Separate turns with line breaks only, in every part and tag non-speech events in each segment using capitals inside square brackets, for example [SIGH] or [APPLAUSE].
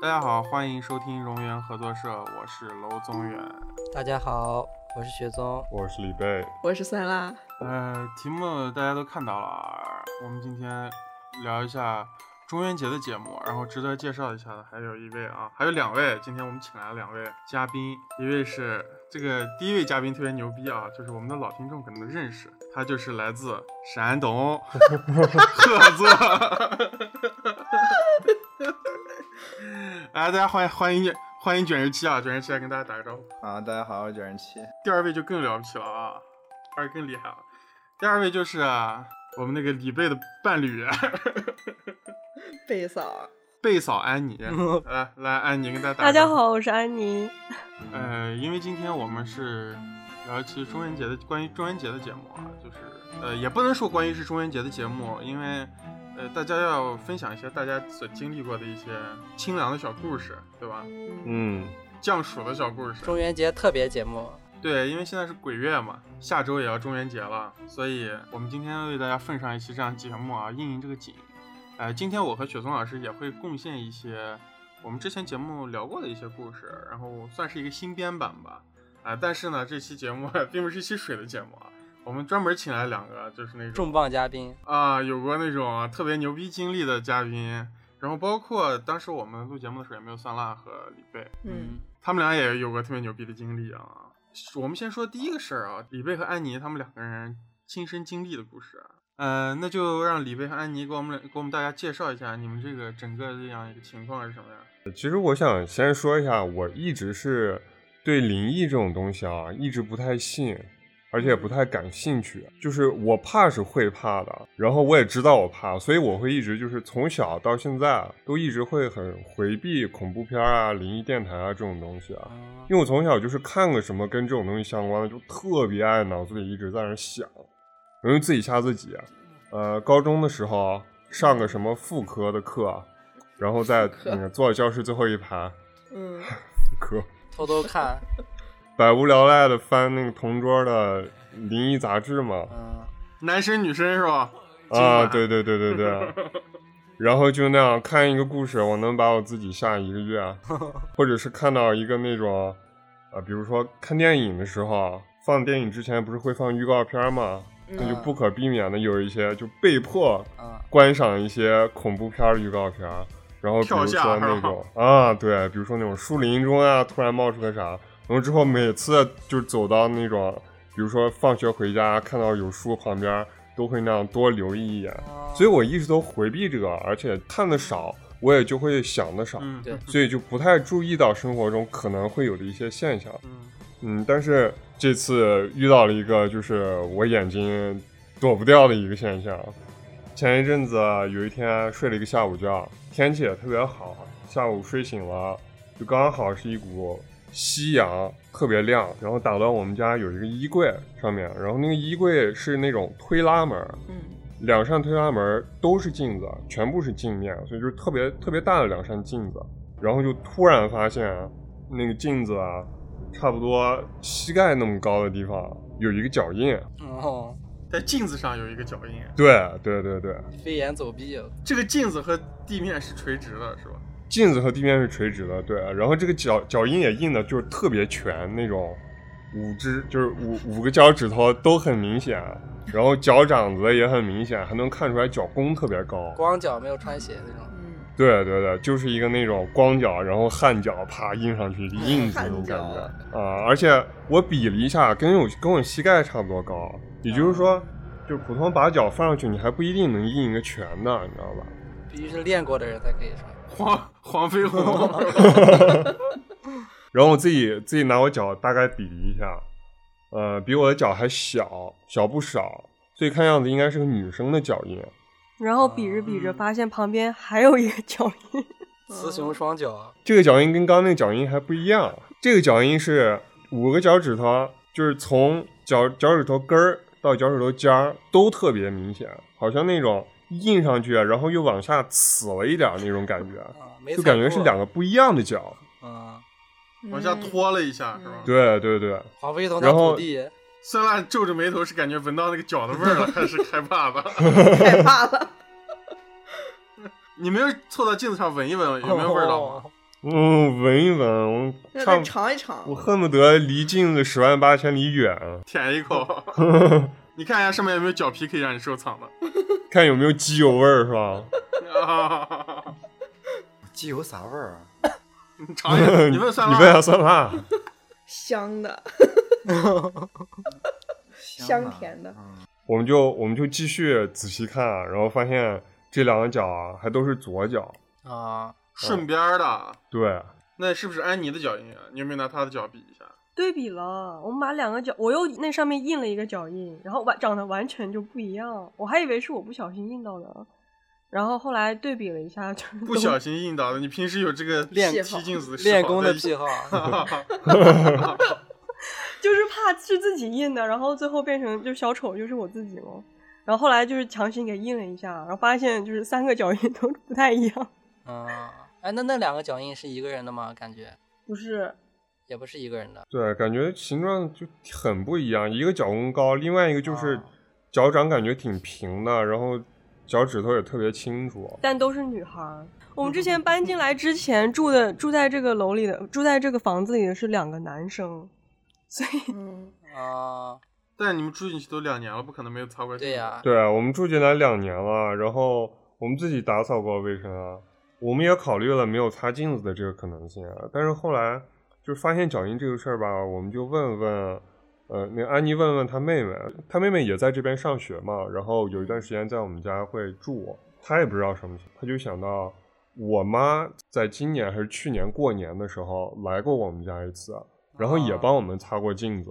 大家好，欢迎收听荣源合作社，我是娄宗远。
大家好，我是雪宗。
我是李贝，
我是酸辣，
呃，题目大家都看到了啊，我们今天聊一下中元节的节目，然后值得介绍一下的还有一位啊，还有两位，今天我们请来了两位嘉宾，一位是这个第一位嘉宾特别牛逼啊，就是我们的老听众可能都认识，他就是来自山东菏泽。来，大家欢迎欢迎欢迎卷十七啊，卷十七来跟大家打个招呼。
啊，大家好，我是九人七。
第二位就更了不起了啊，第二位更厉害了。第二位就是啊我们那个李贝的伴侣
贝嫂，
贝嫂安妮，来来，安妮跟大家打
大
个
家
招呼。
好，我是安妮。
呃，因为今天我们是聊一期中元节的关于中元节的节目啊，就是呃也不能说关于是中元节的节目，因为呃大家要分享一些大家所经历过的一些清凉的小故事，对吧？
嗯，
嗯，
降暑的小故事。
中元节特别节目，
对，因为现在是鬼月嘛，下周也要中元节了，所以我们今天为大家奉上一期这样的节目啊，应应这个景。呃，今天我和雪松老师也会贡献一些我们之前节目聊过的一些故事，然后算是一个新编版吧。啊、但是呢，这期节目啊并不是一期水的节目啊，我们专门请来两个就是那种
重磅嘉宾。
啊，有过那种特别牛逼经历的嘉宾，然后包括当时我们录节目的时候也没有酸辣和李贝，
嗯，
他们俩也有过特别牛逼的经历啊。我们先说第一个事儿啊，李贝和安妮他们两个人亲身经历的故事。呃，那就让李贝和安妮给我们给我们大家介绍一下你们这个整个这样一个情况是什么样。
其实我想先说一下，我一直是对灵异这种东西啊，一直不太信，而且不太感兴趣。就是我怕是会怕的，然后我也知道我怕，所以我会一直就是从小到现在啊都一直会很回避恐怖片啊、灵异电台啊这种东西啊。因为我从小就是看个什么跟这种东西相关的，就特别爱脑子里一直在那想，然后自己吓自己。呃，高中的时候上个什么妇科的课，啊然后在
科
嗯坐教室最后一排，
嗯，
科
偷偷看，
百无聊赖的翻那个同桌的灵异杂志嘛，
嗯，
男生女生是吧？
啊，
今
对对对对对，然后就那样看一个故事，我能把我自己吓一个月，啊或者是看到一个那种，啊，比如说看电影的时候，啊放电影之前不是会放预告片嘛，那就不可避免的有一些就被迫
嗯，
观赏一些恐怖片儿的预告片儿，然后比如
跳下
说
是吧
那种啊，对，比如说那种树林中啊，突然冒出个啥，然后之后每次就走到那种，比如说放学回家看到有书旁边儿，都会那样多留意一眼，所以我一直都回避这个，而且看的少，我也就会想的少，
嗯，
对
所以就不太注意到生活中可能会有的一些现象。
嗯，
嗯，但是这次遇到了一个就是我眼睛躲不掉的一个现象。前一阵子有一天睡了一个下午觉，天气也特别好，下午睡醒了，就刚好是一股夕阳，特别亮，然后打到我们家有一个衣柜上面，然后那个衣柜是那种推拉门，
嗯，
两扇推拉门都是镜子，全部是镜面，所以就是特别特别大的两扇镜子。然后就突然发现啊那个镜子啊，差不多膝盖那么高的地方有一个脚印。
哦，
在镜子上有一个脚印，
对对对对，
飞檐走壁，
这个镜子和地面是垂直的，是吧？
镜子和地面是垂直的，对。然后这个脚脚印也印的就是特别全那种，五只就是五五个脚趾头都很明显，然后脚掌子也很明显，还能看出来脚弓特别高。
光脚没有穿鞋那种。
嗯，
对啊对对，就是一个那种光脚，然后汗脚啪印上去印子那种
汗
感
脚
觉啊、而且我比了一下，跟我跟我膝盖差不多高，也
嗯
就是说，就是普通把脚放上去，你还不一定能印一个全的，你知道吧？
必须是练过的人才可以穿。
黄黄飞鸿，
然后我自己自己拿我脚大概比了一下，呃，比我的脚还小，小不少，所以看样子应该是个女生的脚印。
然后比着比着，
嗯
发现旁边还有一个脚印，
雌雄双脚，
这个脚印跟刚刚那个脚印还不一样，这个脚印是五个脚趾头，就是从脚脚趾头根儿到脚趾头尖儿都特别明显，好像那种印上去，然后又往下呲了一点儿那种感觉，
啊，没
就
踩
感觉
过
是两个不一样的脚。
嗯，
往下拖了一下，是吧？
对对对，
黄飞鸿
然
的
后
土地，
酸辣皱着眉头，是感觉闻到那个脚的味儿了，还是害怕的？
嗯，害怕了，
你没有凑到镜子上闻一闻，有没有味道吗？
哦？
嗯，闻一闻，我
那
差
再
不
尝一尝
我。恨不得离镜子十万八千里远，
舔一口，你看一下上面有没有脚皮可以让你收藏的。
看有没有机油味儿，是吧？ [LAUGHS]
啊
机油啥味儿啊？
你尝一下，你问算
你
辣
问下酸辣，
香的，
啊
香
[LAUGHS]
甜的
嗯
我们就我们就继续仔细看，啊然后发现这两个脚啊还都是左脚，
啊，
顺边儿的，
对，
那是不是安妮的脚印啊？你有没有拿她的脚比一下？
对比了，我们把两个脚，我又那上面印了一个脚印，然后完长得完全就不一样，我还以为是我不小心印到的，然后后来对比了
[LAUGHS]
一下，就是
不小心印到的，你平时有这个
练
踢镜子的
练功的
癖
癖好，
好。
就是怕是自己印的，然后最后变成就小丑就是我自己嘛。然后后来就是强行给印了一下，然后发现就是三个脚印都不太一样，
嗯，哎，那那两个脚印是一个人的吗？感觉
不是
也不是一个人的。
对，感觉形状就很不一样，一个脚弓高，另外一个就是
啊
脚掌感觉挺平的，然后脚趾头也特别清楚。
但都是女孩儿。我
嗯
们之前搬进来之前住的住在这个楼里的住在这个房子里的是两个男生，所以
嗯，
啊，
[LAUGHS] 但你们住进去都两年了，不可能没有擦过镜子
对呀、
对，我们住进来两年了，然后我们自己打扫过卫生啊，我们也考虑了没有擦镜子的这个可能性啊，但是后来就是发现脚印这个事儿吧，我们就问问。呃，那安妮问问她妹妹，她妹妹也在这边上学嘛，然后有一段时间在我们家会住，她也不知道什么情况，她就想到我妈在今年还是去年过年的时候来过我们家一次，然后也帮我们擦过镜子，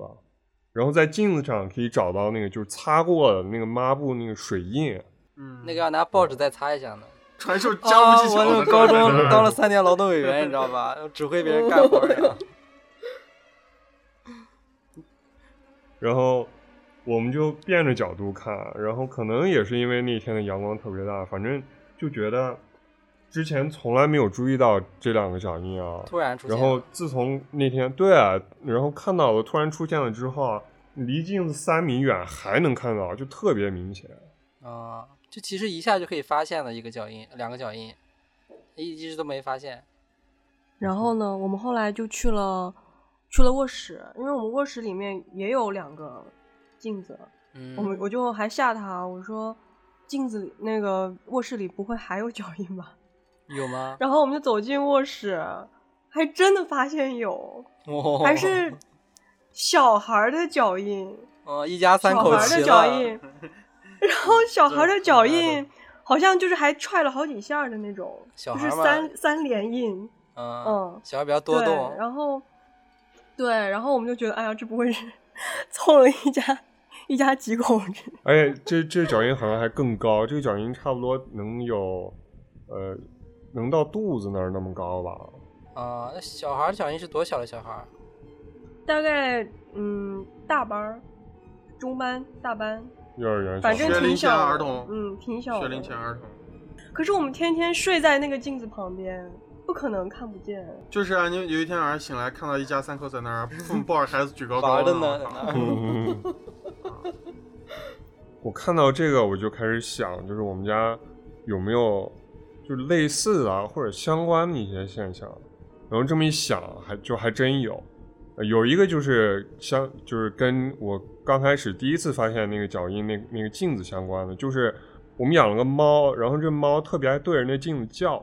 然后在镜子上可以找到那个就是擦过的那个抹布那个水印，
嗯，
那个要拿报纸再擦一下呢。
传授家
啊
务技，巧
我
的
那高
[LAUGHS]
中当了三年劳动委员，你知道吧？指挥别人干活儿
哦
呀。
然后我们就变着角度看，然后可能也是因为那天的阳光特别大，反正就觉得之前从来没有注意到这两个脚印啊。
突然出现
然
了，
后自从那天对啊，然后看到了突然出现了之后啊，离镜子三米远还能看到，就特别明显。
啊、就其实一下就可以发现了一个脚印，两个脚印，一一直都没发现。
然后呢，我们后来就去了去了卧室，因为我们卧室里面也有两个镜子，
嗯，
我们我就还吓他，我说镜子里那个卧室里不会还有脚印吧？ [LAUGHS]
有吗？
然后我们就走进卧室，还真的发现有，
哦
[LAUGHS] 还是小孩儿的脚印，
哦，一家三
小
口
孩儿
齐
的脚
了。
印，然后小孩儿的脚
这这
印好像就是还踹了好几下儿的那种，
小
就
孩
是
儿嘛
三三连印，
嗯
嗯
小孩比较多
对
动。
然后，对，然后我们就觉得，哎呀，这不会是凑了一家一家几口人？
而且哎这这脚印好像还更高，这个脚印差不多能有，呃，能到肚子那儿那么高吧。
啊、那小孩儿脚印是多小的小孩儿？
大概嗯，大班儿、中班、大班，
幼儿园小
反
孩
正
学龄
挺
前
小的，
儿童
嗯，挺小的。
学龄前儿童，
可是我们天天睡在那个镜子旁边，不可能看不见。
就是啊，你有一天晚上醒来，看到一家三口在那儿，父母抱着孩子举高高
玩的呢，在
呢。
[LAUGHS] 那儿
嗯，我看到这个我就开始想，就是我们家有没有就是类似的啊或者相关的一些现象，然后这么一想，还就还真有。呃有一个就是相，就是跟我刚开始第一次发现那个脚印那那个镜子相关的，就是我们养了个猫，然后这猫特别爱对着那镜子叫，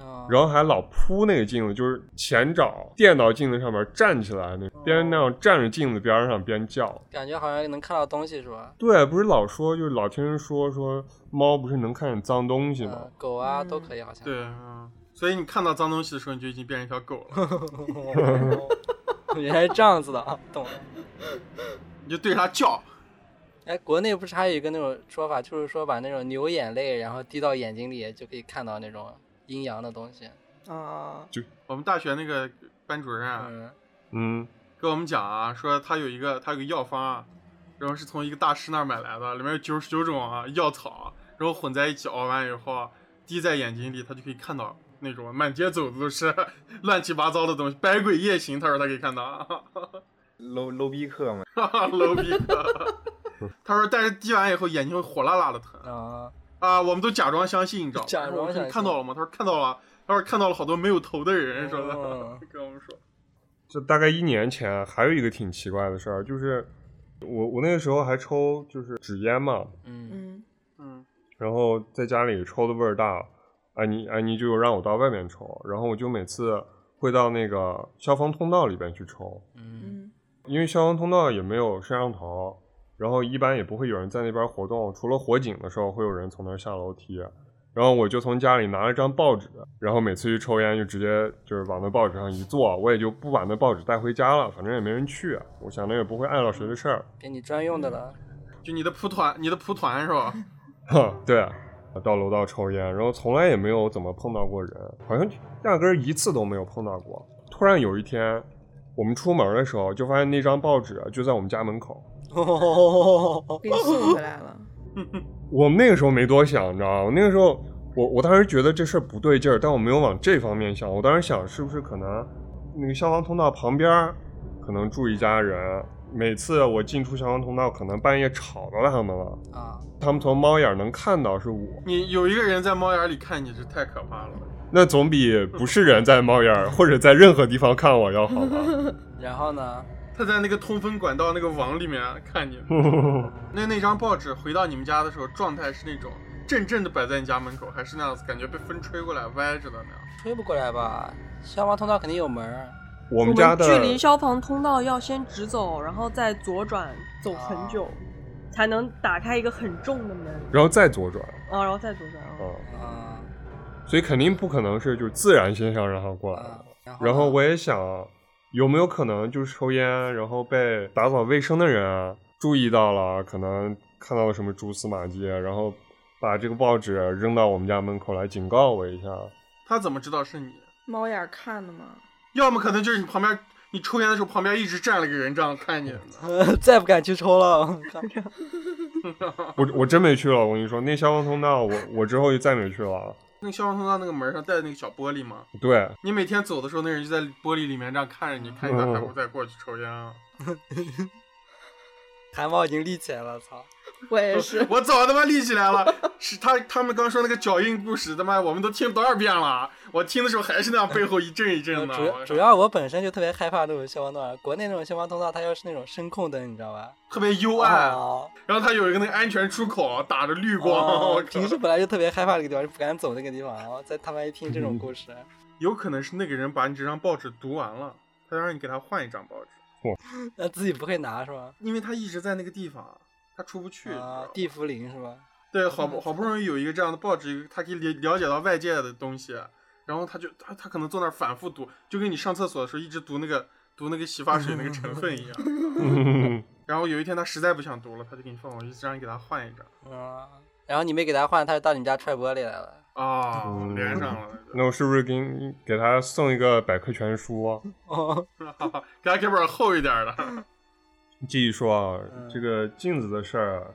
嗯，
然后还老扑那个镜子，就是前爪垫到镜子上面站起来，那边那样站着镜子边上边叫。
感觉好像能看到东西是吧？
对，不是老说，就是老听人说说猫不是能看见脏东西吗
嗯？，狗啊都
嗯
可以，好像。
对，嗯，所以你看到脏东西的时候，你就已经变成一条狗了，
[LAUGHS] 原来是这样子的啊，懂了。
你就对着它叫。
哎，国内不是还有一个那种说法，就是说把那种牛眼泪，然后滴到眼睛里，就可以看到那种阴阳的东西。
啊，
我们大学那个班主任啊
嗯，
嗯，
跟我们讲啊，说他有一个他有个药方啊，然后是从一个大师那儿买来的，里面有九十九种啊药草，然后混在一起熬完以后啊滴在眼睛里，他就可以看到那种满街走的都是 [LAUGHS] 乱七八糟的东西，百鬼夜行，他说他可以看到啊。
，low low 逼课嘛，
哈哈，楼逼的。 [LAUGHS] 他说，但是滴完以后眼睛会火辣辣的疼
啊，
啊！我们都假装相信，你知道吗？
假装
我说
相信
你看到了吗？他说看到了，待会儿看到了好多没有头的人什么
哦
的， [LAUGHS] 跟我们说。
就大概一年前，还有一个挺奇怪的事儿，就是我我那个时候还抽就是纸烟嘛，
嗯
嗯，
嗯
然后在家里抽的味儿大，安妮安妮就让我到外面抽，然后我就每次会到那个消防通道里边去抽，
嗯
嗯
因为消防通道也没有摄像头，然后一般也不会有人在那边活动，除了火警的时候会有人从那儿下楼梯。然后我就从家里拿了张报纸，然后每次去抽烟就直接就是往那报纸上一坐，我也就不把那报纸带回家了，反正也没人去，我想那也不会碍到谁的事儿。 [LAUGHS]
给你专用的了。
就你的蒲团，你的蒲团是 [LAUGHS] 吧？
哼，对，到楼道抽烟，然后从来也没有怎么碰到过人，好像压根儿一次都没有碰到过。突然有一天，我们出门的时候就发现那张报纸啊就在我们家门口，
给你送回来了。
我那个时候没多想，你知道吗？我那个时候，我我当时觉得这事儿不对劲儿，但我没有往这方面想。我当时想，是不是可能那个消防通道旁边儿可能住一家人，每次我进出消防通道，可能半夜吵到他们了，
啊，
他们从猫眼儿能看到是我，
你有一个人在猫眼里看你，这太可怕了。
那总比不是人在猫眼儿或者在任何地方看我要好吧？
[LAUGHS]
然后呢？
他在那个通风管道那个网里面看你。那那张报纸回到你们家的时候，状态是那种正正的摆在你家门口，还是那样子，感觉被风吹过来歪着的那样？
吹不过来吧？消防通道肯定有门儿。
我
我
们家的
距离消防通道要先直走，然后再左转走很久，才能打开一个很重的门
然后再左转
啊，然后再左转啊
啊、。
啊
所以肯定不可能是就是自然现象让它过来的。
啊，然后
然后
呢
我也想，有没有可能就是抽烟，然后被打扫卫生的人啊注意到了，可能看到了什么蛛丝马迹，啊然后把这个报纸扔到我们家门口来警告我一下。
他怎么知道是你？
猫眼儿看的嘛，
要么可能就是你旁边，你抽烟的时候旁边一直站了个人这样看你呢。
[LAUGHS] 再不敢去抽了。我靠
我我真没去了，我跟你说，那消防通道我我之后就再没去了。
那个消防通道那个门上带那个小玻璃吗？
对，
你每天走的时候，那人就在玻璃里面这样看着你，看你咋还不再过去抽烟啊？
汗毛已经立起来了，操！
我也是
[LAUGHS] 。我早他妈立起来了。是他他们刚说那个脚印故事，他妈我们都听多少遍了？我听的时候还是那样，背后一阵一阵的。
嗯主
我
要主要我本身就特别害怕那种消防通道，国内那种消防通道它要是那种声控灯，你知道吧？
特别幽暗，
哦，
然后他有一个那个安全出口，打着绿光。我
[LAUGHS]
哦
靠
平时本来就特别害怕这个地方，就不敢走那个地方，然后再他妈一听这
嗯
种故事，
有可能是那个人把你这张报纸读完了，他让你给他换一张报纸，
那自己不会拿是吧？
因为他一直在那个地方，啊他出不去。你知道
啊
吗，
地茯苓是吧？
对，好不好不容易有一个这样的报纸，他可以了了解到外界的东西，然后他就他他可能坐那儿反复读，就跟你上厕所的时候一直读那个读那个洗发水那个成分一样。
[LAUGHS]
然后有一天他实在不想读了，他就给你放回去，让你给他换一张。
嗯，然后你没给他换，他就到你们家踹玻璃来了。
啊、
嗯
连上了，
那我是不是给你给他送一个百科全书啊？
哦，
给他给本厚一点的。
继续说啊
嗯，
这个镜子的事儿啊。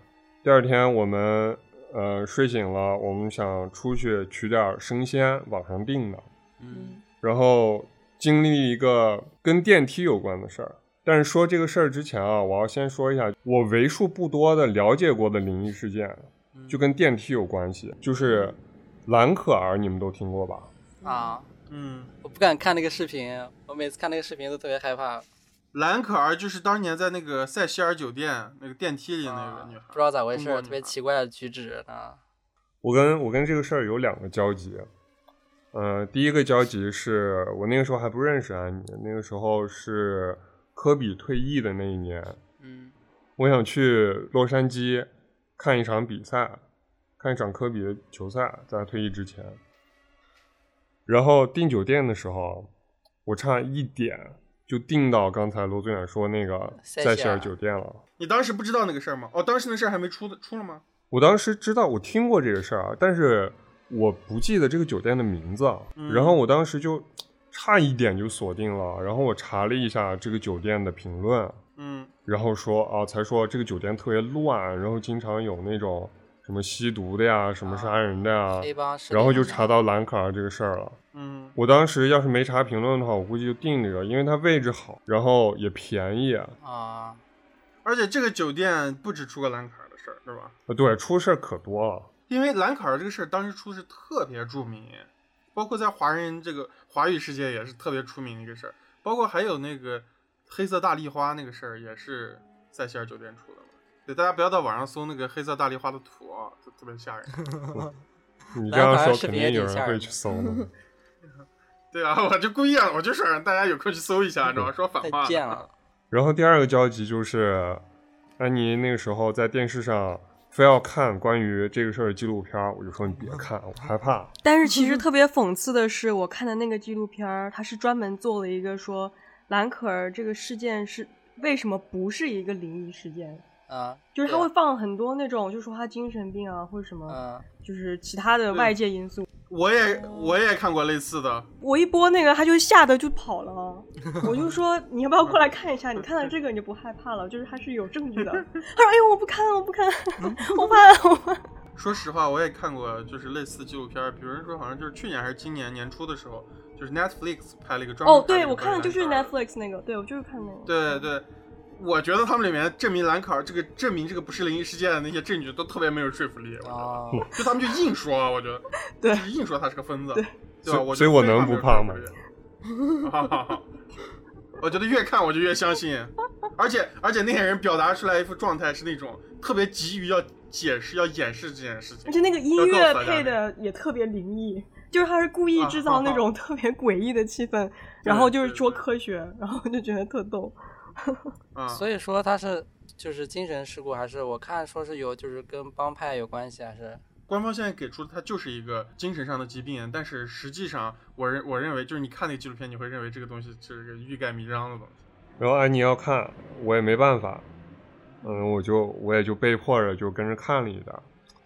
第二天我们呃睡醒了，我们想出去取点儿生鲜，网上订的。
嗯，
然后经历一个跟电梯有关的事儿。但是说这个事儿之前啊，我要先说一下，我为数不多的了解过的灵异事件，
嗯
就跟电梯有关系，就是蓝可儿，你们都听过吧？
啊，
嗯，
我不敢看那个视频，我每次看那个视频都特别害怕，
蓝可儿就是当年在那个塞西尔酒店那个电梯里嗯那个
啊
女孩，
不知道咋回事
中国，女
特别
孩
奇怪的举止啊。
我跟我跟这个事儿有两个交集，呃，第一个交集是我那个时候还不认识安妮，那个时候是科比退役的那一年，
嗯
我想去洛杉矶看一场比赛，看一场科比的球赛，在他退役之前。然后订酒店的时候，我差一点就订到刚才罗尊远说那个
塞
塞
西
西尔
尔
酒店了。
你当时不知道那个事儿吗？哦，当时那事儿还没出的出了吗？
我当时知道我听过这个事儿啊，但是我不记得这个酒店的名字啊。
嗯
然后我当时就嘖差一点就锁定了，然后我查了一下这个酒店的评论，
嗯
然后说啊，才说这个酒店特别乱，然后经常有那种什么吸毒的呀，什么杀人的呀，
啊黑帮势力
啊然后就查到兰卡尔这个事儿了。
嗯
我当时要是没查评论的话，我估计就定这个，因为它位置好，然后也便宜。啊，
啊，
而且这个酒店不止出过蓝可儿的事儿，对吧？
对，出事儿可多了。
因为蓝可儿这个事儿当时出的是特别著名，包括在华人这个华语世界也是特别出名的一个事儿，包括还有那个黑色大丽花那个事儿也是在希尔酒店出的嘛。对，大家不要到网上搜那个黑色大丽花的图啊，特特别吓人。
[LAUGHS]
你这
来
样
好像
说
视
肯
频也
定有
挺吓
人会
人
去
的
搜
[LAUGHS]
的。
对啊，我就故意啊，我就想让大家有空去搜一下，
[LAUGHS]
你知道吗？说反
太
话呢
贱了。
然后第二个交集就是，安妮那个时候在电视上非要看关于这个事儿的纪录片儿，我就说你别看，我害怕。
但是其实特别讽刺的是，我看的那个纪录片儿，它是专门做了一个说兰可儿这个事件是为什么不是一个灵异事件，
啊，
就是他
对
会放很多那种就说他精神病啊或者什么，
嗯，
就是其他的外界因素。
我也我也看过类似的，
我一播那个，他就吓得就跑
[LAUGHS]
了。我就说你要不要过来看一下？你看了这个你就不害怕了，就是他是有
[LAUGHS]
证据的。他说：“哎呦，我不看，我不看，
嗯
我怕，我
[LAUGHS]
怕。
说实话，我也看过，就是类似纪录片儿，比如说好像就是去年还是今年年初的时候，就是 Netflix 拍了一个”专门
哦，
拍
对，
这个
我看
关
的
于
就是
兰可儿
Netflix 那个，对我就是看那个。
的。对对，我觉得他们里面证明兰可儿这个证明这个不是灵异事件的那些证据都特别没有说服力，我觉得，
哦，
就他们就硬说，啊我觉得，
[LAUGHS] 对
就是硬说他是个疯子，
对
对吧？
所以
我
所以我能不怕吗
吗？哈哈哈我觉得越看我就越相信，而且而且那些人表达出来一副状态是那种特别急于要解释、要掩饰这件事情
而，且那个音
要告
乐
诉大家
配
这个
的也特别灵异，就是他是故意制
啊
造
啊
那
啊
种特别诡异的气氛，然后就是说
对对
科学，然后就觉得特逗。
嗯
啊，
所以说他是就是精神事故，还是我看说是有就是跟帮派有关系，还
[LAUGHS]
是
官方现在给出的它就是一个精神上的疾病，但是实际上我认我认为就是你看那个纪录片，你会认为这个东西是个欲盖弥彰的东西。
然后安妮要看，我也没办法，嗯，我就我也就被迫着就跟着看了一点儿，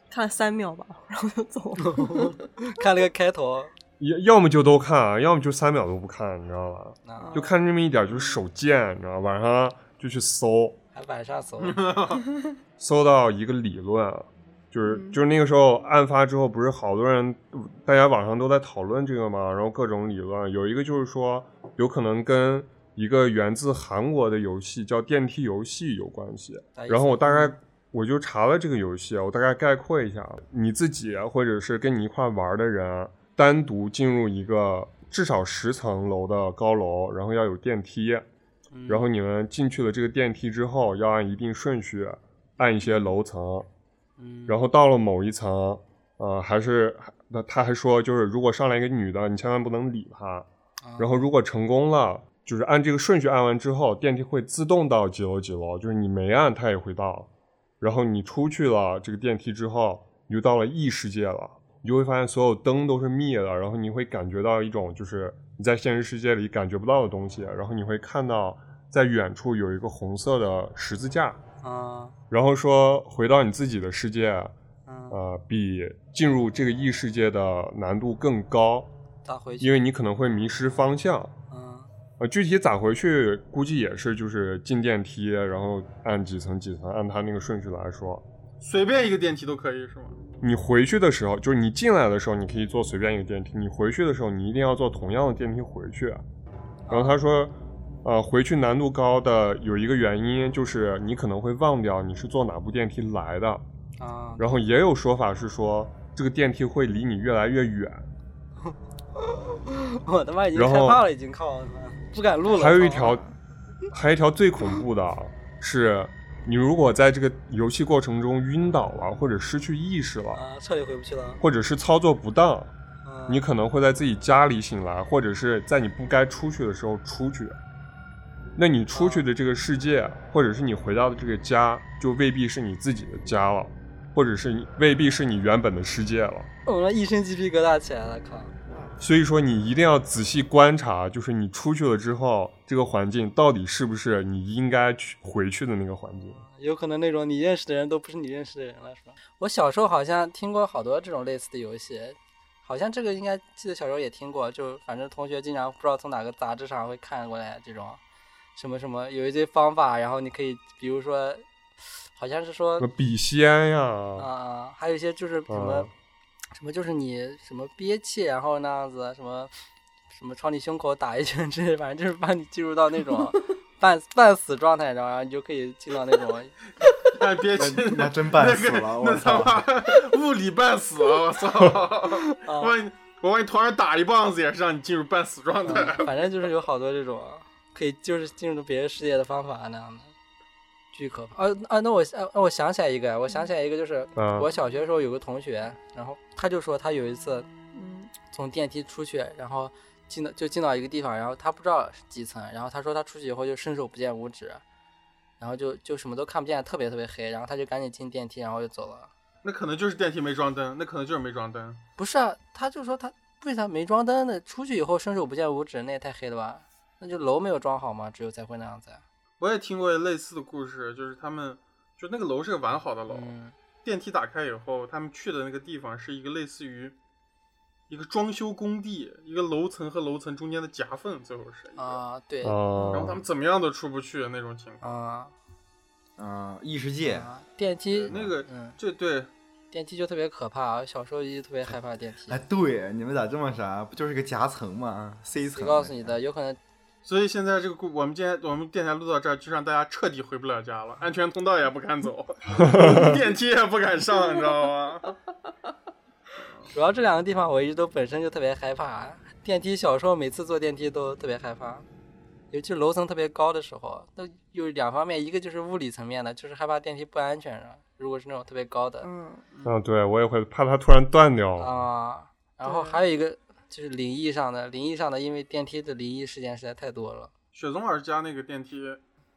看了三秒吧，然后就走
[LAUGHS]
了。
看了个开头，
要要么就都看，啊要么就三秒都不看，你知道吧？
啊，
就看这么一点儿就是手贱，你知道吧，晚上就去搜，
还晚上
[LAUGHS]
走，
搜到一个理论，啊就是
嗯
就是那个时候案发之后，不是好多人，大家网上都在讨论这个嘛，然后各种理论，有一个就是说，有可能跟一个源自韩国的游戏叫电梯游戏有关系。
啥意思
然后我大
嗯
概我就查了这个游戏，啊我大概概括一下，啊你自己或者是跟你一块玩的人，单独进入一个至少十层楼的高楼，然后要有电梯，
嗯
然后你们进去了这个电梯之后，要按一定顺序按一些楼层，
嗯
然后到了某一层，呃，还是那他还说就是如果上来一个女的，你千万不能理她。
啊
然后如果成功了，就是按这个顺序按完之后，电梯会自动到几楼几楼，就是你没按它也会到。然后你出去了这个电梯之后，你就到了异世界了，你就会发现所有灯都是灭的，然后你会感觉到一种就是你在现实世界里感觉不到的东西，然后你会看到在远处有一个红色的十字架，
啊
然后说回到你自己的世界，
嗯，
呃，比进入这个异世界的难度更高，
他回去，
因为你可能会迷失方向。
嗯
呃，具体咋回去，估计也是就是进电梯，然后按几层几层，按它那个顺序来说。
随便一个电梯都可以是吗？
你回去的时候，就是你进来的时候，你可以坐随便一个电梯；你回去的时候，你一定要坐同样的电梯回去。啊然后他说，呃，回去难度高的有一个原因就是你可能会忘掉你是坐哪部电梯来的。
啊，
然后也有说法是说，这个电梯会离你越来越远。
我他妈已经
然
害
后
怕了，已经靠，我他妈不敢录了。嗯
还有一
靠
条， [LAUGHS] 还有一条最恐怖的啊是，你如果在这个游戏过程中晕倒了，或者失去意识了，
啊，彻底回不去了。
或者是操作不当，
嗯
你可能会在自己家里醒来，或者是在你不该出去的时候出去。那你出去的这个世界，或者是你回到的这个家，就未必是你自己的家了，或者是你未必是你原本的世界了。
我们一身鸡皮疙瘩起来了，靠！
所以说，你一定要仔细观察，就是你出去了之后，这个环境到底是不是你应该去回去的那个环境。
有可能那种你认识的人都不是你认识的人了，是吧？我小时候好像听过好多这种类似的游戏，好像这个应该记得小时候也听过，就反正同学经常不知道从哪个杂志上会看过来这种，什么什么有一堆方法，然后你可以比如说，好像是说
什么笔仙呀、
啊、还有一些就是什么、
嗯
什么就是你什么憋气，然后那样子什么什么朝你胸口打一拳之类，反正就是把你进入到那种 [LAUGHS] 半半死状态，然后然后你就可以进到那种 [LAUGHS]
哎，别去，
那 [LAUGHS] 那真半死
那
了
个
嗯
我
那他
操
妈物理半死了，我操！
啊
我我往你头上打一棒子也是让你进入半死状态。
[LAUGHS] 嗯反正就是有好多这种可以就是进入别的世界的方法那样的，巨可怕。啊啊，那我啊我想起来一个，我想起来一个，就是
嗯
我小学的时候有个同学，然后他就说他有一次
嗯，
从电梯出去，然后进到就进到一个地方，然后他不知道是几层，然后他说他出去以后就伸手不见五指，然后就就什么都看不见，特别特别黑，然后他就赶紧进电梯，然后就走了。
那可能就是电梯没装灯，那可能就是没装灯。
不是啊，他就说他为啥没装灯呢？出去以后伸手不见五指，那也太黑了吧？那就楼没有装好吗？只有才会那样子啊。
我也听过类似的故事，就是他们就那个楼是个完好的楼，
嗯
电梯打开以后，他们去的那个地方是一个类似于一个装修工地，一个楼层和楼层中间的夹缝，最后是一个。
啊，对啊
啊
然后他们怎么样都出不去的那种情况。
啊，
嗯，异世界，
电梯
那个
嗯，
这对
电梯就特别可怕。啊小时候一直特别害怕电梯
哎，。对，你们咋这么啥？不就是个夹层吗？C 层。
谁告诉你的？有可能
所以现在这个故，我们今天我们电台录到这儿，就让大家彻底回不了家了，安全通道也不敢
[LAUGHS]
走，电梯也不敢上，你知道吗？
主要这两个地方我一直都本身就特别害怕。电梯小时候每次坐电梯都特别害怕，尤其是楼层特别高的时候，那有两方面，一个就是物理层面的，就是害怕电梯不安全上，如果是那种特别高的
嗯，
啊，对我也会怕它突然断掉。
啊，然后
对
还有一个就是灵异上的，灵异上的，因为电梯的灵异事件实在太多了。
雪松老师家那个电梯，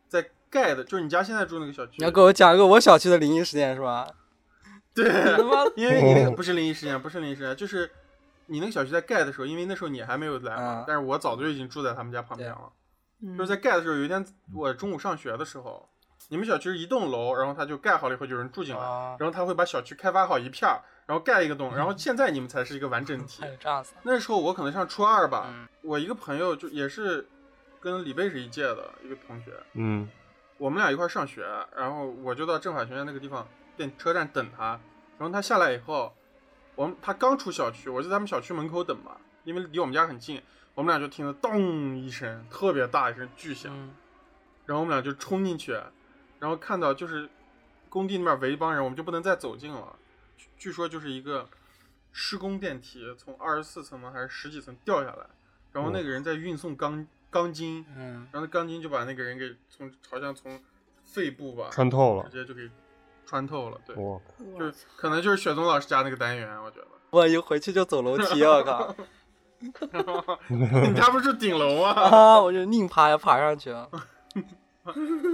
在盖的，就是你家现在住那个小区，
你要给我讲一个我小区的灵异事件
[LAUGHS]
是吧？
对，
他妈
因为你那个
哦
不是灵异事件，不是灵异事件，就是你那个小区在盖的时候，因为那时候你还没有来嘛，
嗯
但是我早就已经住在他们家旁边了。
嗯
就是在盖的时候，有一天我中午上学的时候，你们小区是一栋楼，然后他就盖好了以后有人住进来，
啊，嗯
然后他会把小区开发好一片儿，然后盖一个洞，然后现在你们才是一个完整
[LAUGHS]
体
还。有这样子
那时候我可能上初二吧，
嗯
我一个朋友就也是跟李贝是一届的一个同学，
嗯
我们俩一块儿上学，然后我就到政法学院那个地方电车站等他，然后他下来以后，我们他刚出小区，我就在他们小区门口等嘛，因为离我们家很近，我们俩就听到咚一声特别大一声巨响，
嗯
然后我们俩就冲进去，然后看到就是工地那边围一帮人，我们就不能再走近了。据据说就是一个施工电梯从二十四层吗还是十几层掉下来，然后那个人在运送钢钢筋，
嗯，
然后那钢筋就把那个人给从好像从肺部吧
穿透了
直。接就给穿透了，对，
我
就是可能就是雪松老师家那个单元，啊我觉得。 [LAUGHS]
我一回去就走楼梯，我靠
你家不是住顶楼吗？
啊！我就硬爬也爬上去了。
[LAUGHS]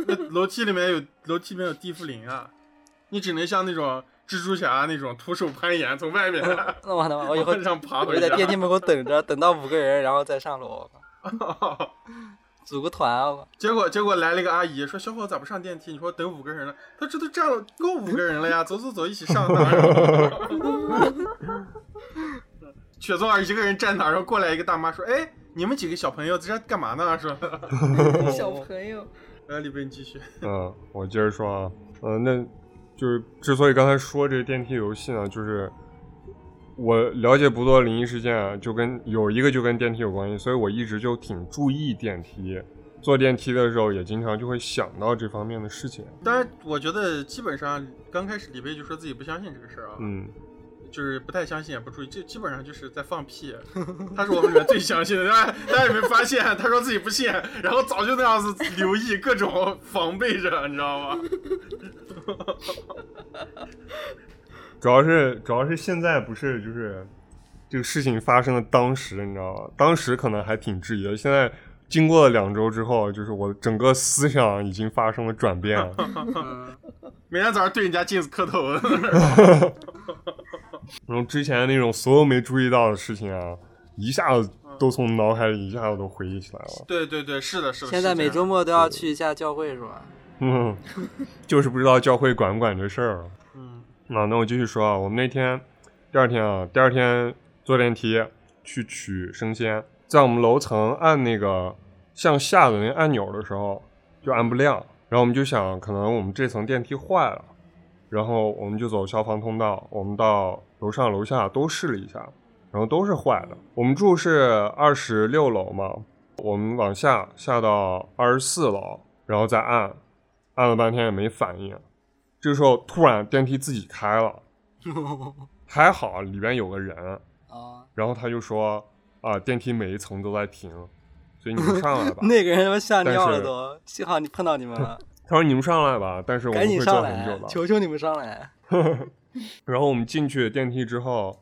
那楼梯里面有楼梯里面有地缚灵啊，你只能像那种蜘蛛侠那种徒手攀岩从外面 [LAUGHS]
那我他妈，我以后
往上爬
我
回
就在
家。
电
[LAUGHS]
梯门口等着，等到五个人，然后再上楼，我靠组个团，我靠
结果结果来了一个阿姨说：“小伙子咋不上电梯？”你说等五个人了，他这都站了够五个人了呀，走走走，一起上哪儿？雪松儿一个人站那儿，然后过来一个大妈说：“哎，你们几个小朋友在这干嘛呢？”说，[LAUGHS]
小朋友，
来李贝你继续。
嗯，我接着说啊，呃，那就是之所以刚才说这个电梯游戏呢，就是我了解不多灵异事件啊，就跟有一个就跟电梯有关系，所以我一直就挺注意电梯。坐电梯的时候也经常就会想到这方面的事情。
当然，我觉得基本上刚开始李贝就说自己不相信这个事儿啊，
嗯，
就是不太相信也不注意，就基本上就是在放屁。他是我们里面最相信的，大家大家有没有发现？他说自己不信，然后早就那样子留意各种防备着，你知道吗？
主要是主要是现在不是就是这个事情发生的当时，你知道吗？当时可能还挺质疑的，现在经过了两周之后，就是我整个思想已经发生了转变。
嗯
每天早上对人家镜子磕头。 [LAUGHS]
然后之前那种所有没注意到的事情啊，一下子都从脑海里一下子都回忆起来了。
对对对，是的，是的。
现在每周末都要去一下教会是吧？
嗯， [LAUGHS] 就是不知道教会管不管这事儿啊。
嗯
啊，那我继续说啊，我们那天第二天啊，第二天坐电梯去取生鲜，在我们楼层按那个向下的那按钮的时候，就按不亮，然后我们就想，可能我们这层电梯坏了，然后我们就走消防通道，我们到楼上楼下都试了一下，然后都是坏的。我们住是二十六楼嘛，我们往下下到二十四楼，然后再按，按了半天也没反应。
[LAUGHS]
这时候突然电梯自己开了，还好里边有个人，
啊、
哦
啊，
然后他就说啊，电梯每一层都在停，所以你们上来吧。
[LAUGHS] 啊那个人他妈吓
但
尿了
是
都，幸好你碰到你们了，
他说你们上来吧，但 [LAUGHS] 是我
赶
们
紧
会坐
上
很久
来，
的。
求求你们上来。
然后我们进去电梯之后，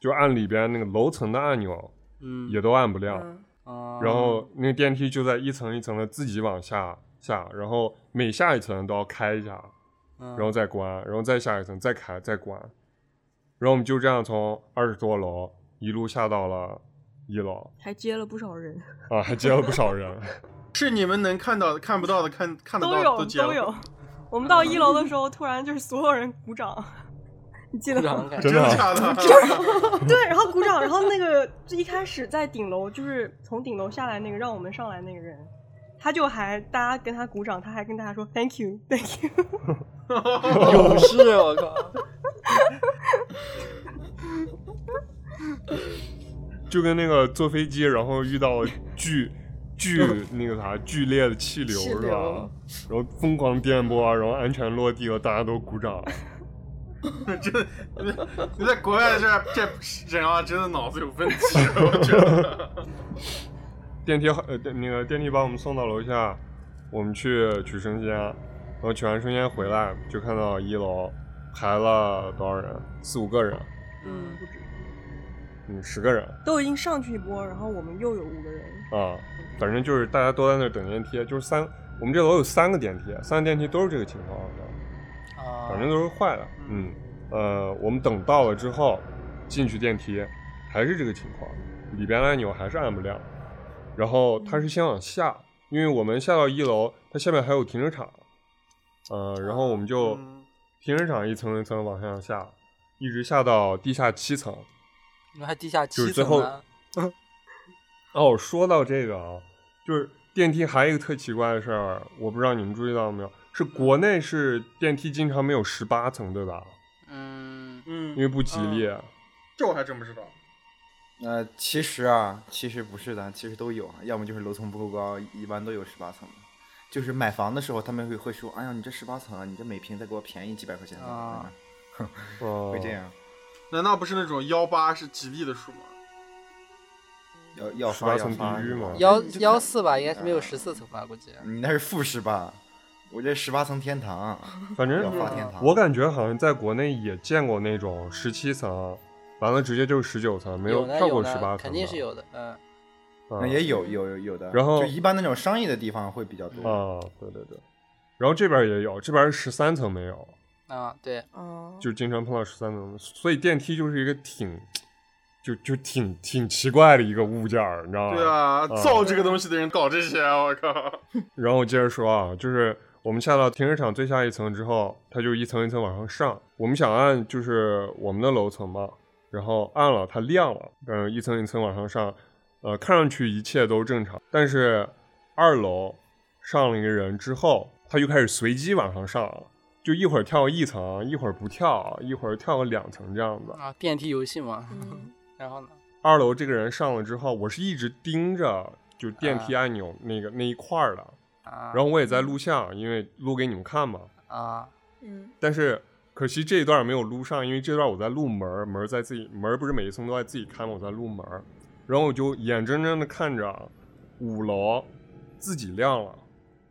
就按里边那个楼层的按钮
嗯，
也都按不亮，
嗯，
啊
哦
然后 [LAUGHS] 那个电梯就在一层一层的自己往下下，然后每下一层都要开一下，
嗯
然
然后再关，然后再下一层再开再关，然后我们就这样从二十多楼一路下到了一楼
还接了不少人，
啊，还接了不少人。 [LAUGHS]
是你们能看到的、看不到的、看看得到
都
的
有
截了
都
[LAUGHS]
有。我们到一楼的时候，突然就是所有人鼓掌，你记得吗？
真的啊
假的？
[LAUGHS] 对，然后鼓掌，然后那个就一开始在顶楼，就是从顶楼下来那个让我们上来那个人，他就还大家跟他鼓掌，他还跟大家说 thank you，thank you，
[LAUGHS]
[LAUGHS]
勇士，我靠！
就跟那个坐飞机，然后遇到剧
[LAUGHS]
剧那个啥剧烈的气流
气
是吧
流？
然后疯狂电波，然后安全落地了，大家都鼓掌。
真的，你在 [LAUGHS] 你在国外这这人啊，真的脑子有问题，我觉得。 [LAUGHS]
电梯呃电那个电梯把我们送到楼下，我们去取生鲜，然后取完生鲜回来就看到一楼排了多少人，四五个人，
嗯，不止，
嗯十个人
都已经上去一波，然后我们又有五个人，
啊，反正就是大家都在那儿等电梯，就是三我们这楼有三个电梯，三个电梯都是这个情况的。
啊，
反正都是坏的。嗯，呃，我们等到了之后，进去电梯，还是这个情况，里边的按钮还是按不亮。然后它是先往下，因为我们下到一楼，它下面还有停车场。呃，然后我们就
嗯
停车场一层一层往上下，一直下到地下七层。
你们还地下
就
七
是最
层
后
呢。
哦，说到这个啊，就是电梯还有一个特奇怪的事儿，我不知道你们注意到没有，是国内是电梯经常没有十八层，对吧？
嗯，
嗯
因为不吉利。啊
嗯这我还真不知道。
呃，其实啊，其实不是的，其实都有啊，要么就是楼层不够高，一般都有十八层的。就是买房的时候，他们会会说：“哎呀，你这十八层啊，你这每平再给我便宜几百块钱。
啊
哦，
会这样，
难道不是那种幺八是吉利的数吗？
要要
18
发
层
要发
地狱嘛
幺
你就
幺
看
四吧，应该是没有十四层吧，估计。
你那是负十八，我这十八层天堂，
反正
要发天堂。
我感觉好像在国内也见过那种十七层，完了直接就是十九层，没
有的
跳过
的
十八层的，
肯定是有的。嗯，
嗯。
那也有有有有的，
然后
就一般那种商业的地方会比较多。
啊，对对对。然后这边也有，这边十三层没有，
啊，对，
哦
嗯，
就经常碰到十三层，所以电梯就是一个挺，就就挺挺奇怪的一个物件儿，你知道吗？
对啊，造这个东西的人搞这些，啊我靠！
然后我接着说啊，就是我们下到停车场最下一层之后，它就一层一层往上上。我们想按就是我们的楼层嘛，然后按了它亮了，嗯、一层一层往上上，呃，看上去一切都正常。但是二楼上了一个人之后，它就开始随机往上上了，就一会儿跳一层，一会儿不跳，一会儿跳个两层这样子。
啊，电梯游戏嘛。
嗯
然后呢？
二楼这个人上了之后，我是一直盯着就电梯按钮那个那一块儿的。
啊，
然后我也在录像，因为录给你们看嘛。
啊，
嗯，
但是可惜这一段没有录上，因为这段我在录门儿，门儿在自己门儿不是每一层都在自己看嘛，我在录门儿。然后我就眼睁睁的看着五楼自己亮了，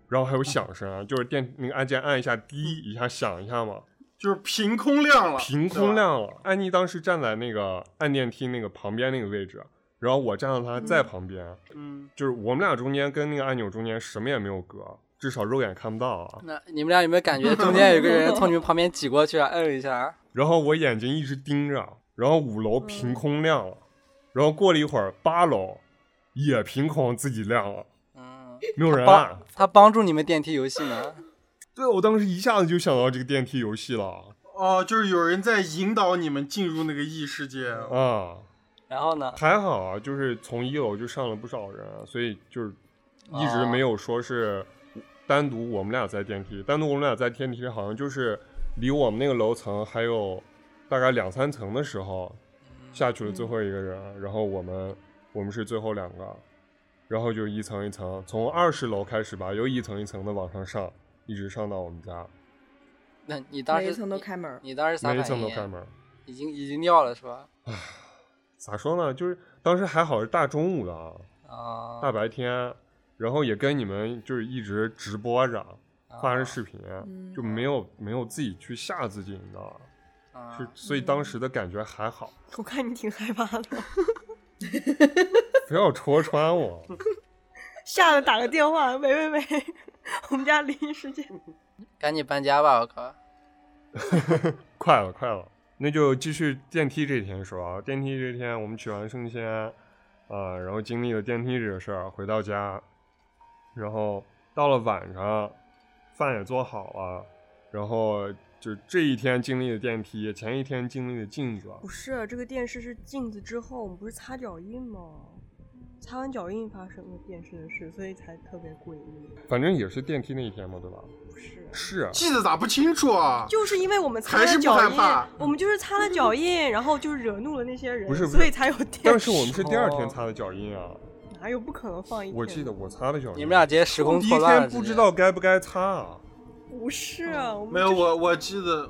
然后还有响声啊，就是电那个按键按一下滴一下响一下嘛，
就是凭空亮了，
凭空亮了。安妮当时站在那个按电梯那个旁边那个位置，然后我站到她在旁边，
对吧。嗯，
就是我们俩中间跟那个按钮中间什么也没有隔，至少肉眼看不到啊。
那你们俩有没有感觉中间有个人从你们旁边挤过去啊，摁一下？
然后我眼睛一直盯着，然后五楼凭空亮了，然后过了一会儿，八楼也凭空自己亮了，
嗯，
没有人按
帮。他帮助你们电梯游戏呢。
对，我当时一下子就想到这个电梯游戏了啊
哦，就是有人在引导你们进入那个异世界。
啊！
然后呢？
还好啊，就是从一楼就上了不少人，啊所以就是一直没有说是单独我们俩在电梯，单独我们俩在电梯好像就是离我们那个楼层还有大概两三层的时候，下去了最后一个人，啊然后我们我们是最后两个，然后就一层一层，从二十楼开始吧，又一层一层的往上上，一直上到我们家，
那你当时
每一层都开门
你你当时啥
每一
反
层都
应
开
呀？
门，
已经已经尿了是吧？
咋说呢？就是当时还好是大中午的啊，
啊，
大白天，然后也跟你们就是一直直播着，发着视频，
嗯
就没有没有自己去吓自己，你知道吧？
啊
是，所以
嗯
当时的感觉还好，
我看你挺害怕的， [LAUGHS]
不要戳穿我。 [LAUGHS]
吓得打个电话，喂喂喂， [LAUGHS] 我们家临时间，
赶紧搬家吧！我靠，
快了，快了，那就继续电梯这天说啊。电梯这天，我们取完生鲜，啊，然后经历了电梯这个事儿，回到家，然后到了晚上，饭也做好了，然后就这一天经历的电梯，前一天经历的镜子，
不是啊这个电视是镜子之后，我们不是擦脚印吗？擦完脚印发生了电视的事，所以才特别诡异。
反正也是电梯那一天嘛，对吧？
不是，
是啊，
记得咋不清楚啊？
就是因为我们擦
还是
了
不
脚
害
印
怕，
我们就是擦了脚印，然后就惹怒了那些人，
不是不是
所以才有电视。
但是我们是第二
哦
天擦的脚印啊，
哪有不可能放一天的？
我记得我擦的脚印。
你们俩直接时空
第
错
一
乱了，
天不知道该不该擦啊。
不是啊，我们
没有，
就是
我我记得，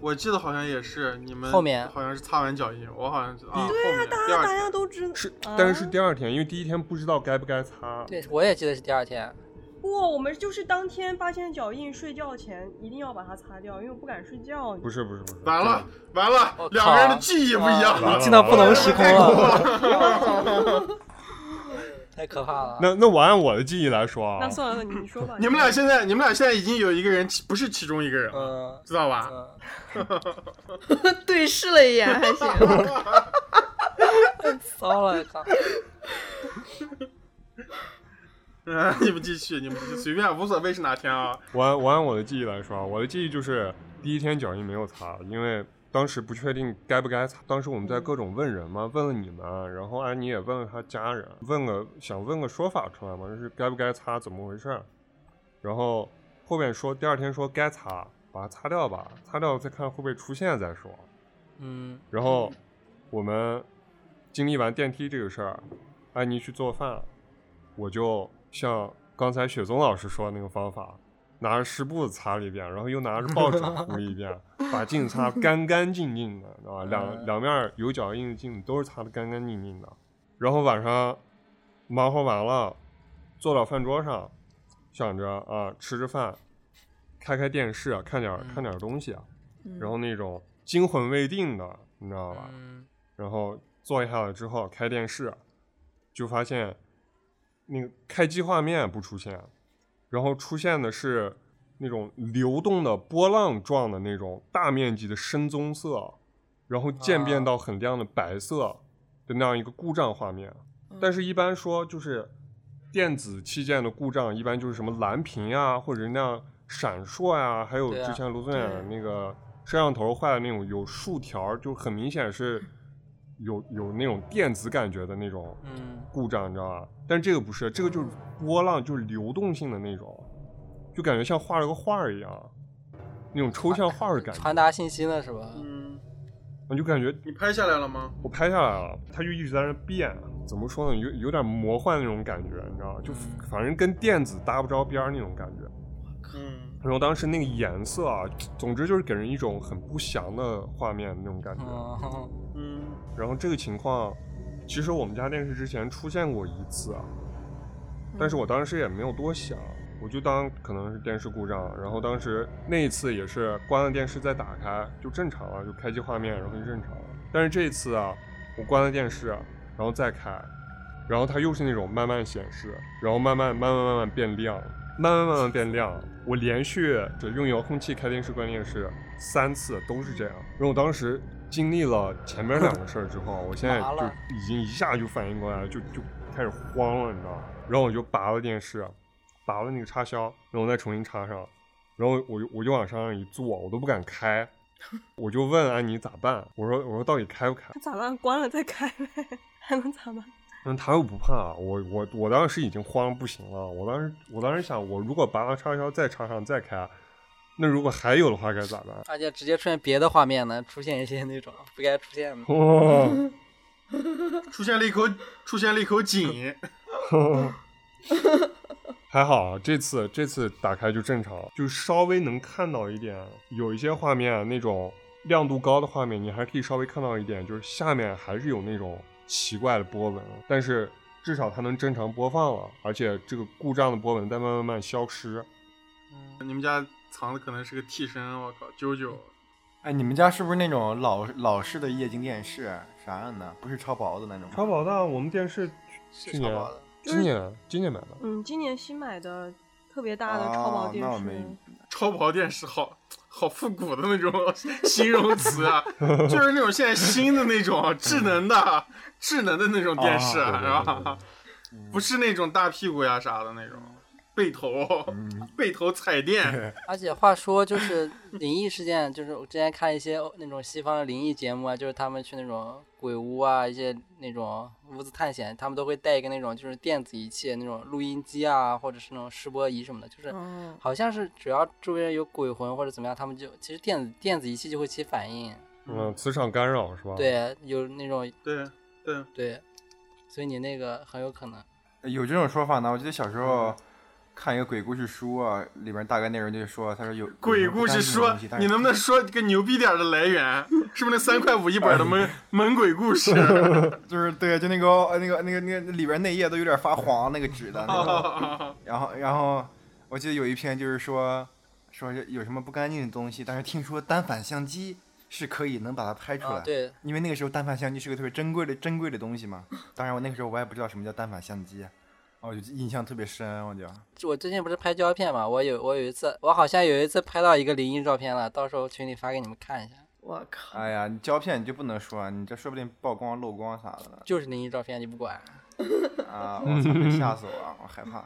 我记得好像也是你们
后面
好像是擦完脚印，我好像是啊，
对
后
啊，
面
大
第
家
二
大家
天
都知
是，
啊
但是是第二天，因为第一天不知道该不该擦。
直接。对，我也记得是第二天。
不，我们就是当天发现脚印，睡觉前一定要把它擦掉，因为我不敢睡觉。
不是不是不是，
完了完
我靠
了，两个人的记忆不一样
完了
了。
进到不能时空了，
了
太可怕了。
那那我按我的记忆来说啊，
那算了，你说吧。
[LAUGHS] 你们俩现在，你们俩现在已经有一个人其不是其中一个人了，
嗯
知道吧？
嗯，
对视了一眼还行，
糟了，靠！
嗯，你们继续，你们继续，随便，无所谓是哪天啊。
我按我按我的记忆来说啊，我的记忆就是第一天脚印没有擦，因为当时不确定该不该擦。当时我们在各种问人嘛，问了你们，啊然后安妮也问了她家人，问个想问个说法出来嘛，就是该不该擦，怎么回事儿。然后后面说第二天说该擦，把它擦掉吧，擦掉再看会不会出现再说。
嗯，
然后我们经历完电梯这个事儿，安妮去做饭，我就像刚才雪松老师说的那个方法，拿着湿布子擦了一遍，然后又拿着报纸糊一遍，把镜子擦干干净净的，知道吧？两
嗯
两面儿有脚印的镜子都是擦的干干净净的。然后晚上忙活完了，坐到饭桌上，想着啊，吃着饭，开开电视啊，看点儿看点儿东西啊，
嗯
然后那种惊魂未定的，你知道吧？
嗯，
然后坐一下了之后开电视，就发现那个开机画面不出现，然后出现的是那种流动的波浪状的那种大面积的深棕色，然后渐变
啊
到很亮的白色的那样一个故障画面。
嗯
但是，一般说就是电子器件的故障，一般就是什么蓝屏啊，或者是那样闪烁呀、还有
对啊
之前卢总演的那个摄像头坏的那种有竖条儿，就很明显是有有那种电子感觉的那种
嗯
故障，你知道吧？但这个不是，这个就是波浪，就是流动性的那种，就感觉像画了个画儿一样，那种抽象画儿的感觉。
传达信息呢是吧？
嗯，
我就感觉
你拍下来了吗？
我拍下来了，它就一直在那变，怎么说呢，有有点魔幻那种感觉，你知道吗？就
嗯
反正跟电子搭不着边儿那种感觉。
嗯，
然后当时那个颜色啊，总之就是给人一种很不祥的画面那种感觉。
嗯，
嗯，
然后这个情况，其实我们家电视之前出现过一次啊，但是我当时也没有多想，我就当可能是电视故障。然后当时那一次也是关了电视再打开就正常了，就开机画面，然后就正常了。但是这一次啊，我关了电视，啊然后再开，然后它又是那种慢慢显示，然后慢慢慢慢慢慢变亮，慢慢慢慢变亮。我连续只用遥控器开电视、关电视三次都是这样。然后我当时经历了前面两个事儿之后，我现在
麻
就
了
已经一下就反应过来了，就就开始慌了，你知道吗？然后我就拔了电视，拔了那个插销，然后再重新插上，然后我就我就往上一坐，我都不敢
[LAUGHS]
开。我就问安妮咋办，我说我说到底开不开？
咋办？关了再开呗，还能咋办？
嗯，他又不怕我，我我当时已经慌不行了。我当时我当时想，我如果拔了插销再插上再开，那如果还有的话该咋办？ [LAUGHS]
而且直接出现别的画面呢，出现一些那种不该出现的。
哦，
嗯出现了一口，出现了一口井。
还好啊这次这次打开就正常，就稍微能看到一点，有一些画面那种亮度高的画面，你还可以稍微看到一点，就是下面还是有那种奇怪的波纹，但是至少它能正常播放了，而且这个故障的波纹在慢慢慢慢消失。
你们家藏的可能是个替身，我靠，啾啾，
哎，你们家是不是那种老老式的液晶电视啥样的？不是超薄的那种吗？
超薄的，我们电视
是
去
超
年
薄的，
今年今年买的，
嗯，今年新买的特别大的超薄
哦
电
那我
视，
没
超薄电视好。好复古的那种形容词啊，就是那种现在新的那种智能的、智能的那种电视，
对对对
是
对
吧？不是那种大屁股呀啥的那种，背头、背头彩电，
而且话说，就是灵异事件，就是我之前看一些那种西方的灵异节目啊，就是他们去那种鬼屋啊，一些那种屋子探险，他们都会带一个那种就是电子仪器，那种录音机啊，或者是那种示波仪什么的，就是
嗯，
好像是只要周围有鬼魂或者怎么样，他们就其实电子电子仪器就会起反应，
嗯，磁场干扰是吧？，
对，有那种
对对，
对，所以你那个很有可能，
呃有这种说法呢？我记得小时候看一个鬼故事书啊，里边大概内容就是说，他说有
鬼故事说，你能不能说个牛逼点儿的来源？是不是那三块五一本的猛猛鬼故事？
能就是对，就那个呃那个那个那个里边内页都有点发黄那个纸的
[LAUGHS]
那个。然后然后我记得有一篇就是说说是有什么不干净的东西，但是听说单反相机是可以能把它拍出来。
啊，对，
因为那个时候单反相机是个特别珍贵的珍贵的东西嘛。当然，我那个时候我也不知道什么叫单反相机，我就印象特别深，我就
我最近不是拍胶片嘛，我有我有一次，我好像有一次拍到一个灵异照片了，到时候群里发给你们看一下，
我靠，
哎呀，你胶片你就不能说，啊你这说不定曝光漏光啥的
就是灵异照片，你不 [LAUGHS] 管，
呢啊！我操，别吓死我了，我害怕。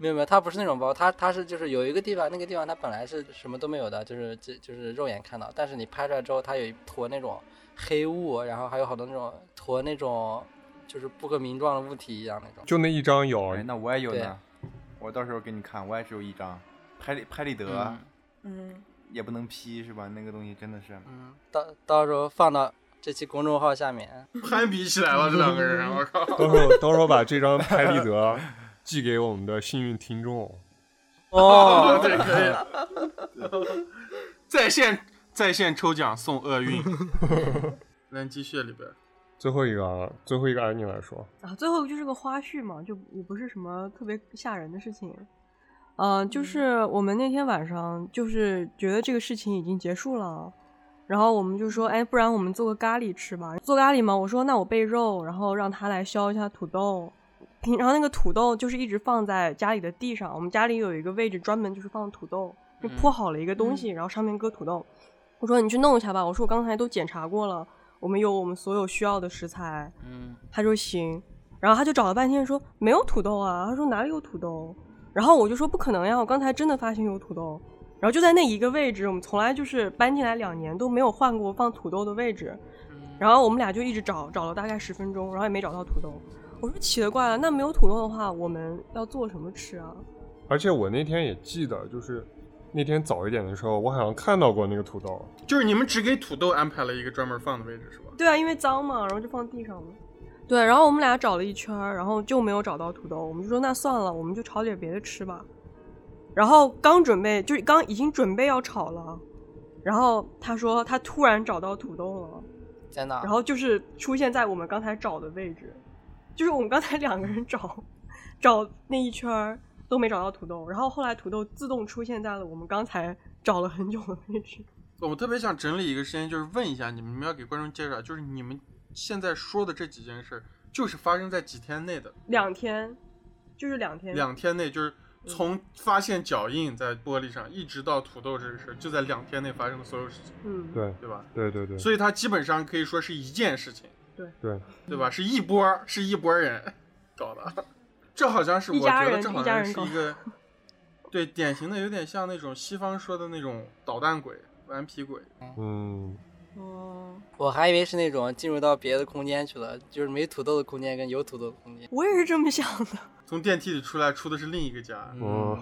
没有没有，它不是那种包，它它是就是有一个地方，那个地方它本来是什么都没有的，就是这就是肉眼看到，但是你拍出来之后，它有一坨那种黑雾，然后还有好多那种坨那种就是不可名状的物体一样那种，
就那一张有
哎，，那我也有
对
呢，我到时候给你看，我也只有一张，拍立拍立得、
嗯
嗯，
也不能 P 是吧？那个东西真的是。
嗯，到到时候放到这期公众号下面，
攀比起来了，这两个人，我靠！
到时候到时候把这张拍立得寄给我们的幸运听众。
哦，
哦，
对，可以。在线在线抽奖送厄运，来你继续里边。
最后一个啊，最后一个按你来说，
啊，最后就是个花絮嘛，就也不是什么特别吓人的事情。嗯、就是我们那天晚上就是觉得这个事情已经结束了，然后我们就说，哎，不然我们做个咖喱吃吧。做咖喱嘛，我说那我备肉，然后让他来削一下土豆。平常那个土豆就是一直放在家里的地上，我们家里有一个位置专门就是放土豆，就铺好了一个东西，然后上面搁土豆。我说你去弄一下吧，我说我刚才都检查过了，我们有我们所有需要的食材。
嗯，
他说行，然后他就找了半天说没有土豆啊，他说哪里有土豆？然后我就说不可能呀，我刚才真的发现有土豆。然后就在那一个位置，我们从来就是搬进来两年都没有换过放土豆的位置。然后我们俩就一直找，找了大概十分钟，然后也没找到土豆。我说奇了怪了，那没有土豆的话，我们要做什么吃啊？
而且我那天也记得，就是那天早一点的时候，我好像看到过那个土豆。
就是你们只给土豆安排了一个专门放的位置，是吧？
对啊，因为脏嘛，然后就放地上了。对，然后我们俩找了一圈儿，然后就没有找到土豆，我们就说那算了，我们就炒点别的吃吧。然后刚准备，就是刚已经准备要炒了，然后他说他突然找到土豆了，
在哪？
然后就是出现在我们刚才找的位置，就是我们刚才两个人找，找那一圈儿都没找到土豆，然后后来土豆自动出现在了我们刚才找了很久的位置。
我特别想整理一个事情，就是问一下你们，你们要给观众介绍，就是你们现在说的这几件事，就是发生在几天内的，
两天，就是两天，
两天内，就是从发现脚印在玻璃上，一直到土豆这个事儿，就在两天内发生的所有事情，
嗯，
对
对吧？
对对对，
所以它基本上可以说是一件事情，
对
对吧？是一波儿，是一波儿人搞的，这好像是我
一家
觉得
人
这好
一
像
家人
是
搞
一个，对，典型的有点像那种西方说的那种捣蛋鬼、顽皮鬼。
嗯，
哦
嗯。
我还以为是那种进入到别的空间去了，就是没土豆的空间跟有土豆的空间。
我也是这么想的，
从电梯里出来，出的是另一个家。
嗯
哦，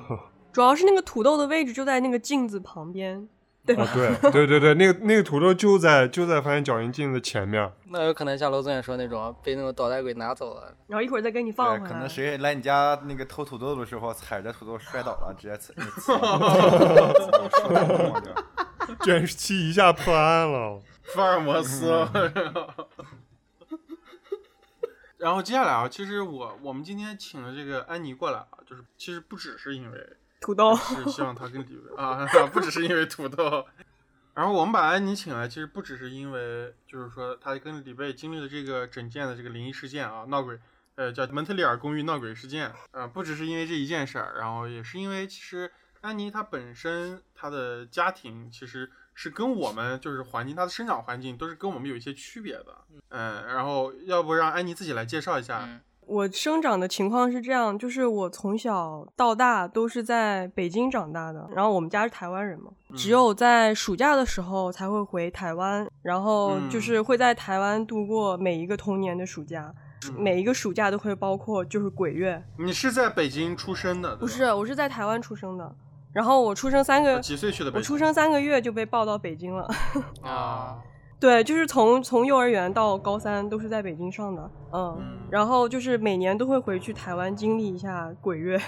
主要是那个土豆的位置就在那个镜子旁边，对吧？
啊，对对对对，那个那个土豆就在就在发现脚印镜的前面，
那有可能像罗总也说那种被那种捣蛋鬼拿走了，
然后一会儿再给你放
对，
回来。
可能谁来你家那个偷土豆的时候，踩着土豆摔倒了，直接踩。
卷十七一下破案了。
福尔摩斯。 [LAUGHS] 然后接下来啊，其实我我们今天请了这个安妮过来啊，就是其实不只是因为
土豆，
是希望他跟李维啊， [LAUGHS] 不只是因为土豆。然后我们把安妮请来，其实不只是因为，就是说他跟李贝经历了这个整件的这个灵异事件啊，闹鬼，呃，叫蒙特利尔公寓闹鬼事件，呃，不只是因为这一件事儿，然后也是因为其实安妮她本身她的家庭其实是跟我们就是环境，她的生长环境都是跟我们有一些区别的，嗯，然后要不让安妮自己来介绍一下，
嗯
我生长的情况是这样，就是我从小到大都是在北京长大的，然后我们家是台湾人嘛，只有在暑假的时候才会回台湾，然后就是会在台湾度过每一个童年的暑假，
嗯
每一个暑假都会包括就是鬼月，
你是在北京出生的，对吧
不是，我是在台湾出生的，然后我出生三个，
几岁去的北
我
京？
出生三个月就被抱到北京了，
啊，
对，就是从从幼儿园到高三都是在北京上的，嗯
嗯，
然后就是每年都会回去台湾经历一下鬼月。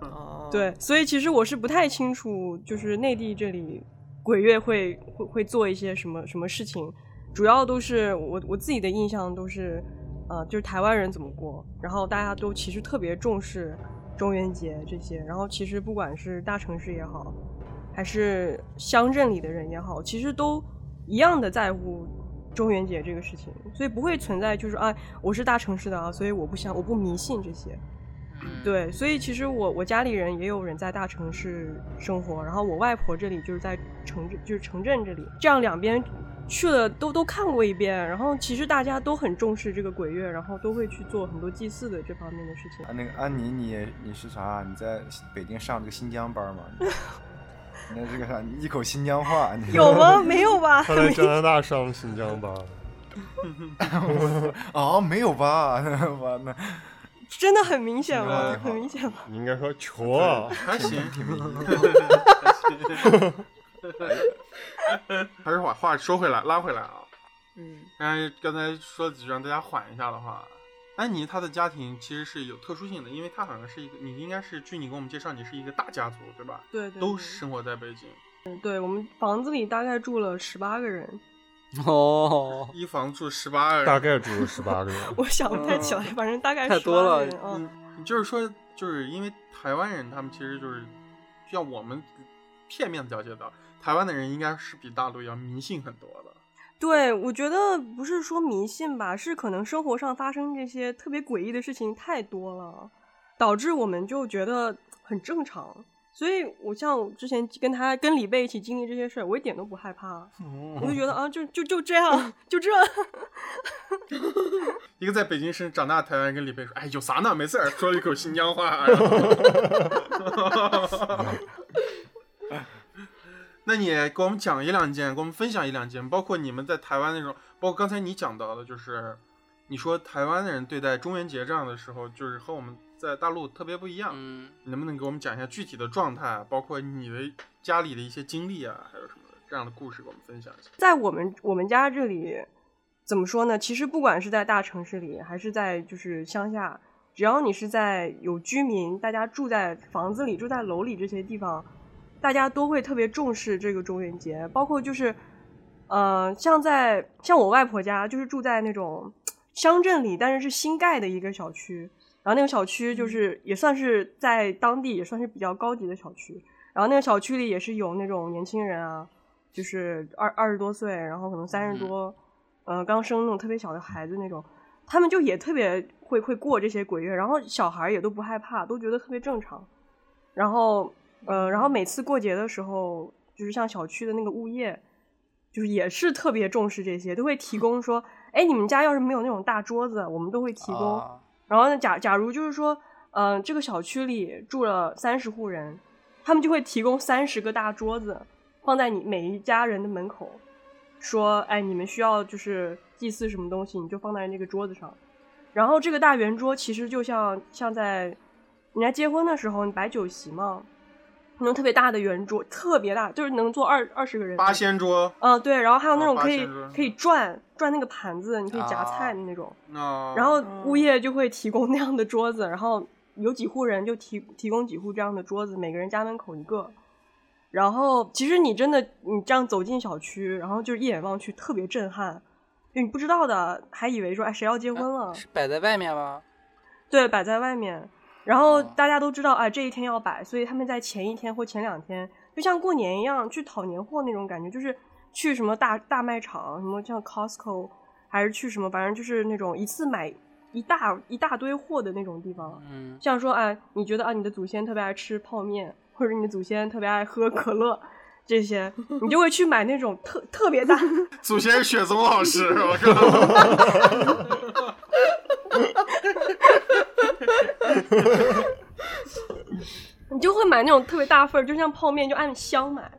哦，
对，所以其实我是不太清楚，就是内地这里鬼月会会会做一些什么什么事情，主要都是我我自己的印象都是，呃，就是台湾人怎么过，然后大家都其实特别重视中元节这些，然后其实不管是大城市也好，还是乡镇里的人也好，其实都一样的在乎。中元节这个事情，所以不会存在就是啊，我是大城市的啊，所以我不相我不迷信这些，
嗯，
对，所以其实我我家里人也有人在大城市生活，然后我外婆这里就是在城镇，就是城镇这里，这样两边去了都都看过一遍，然后其实大家都很重视这个鬼月，然后都会去做很多祭祀的这方面的事情
啊，。那个安妮，你你是啥？你在北京上这个新疆
[LAUGHS]
班吗？那这个啥，你一口新疆话，你
有？
[LAUGHS]
吗？没有
[LAUGHS]
吧？
他在加拿大上了新疆吧？
啊，没有吧？ [LAUGHS] 完了，
真的很明显
挺好
吧？
挺好
很明显吧？
你应该说球
[LAUGHS]
啊，
还行，
挺没意思。
还是把话说回来，拉回来啊。
嗯，
但是刚才说几句让大家缓一下的话，安妮她的家庭其实是有特殊性的，因为她好像是一个，你应该是据你给我们介绍，你是一个大家族对吧？
对对，
都
对
生活在北京，
对我们房子里大概住了十八个人，
[LAUGHS] 哦，
一房住十八个人，
大概住了十八个
[LAUGHS]
人。
我想不太起来，反正大概
太多
18个
了
人嗯，
嗯，就是说，就是因为台湾人他们其实就是，像我们片面地了解到，台湾的人应该是比大陆要迷信很多的。
对，我觉得不是说迷信吧，是可能生活上发生这些特别诡异的事情太多了，导致我们就觉得很正常。所以，我像我之前跟他跟李贝一起经历这些事儿，我一点都不害怕，我就觉得啊，就就就这样， [LAUGHS] 就这。
一个在北京生长大的台湾人跟李贝说：“哎，有啥呢？没事儿，说了一口新疆话。啊然后” [LAUGHS] 那你给我们讲一两件，给我们分享一两件，包括你们在台湾那种，包括刚才你讲到的，就是你说台湾人对待中元节这样的时候，就是和我们在大陆特别不一样。
嗯，
你能不能给我们讲一下具体的状态，啊包括你的家里的一些经历啊，还有什么这样的故事，给我们分享一下？
在我们我们家这里，怎么说呢？其实不管是在大城市里，还是在就是乡下，只要你是在有居民，大家住在房子里、住在楼里这些地方，大家都会特别重视这个中元节。包括就是，呃，像在像我外婆家，就是住在那种乡镇里，但是是新盖的一个小区。然后那个小区就是也算是在当地也算是比较高级的小区，然后那个小区里也是有那种年轻人啊，就是二二十多岁，然后可能三十多，呃，刚生那种特别小的孩子那种，他们就也特别会会过这些鬼月，然后小孩儿也都不害怕，都觉得特别正常。然后，呃，然后每次过节的时候，就是像小区的那个物业，就是也是特别重视这些，都会提供说，哎，你们家要是没有那种大桌子，我们都会提供。
啊
然后呢，假假如就是说，呃，这个小区里住了三十户人，他们就会提供三十个大桌子，放在你每一家人的门口，说，哎，你们需要就是祭祀什么东西，你就放在那个桌子上。然后这个大圆桌其实就像像在人家结婚的时候，你摆酒席嘛，那种特别大的圆桌，特别大，就是能坐二二十个人。
八仙桌，
嗯，对，然后还有那
哦
种
八
可以、
仙桌
可以转转那个盘子，你可以夹
啊
菜的那种。
那
然后物业就会提供那样的桌子，然后有几户人就提提供几户这样的桌子，每个人家门口一个。然后其实你真的你这样走进小区，然后就是一眼望去特别震撼，就你不知道的还以为说哎谁要结婚了，
是摆在外面吗？
对，摆在外面。然后
哦
大家都知道，哎，这一天要摆，所以他们在前一天或前两天，就像过年一样去讨年货那种感觉，就是去什么大大卖场，什么像 Costco，还是去什么，反正就是那种一次买一大一大堆货的那种地方。
嗯，
像说，哎，你觉得啊，你的祖先特别爱吃泡面，或者你的祖先特别爱喝可乐，这些，你就会去买那种特特别大，
祖先是雪松老师，我靠！
你就会买那种特别大份儿，就像泡面就按箱买。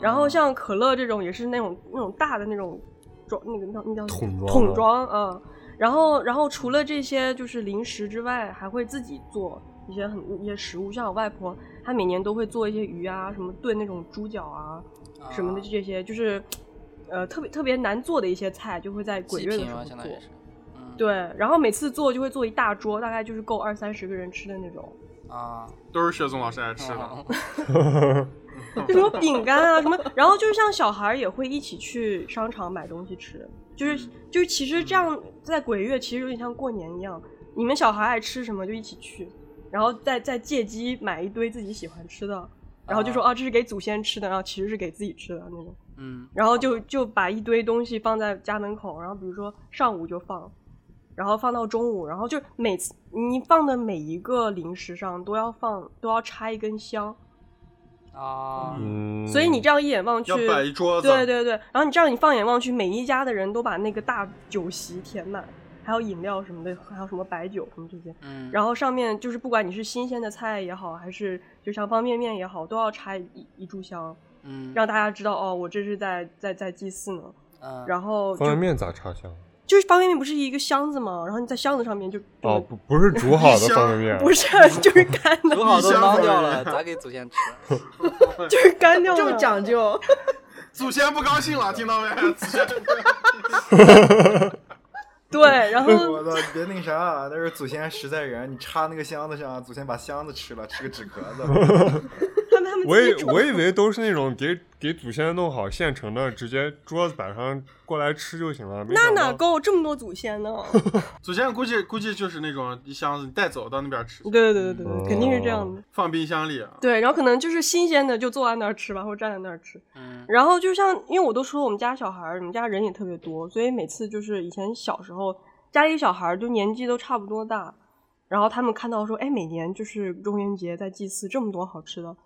然后像可乐这种也是那种那种大的那种装，那个那那叫什么
桶装的
桶装嗯。然后然后除了这些就是零食之外，还会自己做一些很一些食物，像我外婆，她每年都会做一些鱼啊，什么炖那种猪脚啊什么的这些，就是呃特别特别难做的一些菜，就会在鬼
极
月的
品
时候
嘛，
做
啊相。当于是。嗯
对，然后每次做就会做一大桌，大概就是够二三十个人吃的那种。
啊，
都 [LAUGHS] 是雪松老师爱吃的。
啊
就什么饼干啊什么，然后就是像小孩儿也会一起去商场买东西吃，就是就是其实这样在鬼月其实有点像过年一样，你们小孩爱吃什么就一起去，然后再再借机买一堆自己喜欢吃的，然后就说
啊
啊这是给祖先吃的，然后其实是给自己吃的那种，
嗯，
然后就就把一堆东西放在家门口，然后比如说上午就放。然后放到中午，然后就每次你放的每一个零食上都要放都要插一根香，
啊，
嗯，
所以你这样一眼望去，
要摆一桌子，
对对对，然后你这样你放眼望去，每一家的人都把那个大酒席填满，还有饮料什么的，还有什么白酒什么这些。
嗯，
然后上面就是不管你是新鲜的菜也好，还是就像方便面也好，都要插一一炷香，
嗯，
让大家知道哦，我这是在在在祭祀呢。
嗯，
然后就
方便面咋插香？
就是方便面不是一个箱子嘛，然后你在箱子上面就
哦，不不是煮好的方便面，
不是就是干
[LAUGHS]
的，
煮好都
一箱
捞
子
掉了，咋给
[LAUGHS]
祖先吃？
就是干掉
这么
了
讲究，
祖先不高兴了，听到没？ [LAUGHS] 祖先
对，然后
我操！别那个啥，那是祖先实在人，你插那个箱子上，祖先把箱子吃了，吃个纸壳子。
他们他们
我
自己
以
做
我以为都是那种给给祖先弄好现成的，直接桌子摆上过来吃就行了。没
那
想
哪
到
够这么多祖先呢？
祖先 [LAUGHS] 估计估计就是那种一箱子你带走到那边吃，
对对对对对，肯定是这样的。
放冰箱里。啊
对，然后可能就是新鲜的就坐在那儿吃吧，或者站在那儿吃。
嗯，
然后就像，因为我都说我们家小孩儿，我们家人也特别多，所以每次就是以前小时候家里小孩儿就年纪都差不多大，然后他们看到说，哎，每年就是中元节在祭祀这么多好吃的，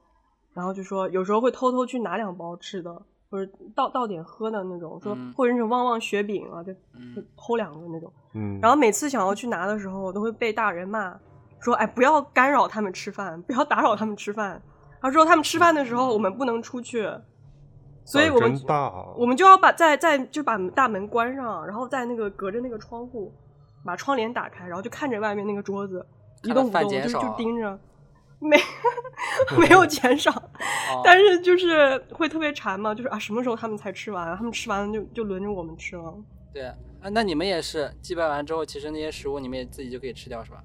然后就说有时候会偷偷去拿两包吃的，或者倒倒点喝的那种，说
嗯
或者是旺旺雪饼啊，就
嗯
就偷两个那种。
嗯，
然后每次想要去拿的时候，都会被大人骂，说：“哎，不要干扰他们吃饭，不要打扰他们吃饭。”然后之后他们吃饭的时候，我们不能出去，所以
胆
我们
真大啊，
我们就要把在在就把大门关上，然后在那个隔着那个窗户把窗帘打开，然后就看着外面那个桌子一
看
动
到
不
饭
动，
减
就
少
就
啊
盯着，没 [LAUGHS] 没有减
[LAUGHS]
少，
哦
但是就是会特别馋嘛，就是啊什么时候他们才吃完？他们吃完了就就轮着我们吃了。
对啊，那你们也是祭拜完之后，其实那些食物你们也自己就可以吃掉，是吧？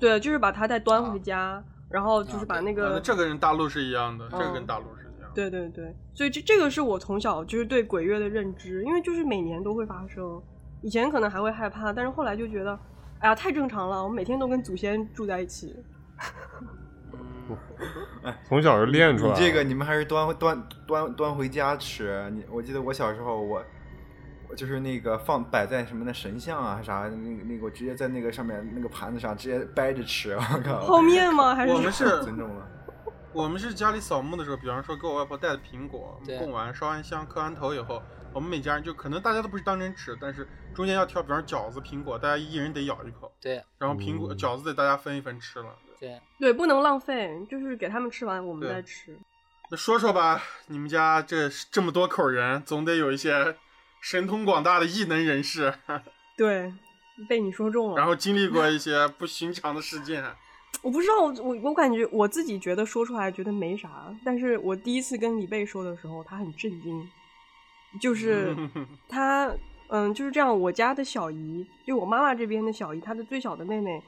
对，就是把它再端回
啊
家，然后就是
啊
把
对
那
啊
个、
那这个跟大陆是一样的，这
嗯
个跟大陆是一样的。
对对对，所以这这个是我从小就是对鬼月的认知，因为就是每年都会发生，以前可能还会害怕，但是后来就觉得，哎呀太正常了，我每天都跟祖先住在一起，
嗯，
从小就练出来
你
了。
这个你们还是端端端端回家吃。啊你我记得我小时候我。我就是那个放摆在什么的神像啊啥，那个那个我直接在那个上面那个盘子上直接掰着吃，啊我靠！
泡面吗？还是
我们是
尊重了，
我们是家里扫墓的时候，比方说给我外婆带的苹果，我
对
们供完、烧完香、磕完头以后，我们每家人就可能大家都不是当真吃，但是中间要挑，比方饺子、苹果，大家一人得咬一口，
对
然后苹果、
嗯
饺子得大家分一分吃了。
对，
[LAUGHS] 对，不能浪费，就是给他们吃完我们
对
再吃。
那说说吧，你们家这这么多口人，总得有一些神通广大的异能人士，
对，被你说中了。
然后经历过一些不寻常的事件。
我不知道，我我感觉我自己觉得说出来觉得没啥，但是我第一次跟李贝说的时候，他很震惊， [LAUGHS]
[LAUGHS]
就是他，嗯，就是这样。我家的小姨，就我妈妈这边的小姨，她的最小的妹妹，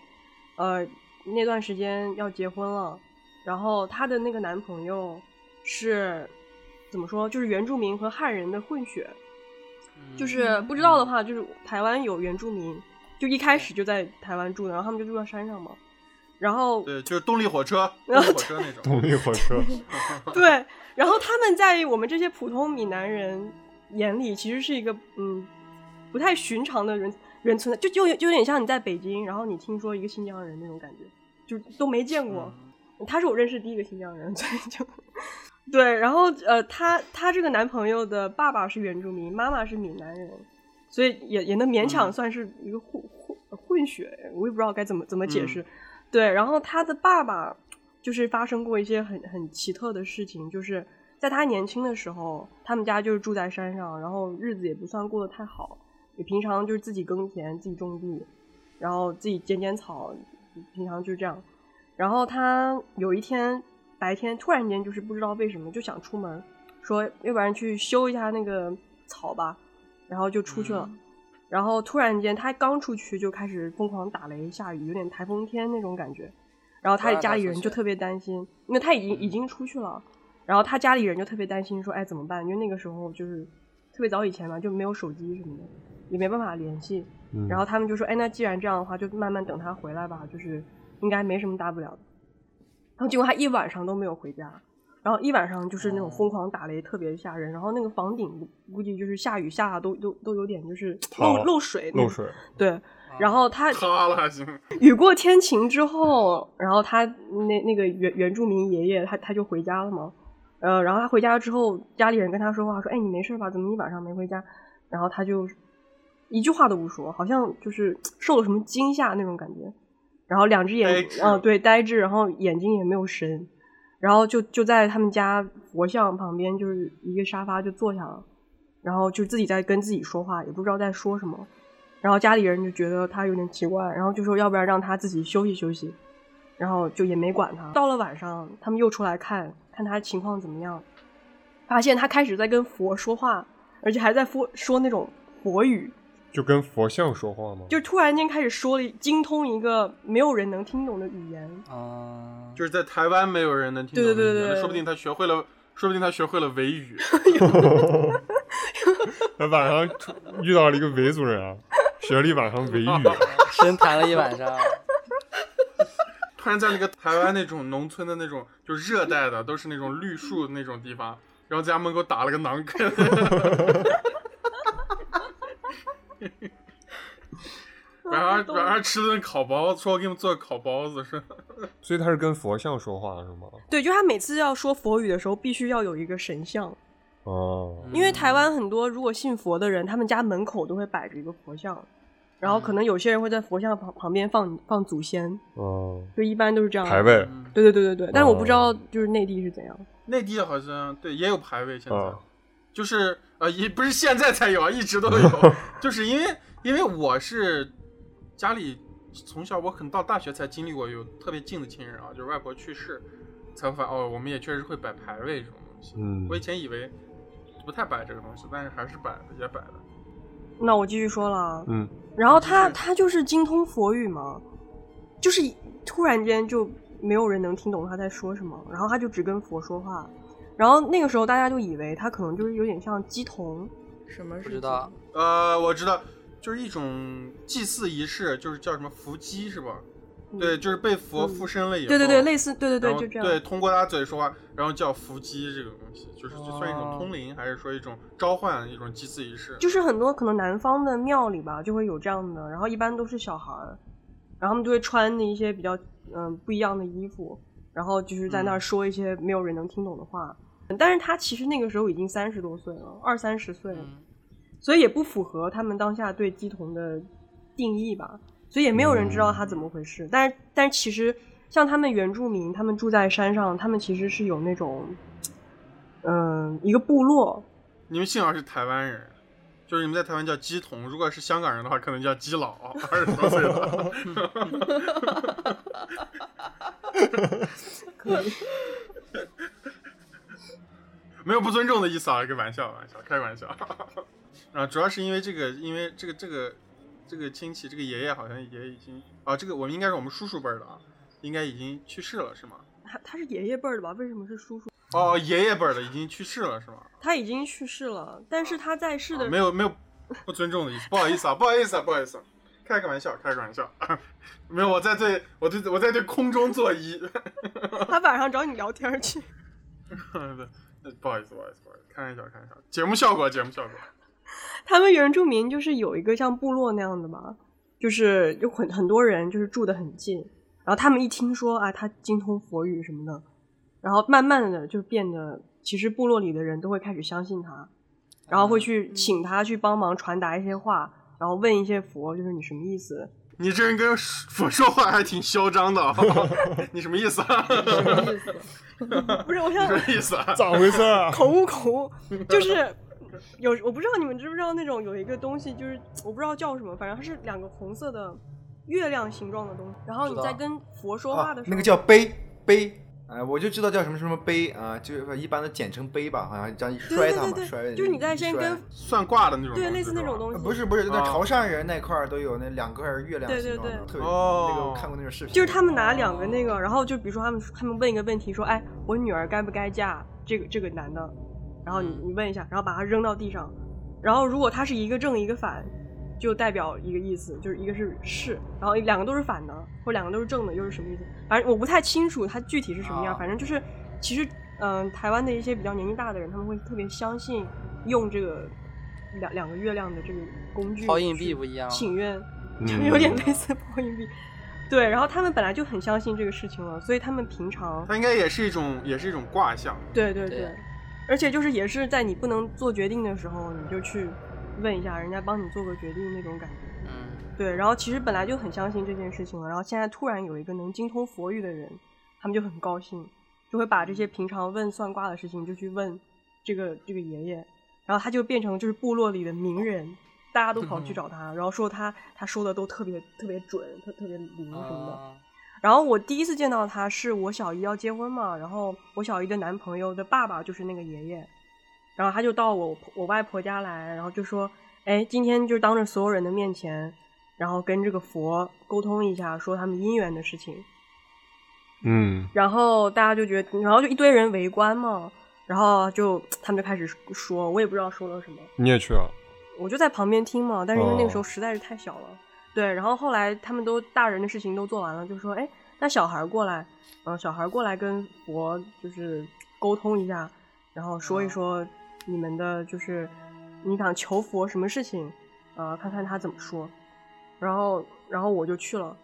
呃，那段时间要结婚了，然后她的那个男朋友是怎么说，就是原住民和汉人的混血，就是不知道的话，就是台湾有原住民，就一开始就在台湾住的，然后他们就住在山上嘛。然后
对，就是动力火车，动力火车那
[LAUGHS]
种。
动力火车， [LAUGHS]
对，然后他们在我们这些普通闽南人眼里，其实是一个嗯不太寻常的人人存在，就就就有点像你在北京，然后你听说一个新疆人那种感觉，就都没见过。他是我认识第一个新疆人， [LAUGHS] 所以就对。然后呃，她她这个男朋友的爸爸是原住民，妈妈是闽南人，所以也也能勉强
嗯
算是一个混混混血，我也不知道该怎么怎么解释。对，然后他的爸爸就是发生过一些很很奇特的事情，就是在他年轻的时候，他们家就是住在山上，然后日子也不算过得太好，也平常就是自己耕田、自己种地，然后自己剪剪草，平常就这样。然后他有一天白天突然间就是不知道为什么就想出门，说要不然去修一下那个草吧，然后就出
嗯
去了。然后突然间他刚出去就开始疯狂打雷下雨，有点台风天那种感觉。然后他
不让他
家里
出
人
去
就特别担心，因为他已经已经出去了，然后他家里人就特别担心说，哎怎么办？因为那个时候就是特别早以前嘛，就没有手机什么的，也没办法联系。
嗯
然后他们就说：“哎，那既然这样的话，就慢慢等他回来吧，就是应该没什么大不了的。”然后结果他一晚上都没有回家，然后一晚上就是那种疯狂打雷，特别吓人。然后那个房顶估计就是下雨下的都都都有点就是
塌
漏
了
漏水那种，
漏水，啊
对。然后他
塌了，行，
[LAUGHS] 雨过天晴之后，然后他那那个原原住民爷爷他他就回家了嘛，呃，然后他回家之后，家里人跟他说话说，哎，你没事吧？怎么一晚上没回家？然后他就一句话都不说，好像就是受了什么惊吓那种感觉，然后两只眼
呆滞
啊、对呆滞，然后眼睛也没有神，然后就就在他们家佛像旁边就是一个沙发就坐下了，然后就自己在跟自己说话，也不知道在说什么。然后家里人就觉得他有点奇怪，然后就说要不然让他自己休息休息，然后就也没管他。到了晚上，他们又出来看看他情况怎么样，发现他开始在跟佛说话，而且还在佛说那种佛语，
就跟佛像说话吗？
就突然间开始说了一精通一个没有人能听懂的语言。
嗯，
就是在台湾没有人能听懂
对
的
对对
语言
对对
那说不定他学会了，说不定他学会了维语。
他晚上出遇到了一个维族人啊， [LAUGHS] 学了一晚上维语，
嗯深谈了一晚上，
突然在那个台湾那种农村的那种，就热带的，都是那种绿树的那种地方，然后在家门口打了个馕 [LAUGHS] 坑，晚
[LAUGHS]
上晚上吃顿烤包子，说我给你们做烤包子是吧，
所以他是跟佛像说话是吗？
对，就他每次要说佛语的时候，必须要有一个神像，
哦，
因为
嗯
台湾很多如果信佛的人，他们家门口都会摆着一个佛像，然后
嗯
可能有些人会在佛像旁旁边放放祖先，
哦，
就一般都是这样。
排位
嗯
对对对对对，但是我不知道
哦
就是内地是怎样。
内地好像对也有排位现在。
啊，
就是呃，也不是现在才有啊，一直都
[LAUGHS]
有。就是因为因为我是家里从小我可能到大学才经历过有特别近的亲人啊，就是外婆去世，才会发哦，我们也确实会摆牌位这种东西。
嗯
我以前以为不太摆这个东西，但是还是摆的，也摆的。
那我继续说了啊，
嗯，
然后
就
他
是
他就是精通佛语嘛，就是突然间就没有人能听懂他在说什么，然后他就只跟佛说话，然后那个时候大家就以为他可能就是有点像鸡童，
什么
不
是
知
[LAUGHS]
道
呃，我知道，就是一种祭祀仪式，就是叫什么伏击是吧？
嗯
对，就是被佛
嗯
附身了以后，
对对对，类似，对对
然
对，
后
就这样，
对，通过他嘴说话，然后叫伏击这个东西，就是就算一种
哦
通灵，还是说一种召唤，一种祭祀仪式。
就是很多可能南方的庙里吧，就会有这样的，然后一般都是小孩儿，然后他们就会穿的一些比较嗯、不一样的衣服，然后就是在那儿
嗯
说一些没有人能听懂的话。但是他其实那个时候已经三十多岁了，二三十岁了，
嗯
所以也不符合他们当下对鸡童的定义吧，所以也没有人知道他怎么回事。但是，但是其实像他们原住民，他们住在山上，他们其实是有那种，嗯、一个部落，
你们幸好是台湾人，就是你们在台湾叫鸡童，如果是香港人的话，可能叫鸡佬，二十多岁了。 [LAUGHS] 没有不尊重的意思啊，一个玩笑，玩笑，开玩笑。啊，主要是因为这个，因为这个这个这个亲戚，这个爷爷好像也已经啊，这个我们应该是我们叔叔辈儿的啊，应该已经去世了是吗？
他他是爷爷辈儿的吧？为什么是叔叔？
哦，爷爷辈儿的已经去世了是吗？
他已经去世了，但是他在世的、
啊没有没有不尊重的意
[LAUGHS]
思，不好意思啊，不好意思啊，不好意思、啊，开个玩笑，开个玩笑， [LAUGHS] 没有，我在对我对我在对空中作揖， [LAUGHS]
他晚上找你聊天去。 [LAUGHS]
不好意思，不好意思，不好意思，开玩笑，开玩笑，节目效果，节目效果，
他们原住民就是有一个像部落那样的吧，就是有很很多人就是住的很近，然后他们一听说啊他精通佛语什么的，然后慢慢的就变得，其实部落里的人都会开始相信他，
啊
然后会
嗯
去请他去帮忙传达一些话，然后问一些佛就是你什么意思， [LAUGHS]
你这人跟佛说话还挺嚣张的、 [LAUGHS] 啊，你什么意思啊？
意思？
不是我
你
想
什么意思啊？
咋回事啊？
口误口误，就是有我不知道你们知不知道那种有一个东西，就是我不知道叫什么，反正它是两个红色的月亮形状的东西。然后你
知道
在跟佛说话
啊
的时候，
那个叫碑碑，哎，我就知道叫什么什么碑啊，就是一般都简称碑吧，好像这样一摔
对对
它
对
嘛，
对
摔
对，就是你在先
摔呃
跟
算卦的那种东西，
对类似那种
西。
东西，
不是不是，那
啊
潮汕人那块儿都有那两块月亮
对
形
对
状的，
对
特别
哦
那个我看过那种视频，
就是他们拿两个那个，然后就比如说他们他们问一个问题，说，哎，我女儿该不该嫁这个这个男的？然后你
嗯
你问一下，然后把他扔到地上，然后如果他是一个正一个反，就代表一个意思，就是一个是是，然后两个都是反的，或者两个都是正的，又是什么意思？反正我不太清楚它具体是什么样，
啊
反正就是呃其实嗯、台湾的一些比较年纪大的人，他们会特别相信用这个两两个月亮的这个工具
抛硬币
去
不一样吗啊
请愿。就
嗯
有点类似抛硬币。对，然后他们本来就很相信这个事情了，所以他们平常
它应该也是一种，也是一种卦象。
对对
对
对，而且就是也是在你不能做决定的时候，你就去问一下人家帮你做个决定那种感觉。
嗯，
对，然后其实本来就很相信这件事情了，然后现在突然有一个能精通佛语的人，他们就很高兴，就会把这些平常问算卦的事情就去问这个这个爷爷，然后他就变成就是部落里的名人。大家都跑去找他，然后说他他说的都特别特别准，特特别灵什么的。
啊
然后我第一次见到他是我小姨要结婚嘛，然后我小姨的男朋友的爸爸就是那个爷爷，然后他就到我我外婆家来，然后就说，哎，今天就当着所有人的面前，然后跟这个佛沟通一下，说他们姻缘的事情。
嗯，
然后大家就觉得，然后就一堆人围观嘛，然后就他们就开始说，我也不知道说了什么，
你也去啊？
我就在旁边听嘛，但是因为那个时候
哦
实在是太小了，对。然后后来他们都大人的事情都做完了，就说：“哎，那小孩儿过来，嗯、小孩儿过来跟佛就是沟通一下，然后说一说你们的就是你想求佛什么事情，呃，看看他怎么说。”然后，然后我就去了，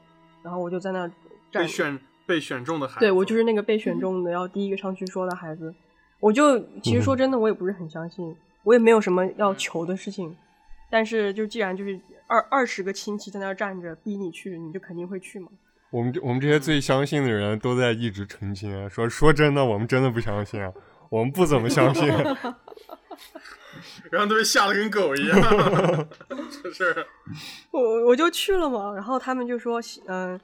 然后我就在那儿站
被
着。
选被选中的孩子，嗯
对我就是那个被选中的，然后第一个上去说的孩子。我就其实说真的，我也不是很相信，我也没有什么要求的事情。但是就既然就是二二十个亲戚在那儿站着逼你去，你就肯定会去嘛。
我们这我们这些最相信的人都在一直澄清，说说真的，我们真的不相信，我们不怎么相信。
[LAUGHS]
然后都被吓得跟狗一样， [LAUGHS] 就是
我我就去了嘛，然后他们就说，嗯、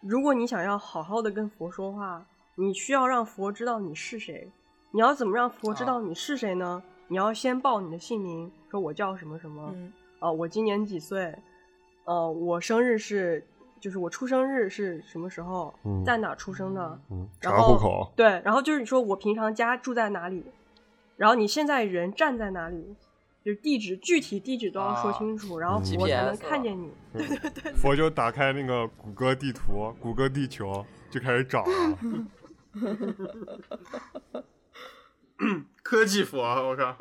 如果你想要好好的跟佛说话，你需要让佛知道你是谁。你要怎么
啊
让佛知道你是谁呢？你要先报你的姓名，说我叫什么什么，
嗯，
呃，我今年几岁，呃，我生日是，就是我出生日是什么时候，
嗯
在哪出生的，
嗯，
然
查
后
户口，
对，然后就是你说我平常家住在哪里，然后你现在人站在哪里，就是地址具体地址都要说
啊
清楚，然后
嗯
我才能
GPS
看见你。
佛就打开那个谷歌地图、谷歌地球，就开始
[LAUGHS]
找了。
科技佛，我靠，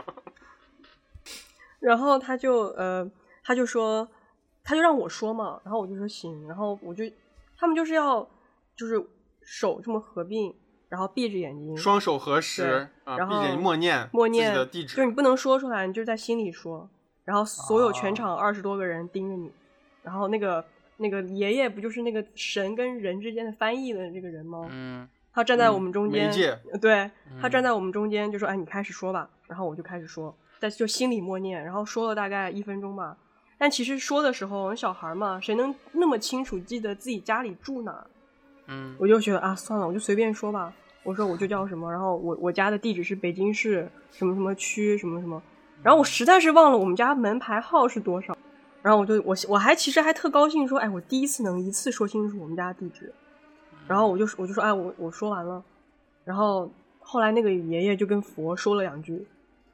然后他就呃，他就说，他就让我说嘛，然后我就说行，然后我就他们就是要就是手这么合并，然后闭着眼睛，
双手合十啊，
嗯然
闭
后
着眼默念
默念
自己的地址，
就是你不能说出来，你就在心里说。然后所有
哦
全场二十多个人盯着你，然后那个那个爷爷不就是那个神跟人之间的翻译的这个人吗？
嗯
他站在我们中间
媒介，
呃对他
嗯
站在我们中间就说：“哎，你开始说吧。”然后我就开始说，在就心里默念，然后说了大概一分钟吧。但其实说的时候，小孩嘛，谁能那么清楚记得自己家里住哪儿？
嗯，
我就觉得啊，算了，我就随便说吧。我说我就叫什么，然后我我家的地址是北京市什么什么区什么什么，然后我实在是忘了我们家门牌号是多少，然后我就我我还其实还特高兴说，哎，我第一次能一次说清楚我们家地址，然后我就我就说，哎，我我说完了，然后后来那个爷爷就跟佛说了两句，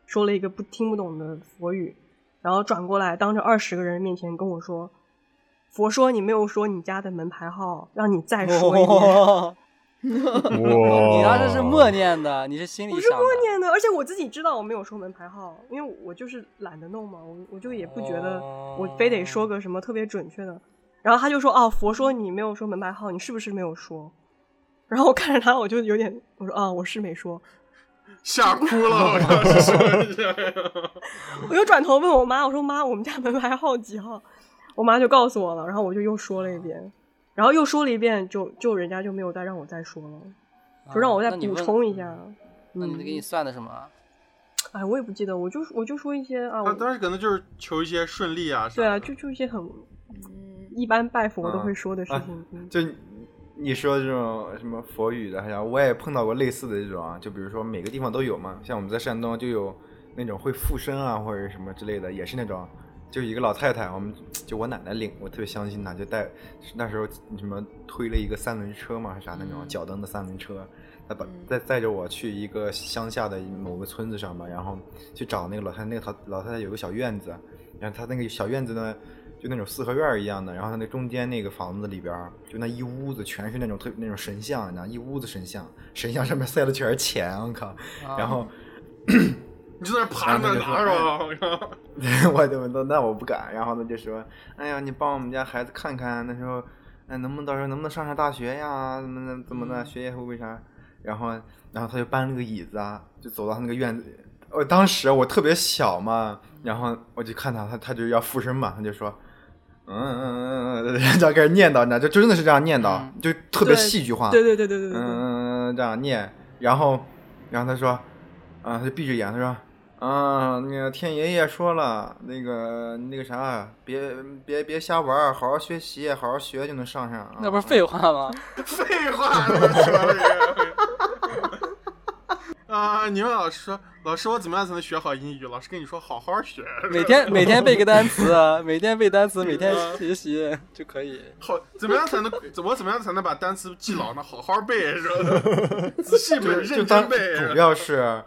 说了一个不听不懂的佛语，然后转过来当着二十个人面前跟我说：“佛说你没有说你家的门牌号，让你
[LAUGHS]
再说一遍。 [LAUGHS]
哦
哇！嗯
你当时是默念的，你是心里
我是
想
默
的。
念的，而且我自己知道我没有说门牌号，因为我就是懒得弄嘛，我我就也不觉得我非得
哦
说个什么特别准确的。然后他就说：“哦，佛说你没有说门牌号，你是不是没有说？”然后我看着他，我就有点我说：“啊，我是没说。
吓哭
[LAUGHS]
了，我当时说一下。”
我又转头问我妈：“我说妈，我们家门牌号几号？”我妈就告诉我了，然后我就又说了一遍，然后又说了一遍，就就人家就没有再让我再说了，就让我再
啊那你
补
问
充一下。
那你给你
嗯，
算的什么？啊
哎，我也不记得，我就我就说一些啊，
他
我
当时可能就是求一些顺利啊啥的。
对啊，就就一些很一般拜佛都会说的事情。嗯
啊就你你说这种什么佛语的，还有我也碰到过类似的这种啊，就比如说每个地方都有嘛，像我们在山东就有那种会附身啊或者什么之类的，也是那种。就一个老太太，我们就我奶奶领，我特别相信她，就带那时候什么推了一个三轮车嘛，还是啥那种
嗯
脚蹬的三轮车，啊她把
嗯
再载着我去一个乡下的某个村子上吧，然后去找那个老太太，那个老老太太有个小院子，然后她那个小院子呢，就那种四合院儿一样的，然后它那中间那个房子里边儿，就那一屋子全是那种特那种神像，你知道，一屋子神像，神像上面塞的全是钱，我靠！
啊
然后
你就在那趴着拿着啊吧，我靠！
我就那那我不敢，然后呢就说，哎呀，你帮我们家孩子看看，那时候，哎，能不能到时候能不能上上大学呀？怎么的怎么的，学业会不会啥？然后然后他就搬了个椅子啊，就走到他那个院子。我当时我特别小嘛，然后我就看他，他他就要附身嘛，他就说，嗯嗯嗯嗯嗯，这样开始念叨，你知道，就就真的是这样念叨，就特别
对
戏剧化。
对对对对对对对，
嗯，这样念，然后，然后他说，啊，他就闭着眼，他说，啊，那个天爷爷说了，那个那个啥，别别别瞎玩儿，好好学习，好好学就能上上。啊
那不是废话
[LAUGHS]
吗？
[LAUGHS] 废话，你说这个。 [LAUGHS] 啊！你问老师说，老师我怎么样才能学好英语？老师跟你说好好学， [LAUGHS]
每天每天背个单词啊，每天背单词，每天
嗯
学习就可以。
好怎么样才能我怎么样才能把单词记牢呢？好好背是吧？ [LAUGHS] 仔细背，
就就
认
当
真背。
啊
主要是，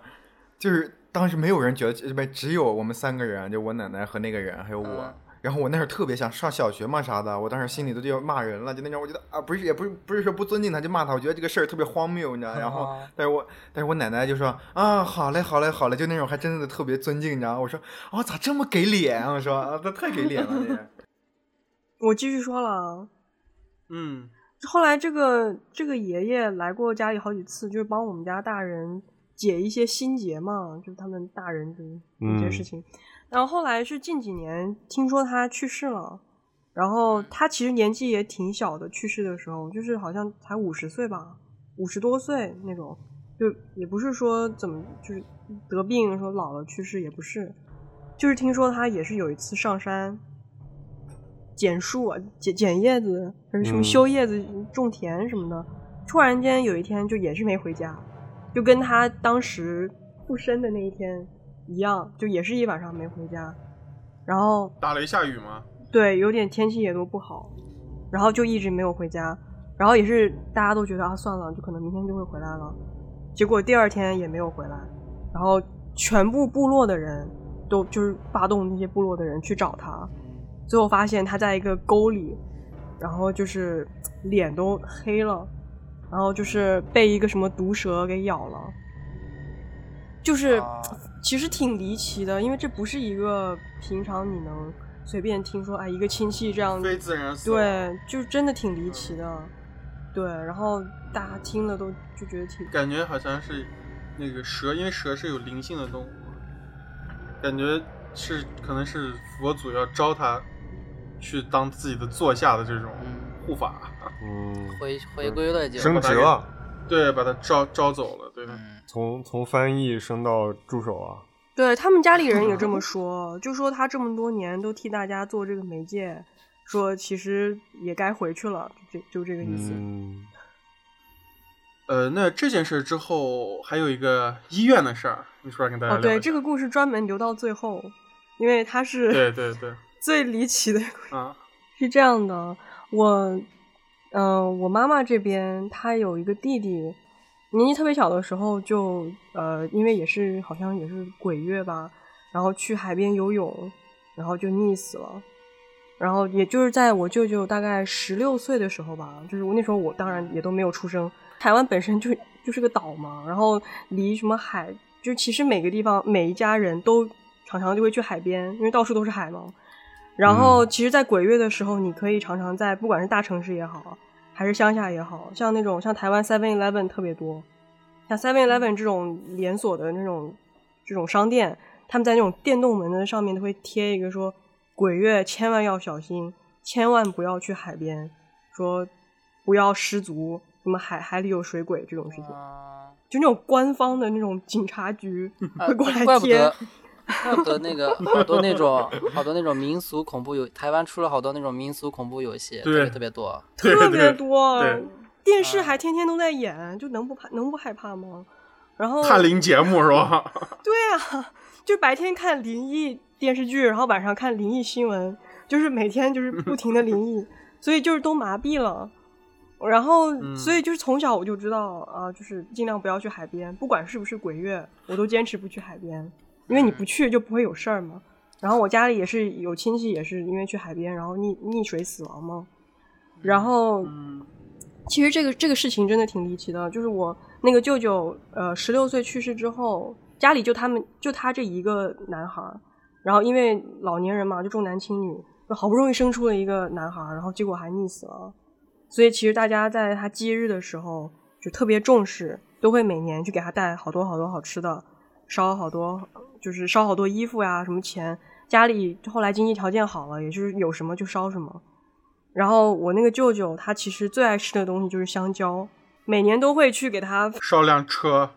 就是当时没有人觉得，不，只有我们三个人，就我奶奶和那个人，还有我。
嗯
然后我那时候特别想上小学嘛啥的，我当时心里都就要骂人了，就那种我觉得啊，不是也不是不是说不尊敬他，就骂他，我觉得这个事儿特别荒谬，你知道？然后
啊
但是我但是我奶奶就说啊，好嘞，好嘞，好嘞，就那种还真的特别尊敬，你知道吗？我说哦，咋这么给脸？我说啊，他太给脸了，
[LAUGHS]
这人
我继续说了啊。
嗯，
后来这个这个爷爷来过家里好几次，就是帮我们家大人解一些心结嘛，就是他们大人的一
嗯
些事情。然后后来是近几年听说他去世了，然后他其实年纪也挺小的，去世的时候就是好像才五十岁吧，五十多岁那种，就也不是说怎么就是得病说老了去世也不是，就是听说他也是有一次上山捡树啊，捡捡叶子，还是什么
嗯
修叶子、种田什么的，突然间有一天就也是没回家，就跟他当时附身的那一天一样，就也是一晚上没回家，然后
打雷下雨吗？
对，有点天气也都不好，然后就一直没有回家，然后也是大家都觉得啊，算了，就可能明天就会回来了，结果第二天也没有回来，然后全部部落的人都就是发动那些部落的人去找他，最后发现他在一个沟里，然后就是嘖脸都黑了，然后就是被一个什么毒蛇给咬了，就是、
啊
其实挺离奇的，因为这不是一个平常你能随便听说，哎，一个亲戚这样，
非自然死亡。
对，就真的挺离奇的，对，然后大家听了都就觉得挺
感觉好像是那个蛇，因为蛇是有灵性的动物，感觉是可能是佛祖要招他去当自己的座下的这种
嗯，
护法，
嗯，
回回归了就。
升职了，
对，把他招招走了，对，
嗯
从从翻译升到助手啊。
对他们家里人也 [LAUGHS] 这么说，就说他这么多年都替大家做这个媒介，说其实也该回去了，就就这个意思。
嗯，
呃，那这件事之后还有一个医院的事儿，你出来跟大家聊
哦，
一下、
对，这个故事专门留到最后，因为它
对
是
对对，
[LAUGHS] 最离奇的
啊，
是这样呃的，我，嗯、我妈妈这边她有一个弟弟，年纪特别小的时候就呃，因为也是好像也是鬼月吧，然后去海边游泳，然后就溺死了。然后也就是在我舅舅大概十六岁的时候吧，就是我那时候我当然也都没有出生。台湾本身就就是个岛嘛，然后离什么海，就其实每个地方每一家人都常常就会去海边，因为到处都是海嘛。然后其实，在鬼月的时候，你可以常常在不管是大城市也好，还是乡下也好，像那种像台湾 Seven Eleven 特别多，像 Seven
嗯
Eleven 这种连锁的那种这种商店，他们在那种电动门的上面都会贴一个说鬼月千万要小心，千万不要去海边，说不要失足，什么海海里有水鬼这种事情，
啊，
就那种官方的那种警察局会过来
呃怪不
贴
得。 [LAUGHS] 怪不得那个好多那种好多那种民俗恐怖游，台湾出了好多那种民俗恐怖游戏，特
对
别特别多。
对
[LAUGHS] 特别
对
多
对，
电
啊
视还天天都在演，就能不怕能不害怕吗？然后
看灵节目是吧？
对啊，就白天看灵异电视剧，然后晚上看灵异新闻，就是每天就是不停的灵异，所以就是都麻痹了。然后，
嗯
所以就是从小我就知道啊，就是尽量不要去海边，不管是不是鬼月，我都坚持不去海边，因为你不去就不会有事儿嘛。然后我家里也是有亲戚也是因为去海边，然后溺溺水死亡嘛。 [LAUGHS] 然后，
嗯
其实这个这个事情真的挺离奇的，就是我那个舅舅，呃，十六岁去世之后，家里就他们就他这一个男孩儿，然后因为老年人嘛，就重男轻女，就好不容易生出了一个男孩儿，然后结果还溺死了，所以其实大家在他忌日的时候就特别重视，都会每年去给他带好多好多好吃的，烧好多就是烧好多衣服呀、什么钱，家里后来经济条件好了，也就是有什么就烧什么。然后我那个舅舅他其实最爱吃的东西就是香蕉，每年都会去给他， [LAUGHS]
烧辆车，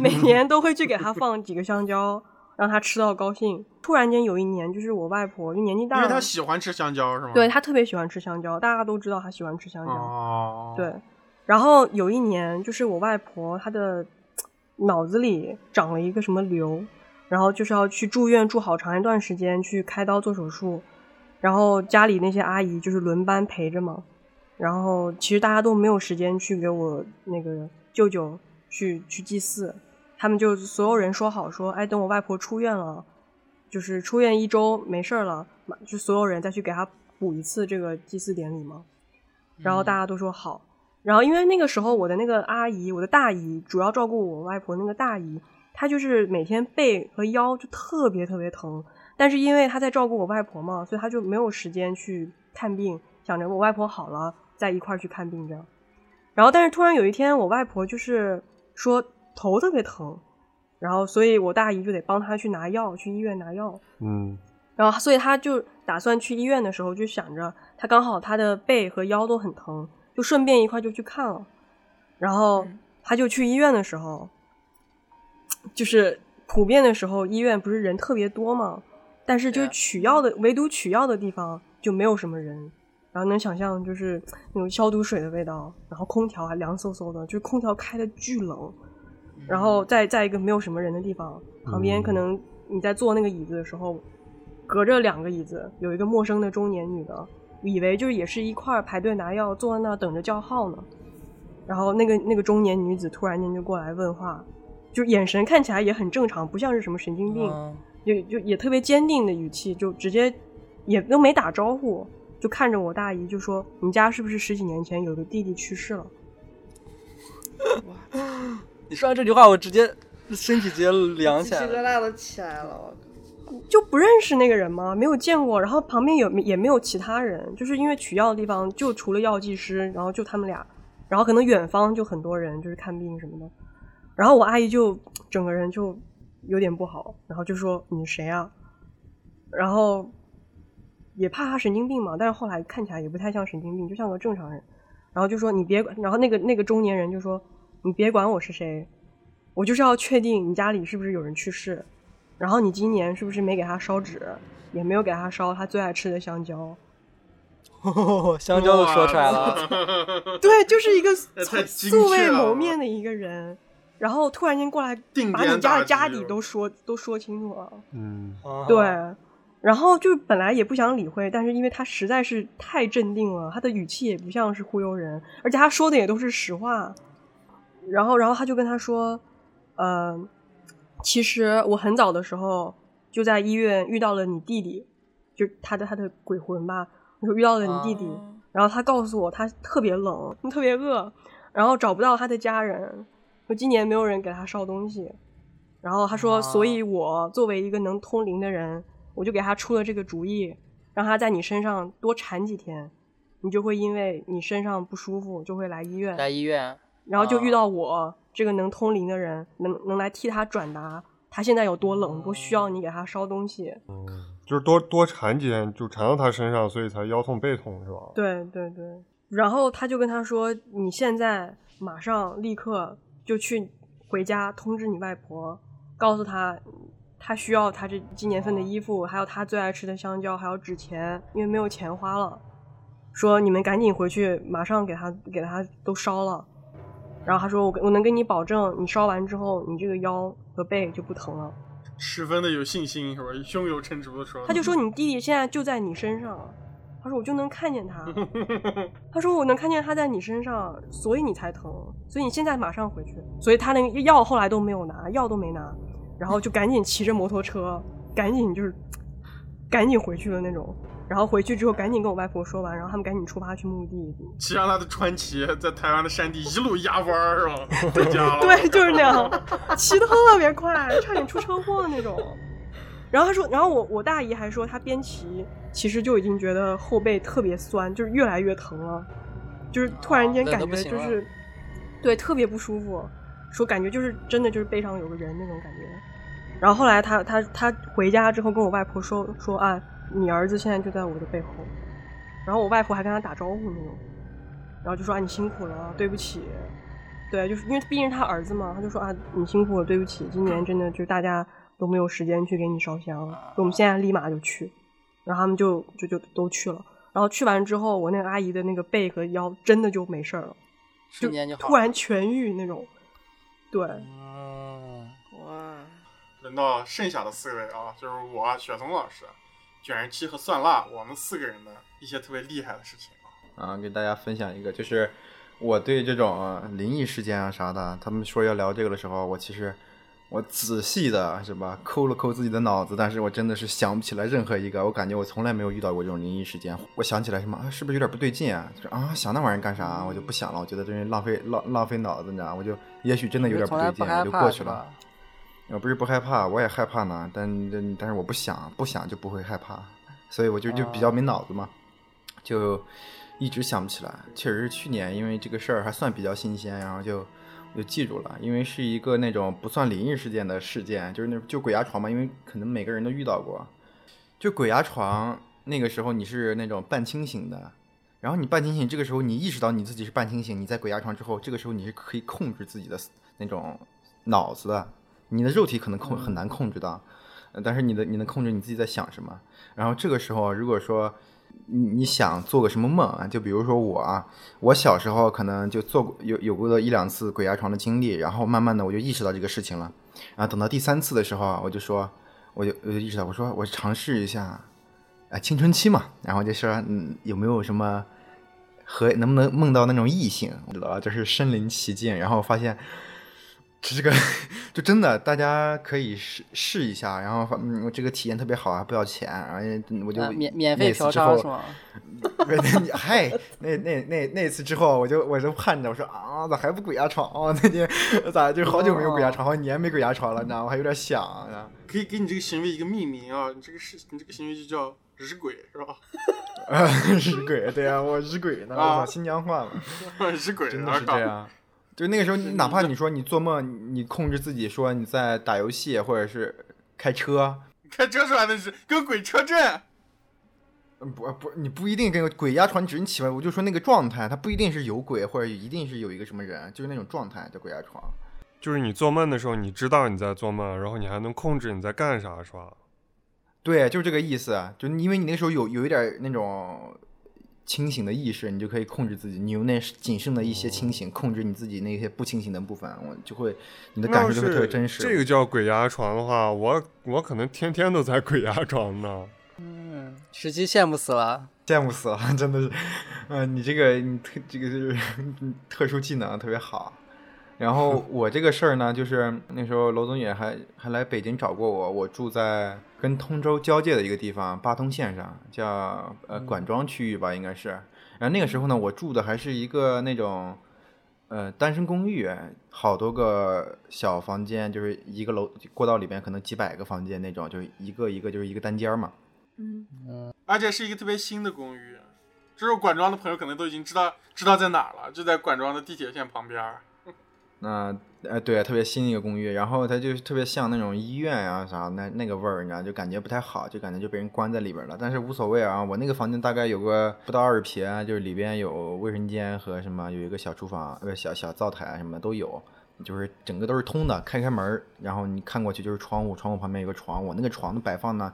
每年都会去给他放几个香蕉，让他吃到高兴。突然间有一年，就是我外婆就年纪
因
大
为
了，
他喜欢吃香蕉是吗？
对她特别喜欢吃香蕉，大家都知道她喜欢吃香蕉。
哦，
对，然后有一年，就是我外婆她的脑子里长了一个什么瘤，然后就是要去住院住好长一段时间，去开刀做手术，然后家里那些阿姨就是轮班陪着嘛，然后其实大家都没有时间去给我那个舅舅去去祭祀，他们就所有人说好说，哎，等我外婆出院了，就是出院一周没事儿了，马就所有人再去给她补一次这个祭祀典礼嘛。然后大家都说好。然后因为那个时候我的那个阿姨，我的大姨主要照顾我外婆那个大姨，她就是每天背和腰就特别特别疼，但是因为她在照顾我外婆嘛，所以她就没有时间去看病，想着我外婆好了再一块儿去看病这样。然后但是突然有一天，我外婆就是说头特别疼，然后所以我大姨就得帮她去拿药，去医院拿药。
嗯
然后所以他就打算去医院的时候就想着，他刚好他的背和腰都很疼，就顺便一块就去看了。然后他就去医院的时候，就是普遍的时候，医院不是人特别多嘛，但是就是
对
取药的，唯独取药的地方就没有什么人。然后能想象就是那种消毒水的味道，然后空调还凉飕飕的，就是空调开的巨冷，然后再在一个没有什么人的地方，旁边可能你在坐那个椅子的时候，隔着两个椅子有一个陌生的中年女的，以为就是也是一块儿排队拿药，坐在那儿等着叫号呢。然后那个那个中年女子突然间就过来问话，就眼神看起来也很正常，不像是什么神经病，
嗯
就就也特别坚定的语气，就直接也都没打招呼，就看着我大姨就说：“你家是不是十几年前有个弟弟去世了？”
你说完这句话，我直接身体直接凉
鸡
起
皮
来
疙
了。
瘩都起来了，我靠！
就不认识那个人吗？没有见过，然后旁边有也没有其他人，就是因为取药的地方就除了药剂师，然后就他们俩，然后可能远方就很多人，就是看病什么的。然后我阿姨就整个人就有点不好，然后就说你谁啊？然后也怕他神经病嘛，但是后来看起来也不太像神经病，就像个正常人。然后就说你别管，然后那个那个中年人就说你别管我是谁，我就是要确定你家里是不是有人去世，然后你今年是不是没给他烧纸，也没有给他烧他最爱吃的香蕉。
[LAUGHS] 香蕉都说出来了。
[LAUGHS]
了，
对，就是一个
[LAUGHS] 那
从
太精
素
确
未
了
谋面的一个人，然后突然间过来
定
把
点
你家
打
的家
击
底都说都说清楚了。
嗯
啊
对，然后就是本来也不想理会，但是因为他实在是太镇定了，他的语气也不像是忽悠人，而且他说的也都是实话。然后然后他就跟他说，呃，其实我很早的时候就在医院遇到了你弟弟，就他的他的鬼魂吧，我说遇到了你弟弟，
哦
然后他告诉我他特别冷，特别饿，然后找不到他的家人，说今年没有人给他烧东西，然后他说，
哦
所以我作为一个能通灵的人，我就给他出了这个主意，让他在你身上多缠几天，你就会因为你身上不舒服就会来医院，
来医院，
然后就遇
哦
到我、这个能通灵的人，能能来替他转达他现在有多冷，多需要你给他烧东西。
就是多多缠几天，就缠到他身上，所以才腰痛背痛是吧？
对对对，然后他就跟他说：“你现在马上立刻就去回家通知你外婆，告诉她，她需要她这今年份的衣服，还有她最爱吃的香蕉，还有纸钱，因为没有钱花了。说你们赶紧回去，马上给她给她都烧了。”然后他说：“我我能跟你保证，你烧完之后，你这个腰和背就不疼了。”
十分的有信心，是吧？胸有成竹的说，
他就说你弟弟现在就在你身上，啊他说我就能看
[LAUGHS]
见他，他说我能看见他在你身上，所以你才疼，所以你现在马上回去，所以他那个药后来都没有拿，药都没拿，然后就赶紧骑着摩托车，赶紧就是赶紧回去了那种，然后回去之后赶紧跟我外婆说完，然后他们赶紧出发去墓地，
骑上他的川崎，在台湾的山地一路压弯儿，是
[LAUGHS]
吧？回家了。
对，就是那样，骑得特别快，差点出车祸那种。然后他说，然后我我大姨还说，她边骑其实就已经觉得后背特别酸，就是越来越疼了，就是突然间
啊累得
感
不
觉
行
就
了
是对特别不舒服，说感觉就是真的就是背上有个人那种感觉。然后后来他他他回家之后跟我外婆说说啊，你儿子现在就在我的背后，然后我外婆还跟他打招呼那种，然后就说啊你辛苦了，对不起，对，就是因为毕竟是他儿子嘛，他就说啊你辛苦了，对不起，今年真的就大家都没有时间去给你烧香，我们现在立马就去，然后他们就就就都去了，然后去完之后，我那个阿姨的那个背和腰真的就没事儿了，
瞬间就好
突然痊愈那种，对，
嗯，
哇，
[LAUGHS] 轮到剩下的四位啊，就是我、雪松老师、啊卷人七和蒜辣，我们四个人的一些特别厉害的事情啊。
啊，给大家分享一个，就是我对这种呃灵异事件啊啥的，他们说要聊这个的时候，我其实我仔细的是吧，抠了抠自己的脑子，但是我真的是想不起来任何一个，我感觉我从来没有遇到过这种灵异事件。我想起来什么啊，是不是有点不对劲啊？就是啊，想那玩意儿干啥啊？我就不想了，我觉得这人浪费浪浪费脑子，你知道吗？我就也许真的有点
从
不
来不
对劲，啊
害
我就
怕
过去
是
了。
吧？
我不是不害怕，我也害怕呢，但但但是我不想，不想就不会害怕，所以我就就比较没脑子嘛，就一直想不起来。确实是去年因为这个事儿还算比较新鲜，然后就我就记住了，因为是一个那种不算灵异事件的事件，就是那就鬼压床嘛，因为可能每个人都遇到过，就鬼压床那个时候你是那种半清醒的。然后你半清醒，这个时候你意识到你自己是半清醒，你在鬼压床之后，这个时候你是可以控制自己的那种脑子的，你的肉体可能控很难控制到，呃但是你的你能控制你自己在想什么。然后这个时候，如果说你你想做个什么梦啊，就比如说我啊，我小时候可能就做过有有过一两次鬼压床的经历，然后慢慢的我就意识到这个事情了。然后等到第三次的时候啊，我就说，我就我就意识到，我说我尝试一下，啊，青春期嘛，然后就说，嗯，有没有什么和能不能梦到那种异性，知道吧？就是身临其境，然后发现这个 [LAUGHS] 就真的，大家可以试试一下，然后发嗯，这个体验特别好啊，不要钱，然后我就、
啊免免费嫖
商
娼是吗？
[LAUGHS] 不是你嗨，那那那那次之后，我就我就盼着我说啊，咋还不鬼压床啊？ [LAUGHS] 那天咋就好久没有鬼压床，好几年没鬼压床了，你知道吗？我还有点想呢。
可以给你这个行为一个命名啊，你这个事，你这个行为就叫日鬼，是吧？ [LAUGHS]
[LAUGHS] 啊，日鬼，对啊，我日鬼呢，我
啊
操，新疆话嘛，
日鬼，
真的是这。样。就那个时候，你哪怕你说你做梦，你控制自己说你在打游戏或者是开车，
开车出来的是跟鬼车震，
嗯不不，你不一定跟鬼压床，只是你起来，我就说那个状态，它不一定是有鬼，或者一定是有一个什么人，就是那种状态叫鬼压床。
就是你做梦的时候，你知道你在做梦，然后你还能控制你在干啥，是吧？
对，就是这个意思。啊就因为你那个时候有有一点儿那种清醒的意识，你就可以控制自己，你用那仅剩的一些
哦
清醒控制你自己那些不清醒的部分，我就会你的感
要
受就会特别
是
真实。
这个叫鬼压床的话，我我可能天天都在鬼压床呢。
嗯，十七羡慕死了，
羡慕死了，呃 [LAUGHS] 真的是，嗯、你这个你特这个就是你特殊技能特别好，然后我这个事儿呢，就是那时候娄宗远还还来北京找过我，我住在跟通州交界的一个地方，八通线上，叫呃管庄区域吧，应该是。然后那个时候呢，我住的还是一个那种呃单身公寓，好多个小房间，就是一个楼过道里边可能几百个房间那种，就是一个一个就是一个单间儿嘛。
嗯，
而且是一个特别新的公寓，就是管庄的朋友可能都已经知道知道在哪儿了，就在管庄的地铁线旁边儿。
那呃，对，特别新一个公寓，然后它就是特别像那种医院啊啥那那个味儿，你知道，就感觉不太好，就感觉就被人关在里边儿了。但是无所谓啊，我那个房间大概有个不到二十平啊，就是里边有卫生间和什么，有一个小厨房，呃，小小灶台啊什么的都有，就是整个都是通的。开开门儿，然后你看过去就是窗户，窗户旁边有个床，我那个床的摆放呢，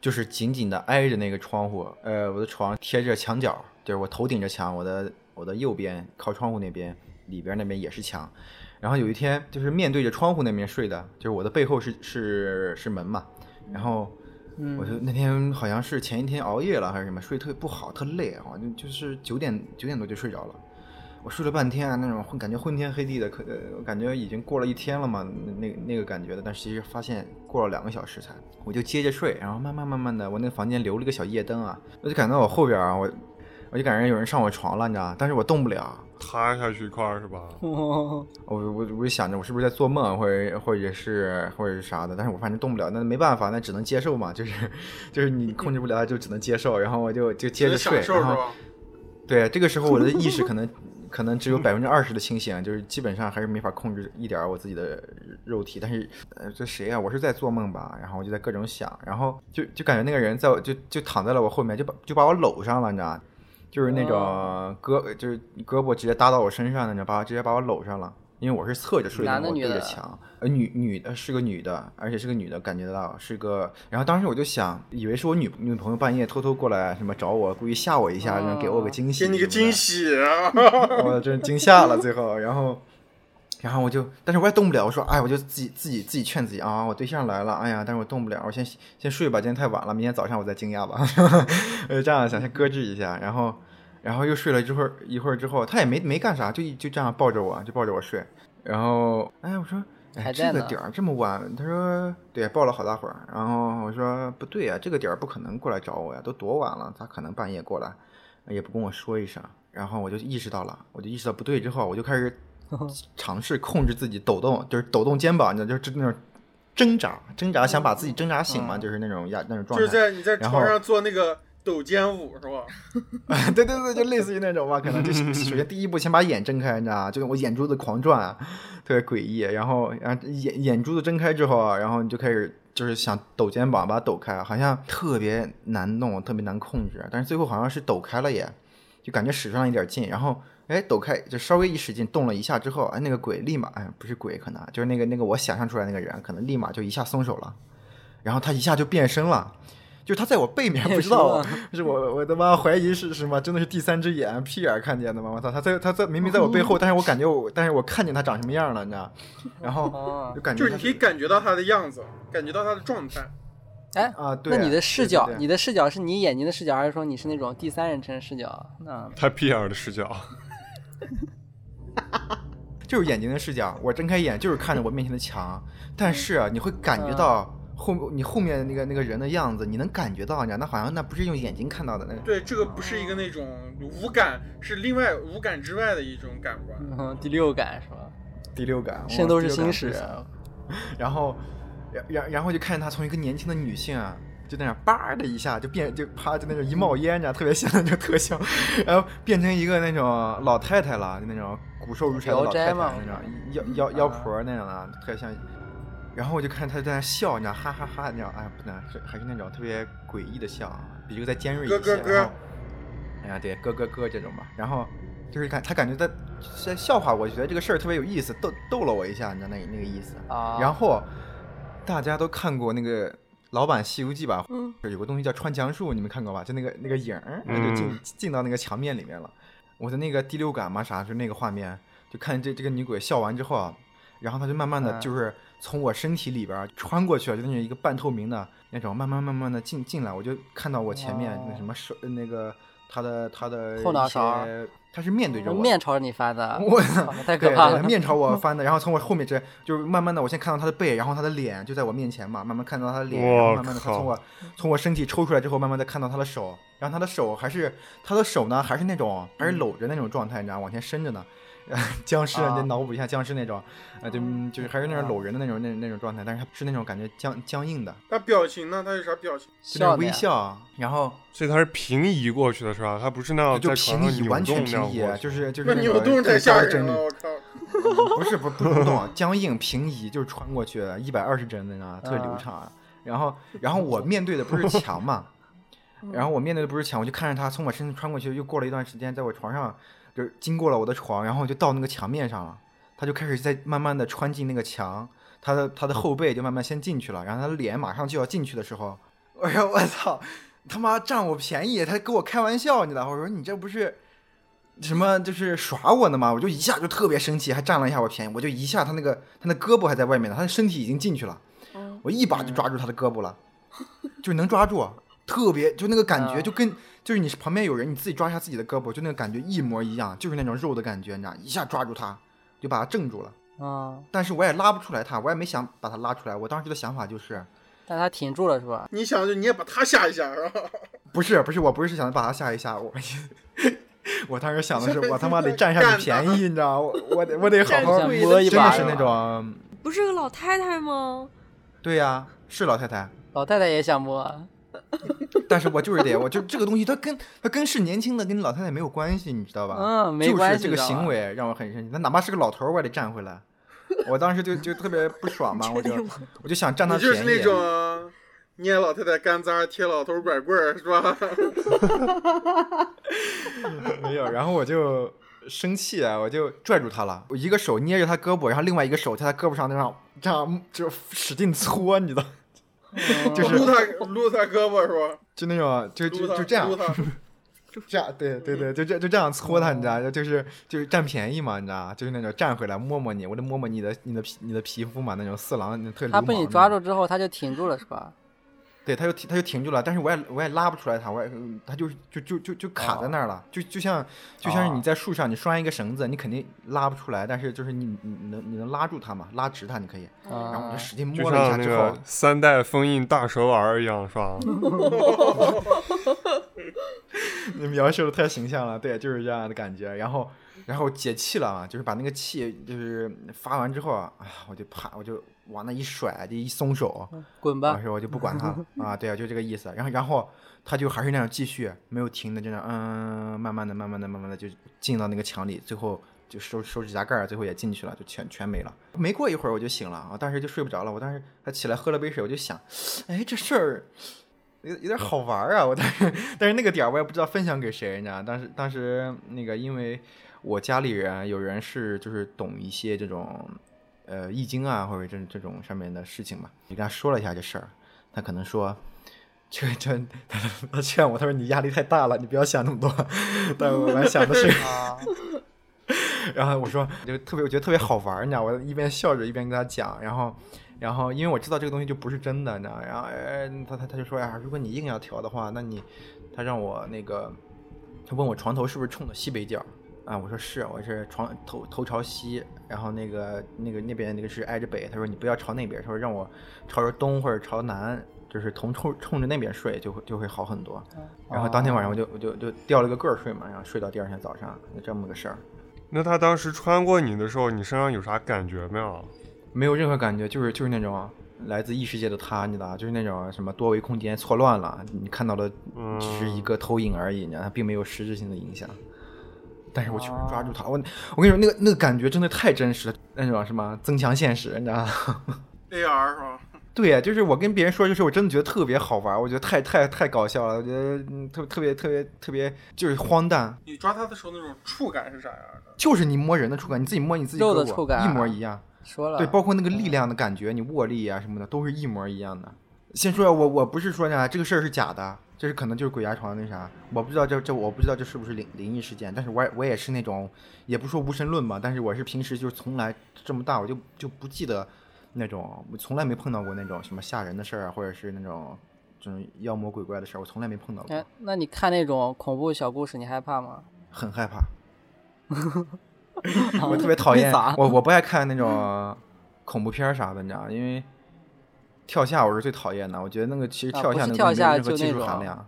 就是紧紧的挨着那个窗户，呃，我的床贴着墙角，就是我头顶着墙，我的我的右边靠窗户那边，里边那边也是墙。然后有一天就是面对着窗户那边睡的，就是我的背后是是是门嘛。然后
嗯
我就那天好像是前一天熬夜了还是什么，睡特别不好，特累，啊好像就是九点九点多就睡着了。我睡了半天啊，那种昏感觉昏天黑地的，可呃我感觉已经过了一天了嘛，那那那个感觉的。但是其实发现过了两个小时才，我就接着睡，然后慢慢慢慢的，我那个房间留了一个小夜灯啊，我就感到我后边啊，我我就感觉有人上我床了，你知道，但是我动不了，
塌下去一块儿是吧？
哦，
我我我就想着我是不是在做梦，啊或者或者是或者是啥的，但是我反正动不了，那没办法，那只能接受嘛，就是就是你控制不了，就只能接受，然后我就就接着睡，
享
啊
受是
然后
吧？
对，这个时候我的意
[LAUGHS]
识可能可能只有百分之二十的清醒，啊就是基本上还是没法控制一点儿我自己的肉体。但是，呃，这谁呀、我是在做梦吧？然后我就在各种想，然后就就感觉那个人在我就就躺在了我后面，就把就把我搂上了，你知道吗？就是那种
哦
胳就是胳膊直接搭到我身上的，你知道吧？直接把我搂上了。因为我是侧着睡的，
男的
我
女
对着
的
墙，呃，女女的是个女的，而且是个女的，感觉得到是个。然后当时我就想，以为是我女女朋友半夜偷偷过来什么找我，故意吓我一下，然后给我个
哦
惊喜，
给你个惊。喜啊！
[LAUGHS] 我真惊吓了，最后，然后，然后我就，但是我也动不了，我说，哎，我就自己自己自己劝自己啊，我对象来了，哎呀，但是我动不了，我先先睡吧，今天太晚了，明天早上我再惊讶吧， [LAUGHS] 我就这样想，先搁置一下，然后，然后又睡了之后一会儿之后，他也没没干啥，就就这样抱着我，就抱着我睡，然后，哎，我说。哎，
还
这
在
个
呢
点儿这么晚，他说对，抱了好大会儿。然后我说不对呀、这个点儿不可能过来找我呀，都多晚了，咋可能半夜过来？也不跟我说一声，然后我就意识到了，我就意识到不对之后，我就
[LAUGHS]
开始尝试控制自己抖动，就是抖动肩膀，你知道，就是那种挣扎，挣扎想把自己挣扎醒嘛，就是那种压那种
嗯
状态，
就是在你在
然
床
后
上做那个抖肩舞是吧？
[LAUGHS] 对对对，就类似于那种吧，可
[LAUGHS]
能就是首先第一步先把眼睁开，你知道吗？就是我眼珠子狂转啊，特别诡异。然后，然后眼眼珠子睁开之后啊，然后你就开始就是想抖肩膀，把它抖开，好像特别难弄，特别难控制。但是最后好像是抖开了也，就感觉使上了一点劲，然后。哎，抖开就稍微一使劲，动了一下之后，哎，那个鬼立马，哎，不是鬼，可能就是那个那个我想象出来那个人，可能立马就一下松手了，然后他一下就变身了，就是他在我背面，
变
不知道
身
我
了
是我我他妈怀疑是什么，真的是第三只眼屁眼看见的吗？我操，他在他在明明在我背后，但是我感觉我但是我看见他长什么样了，你知道？然后
哦
就，感觉
就是
他
你可以感觉到他的样子，感觉到他的状态。
哎，
啊， [LAUGHS] 对，
那你的视角，
对对对
你的视角是你眼睛的视角，还是说你是那种第三人称视角？那
[LAUGHS]
太屁眼儿的视角，
就是眼睛的视角，我睁开眼就是看着我面前的墙，但是啊你会感觉
嗯
到后你后面那个那个人的样子，你能感觉到，你知道？那好像那不是用眼睛看到的那种。
对，这个不是一个那种无感，是另外无感之外的一种感官。
嗯，第六感是 [LAUGHS] 吧？
第六感，
圣斗士
哇第六
星
感
矢
是，然后，然然然后就看见她从一个年轻的女性啊，就那样叭的一下就变就啪就那种一
嗯
冒烟着，特别像就特像，然后变成一个那种老太太了，就那种骨瘦如柴的老
聊
太
斋
太
嘛
那种妖妖妖
啊
婆那种的，特别像。然后我就看她在那笑，你知道，哈哈哈，你知道，哎，不能是还是那种特别诡异的笑，啊比这个再尖锐一些。
咯咯咯
然后哎呀，对，咯咯咯这种吧。然后就是感他感觉在在笑话我，觉得这个事儿特别有意思，逗逗了我一下，你知道那那个意思。
啊，
然后大家都看过那个老版《西游记》吧？
嗯，
有个东西叫穿墙术，你们看过吧？就那个那个影儿，那就进、
嗯
进到那个墙面里面了。我的那个第六感嘛，啥就那个画面，就看这这个女鬼笑完之后啊，然后她就慢慢的
嗯
就是从我身体里边儿穿过去了，就那种一个半透明的那种，慢慢慢慢的进进来，我就看到我前面
哇
那什么手那个她的她的
后脑勺
一些他是面对着
我
我的，
面朝着你发的，
[LAUGHS] 我
操太可
对
怕
对
了。
面
[LAUGHS]
朝我翻的，然后从我后面这就是慢慢的，我先看到他的背，然后他的脸就在我面前嘛，慢慢看到他的脸，然后
我
慢慢的他
靠
[LAUGHS]
从我从我身体抽出来之后，慢慢的看到他的手，然后他的手还是他的手呢，还是那种还是搂着那种状态，你知道，往前伸着呢。 [LAUGHS] 僵尸，
嗯啊
你脑补一下僵尸那种，呃，就就是还是那种搂人的那种那那种状态，但是他是那种感觉僵僵硬的，
那表情呢？他有啥表情？
就那
笑
种
呢
微，笑，然后
所以他是平移过去的是吧？他不是那样
就
啊在床
平
上
移，
扭
完全
动那
平
样
移
过去，
就是就是
那
那
扭
种
动
最
太
高
吓
的
人
整理
了，我靠！
[LAUGHS] 不是不是不是不动，僵硬平移就是穿过去一百二十帧的呢，特别流畅。啊、然后然后我面对的不是墙嘛，然后我面对的不是墙，我就看着他从我身上穿过去，又过了一段时间，在我床上就是经过了我的床，然后就到那个墙面上了，他就开始在慢慢的穿进那个墙，他的他的后背就慢慢先进去了，然后他的脸马上就要进去的时候，我说我操，他妈占我便宜，他跟我开玩笑，你知道？我说你这不是什么就是耍我呢吗？我就一下就特别生气，还占了一下我便宜，我就一下他那个他那胳膊还在外面呢，他的身体已经进去了，我一把就抓住他的胳膊了，就是能抓住，特别就那个感觉
嗯
就跟就是你旁边有人，你自己抓一下自己的胳膊，就那个感觉一模一样，就是那种肉的感觉，你知道？一下抓住他，就把他正住了。
嗯，
但是我也拉不出来他，我也没想把他拉出来。我当时的想法就是，
但他挺住了是吧？
你想，就你也把他吓一吓，是吧？
不是不是，我不是想把他吓一吓，我 [LAUGHS] 我当时想的是，我他妈得占上你便宜，你知道吗？我我得我得好
占
好
想，摸一
真的
把
是
吧
那种，
不是个老太太吗？
对呀、是老太太，
老太太也想摸，
但是我就是得，我就这个东西，它跟它跟是年轻的跟老太太没有关系，你知道吧？
嗯没
就
关
是
系
这个
的
行为让我很生气，那哪怕是个老头儿，我也得站回来。我当时就就特别不爽
[LAUGHS]
嘛，我就我就想占他
你
便
就
宜。啊
是那种捏老太太干渣，贴老头拐棍儿，是吧？
[LAUGHS] 没有，然后我就生气啊，我就拽住他了，我一个手捏着他胳膊，然后另外一个手在他胳膊上那样这样就使劲搓，你知道， [LAUGHS] [LAUGHS] 就是
撸他撸他胳膊是吧？
就那种就
撸
就
他
就这样
撸，
[LAUGHS]
他。嗯
这样对对对，就这就这样搓他，你知
哦
道，就是就是占便宜嘛，你知道，就是那种站回来摸摸你，我得摸摸你的你的皮你的皮肤嘛，那种色狼那种特流
嗯他
氓。
被你抓住，之后他就挺住了是吧？
对，他就停他就停住了，但是我也我也拉不出来他，我也他就就就就就卡在那儿了，
哦
就就像就像是你在树上你拴一个绳子，你肯定拉不出来，但是就是你你你能你能拉住它嘛，拉直它你可以，然后我
啊
就，使劲
就
摸了一
像
下
那
之
个
后，
三代封印大蛇丸儿一样，是吧？
你描述的太形象了，对，就是这样的感觉。然后，然后解气了嘛，就是把那个气就是发完之后啊，哎呀我就啪，我就往那一甩，就一松手，
滚吧
当！时我就不管他了啊，对啊，就这个意思。然后，然后他就还是那样继续，没有停的，就那样嗯，慢慢的、慢慢的、慢慢的就进到那个墙里，最后就手手指甲盖儿最后也进去了，就全全没了。没过一会儿我就醒了啊，当时就睡不着了，我当时还起来喝了杯水，我就想，哎，这事儿。有有点好玩儿啊！我当时，但是那个点儿我也不知道分享给谁，你知道？当时当时那个，因为我家里人有人是就是懂一些这种呃易经啊或者这这种上面的事情嘛，就跟他说了一下这事儿，他可能说。这个真，他他劝我，他说你压力太大了，你不要想那么多。 [LAUGHS] 但我还想的是， [LAUGHS] 然后我说就特别，我觉得特别好玩儿，你知道，我一边笑着一边跟他讲，然后，然后因为我知道这个东西就不是真的，你知道，然后呃，他他他就说呀、如果你硬要调的话，那你，他让我那个，他问我床头是不是冲着西北角儿啊？我说是，我是床头头朝西，然后那个那个那边那个是挨着北，他说你不要朝那边，他说让我朝着东或者朝南，就是同冲冲着那边睡就会就会好很多。然后当天晚上我就我就就掉了个个儿睡嘛，然后睡到第二天早上，就这么个事儿。
那他当时穿过你的时候，你身上有啥感觉没有？
没有任何感觉，就是就是那种来自异世界的他，你知道，就是那种什么多维空间错乱了，你看到的
嗯
只是一个投影而已，你知道，它并没有实质性的影响。但是我就是抓住他，我我跟你说，那个那个感觉真的太真实了，那种什么增强现实，你知道吗？ [LAUGHS]
AR 是吧？
对，就是我跟别人说，就是我真的觉得特别好玩，我觉得太太太搞笑了，我觉得嗯特特别特别特别就是荒诞，
你抓他的时候那种触感是啥样的？
就是你摸人的触感，你自己摸你自己
肉的
胳膊
触感
一模一样。
说了，
对，包括那个力量的感觉，你握力啊什么的，都是一模一样的。先说啊我，我不是说啥，这个事儿是假的，这是可能就是鬼压床那啥，我不知道这这我不知道这是不是灵灵异事件，但是我也我也是那种，也不说无神论吧，但是我是平时就是从来这么大我就就不记得那种，我从来没碰到过那种什么吓人的事儿啊，或者是那种这种妖魔鬼怪的事儿，我从来没碰到过
哎，，那你看那种恐怖小故事，你害怕吗？ [LAUGHS]
很害怕。我特别讨
为
哦
厌
啥，
我我不爱看那种恐怖片儿啥的，你知道吗？因为跳下我是最讨厌的，我觉得那个其实
啊
跳
不
下
是
那
跳
个没有
下
任何
就
技
那
术含
种
量。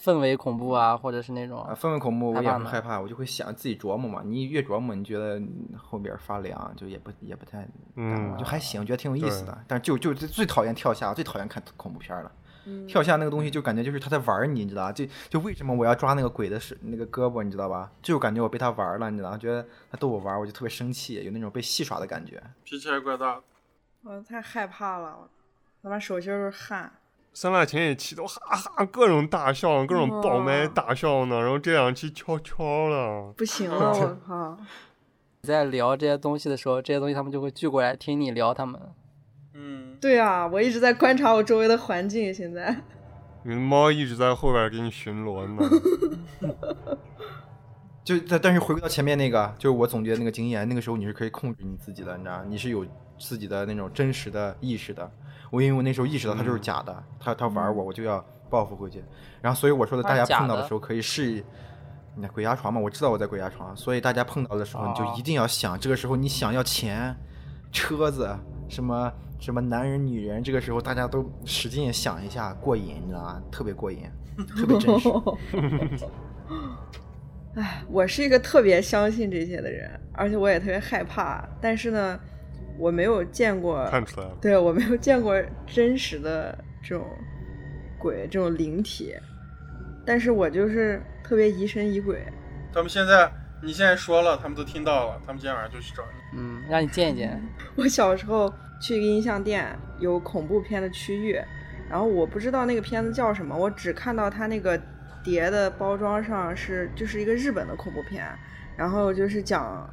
氛围恐怖啊，或者是那种
啊，氛围恐怖
害
我也
怕
是
吗
害怕，我就会想自己琢磨嘛。你越琢磨，你觉得后边发凉，就也不也不太敢
嗯
了，就还行，觉得挺有意思
对
的。但是就就最最讨厌跳下，最讨厌看恐怖片儿了。
嗯
跳下那个东
嗯
西就感觉就是他在玩儿你，你知道吧？就就为什么我要抓那个鬼的是那个胳膊，你知道吧？就感觉我被他玩儿了，你知道吧，觉得他逗我玩儿，我就特别生气，有那种被戏耍的感觉。
脾气还怪大的。
我太害怕了，我他妈手心儿都是汗。
三大前也期都哈哈各种大笑，各种爆麦
哇
大笑呢，然后这两期悄悄了。
不行了，我靠！
你在聊这些东西的时候，这些东西他们就会聚过来听你聊他们。
嗯，
对啊，我一直在观察我周围的环境，现在
你的猫一直在后边给你巡逻呢，
[LAUGHS] 就但但是回归到前面那个，就是我总结那个经验，那个时候你是可以控制你自己的，你知道，你是有自己的那种真实的意识的。我因为我那时候意识到他
嗯
就是假的，他他玩我，我就要报复回去。然后所以我说的，
啊
大家
嗯假
碰到
的
的时候可以试。你看鬼压床嘛，我知道我在鬼压床，所以大家碰到的时候你就
哦
一定要想，这个时候你想要钱、车子什么什么男人女人，这个时候大家都使劲想一下，过瘾，你知道吗？特别过瘾，特别真实。
哎，我是一个特别相信这些的人，而且我也特别害怕。但是呢，我没有见过，
看出来了。
对我没有见过真实的这种鬼、这种灵体。但是我就是特别疑神疑鬼，
他们现在你现在说了，他们都听到了，他们今天晚上就去找你。 [LAUGHS]
嗯，让你见一见。
[LAUGHS] 我小时候去一个音像店，有恐怖片的区域，然后我不知道那个片子叫什么，我只看到它那个碟的包装上是就是一个日本的恐怖片，然后就是讲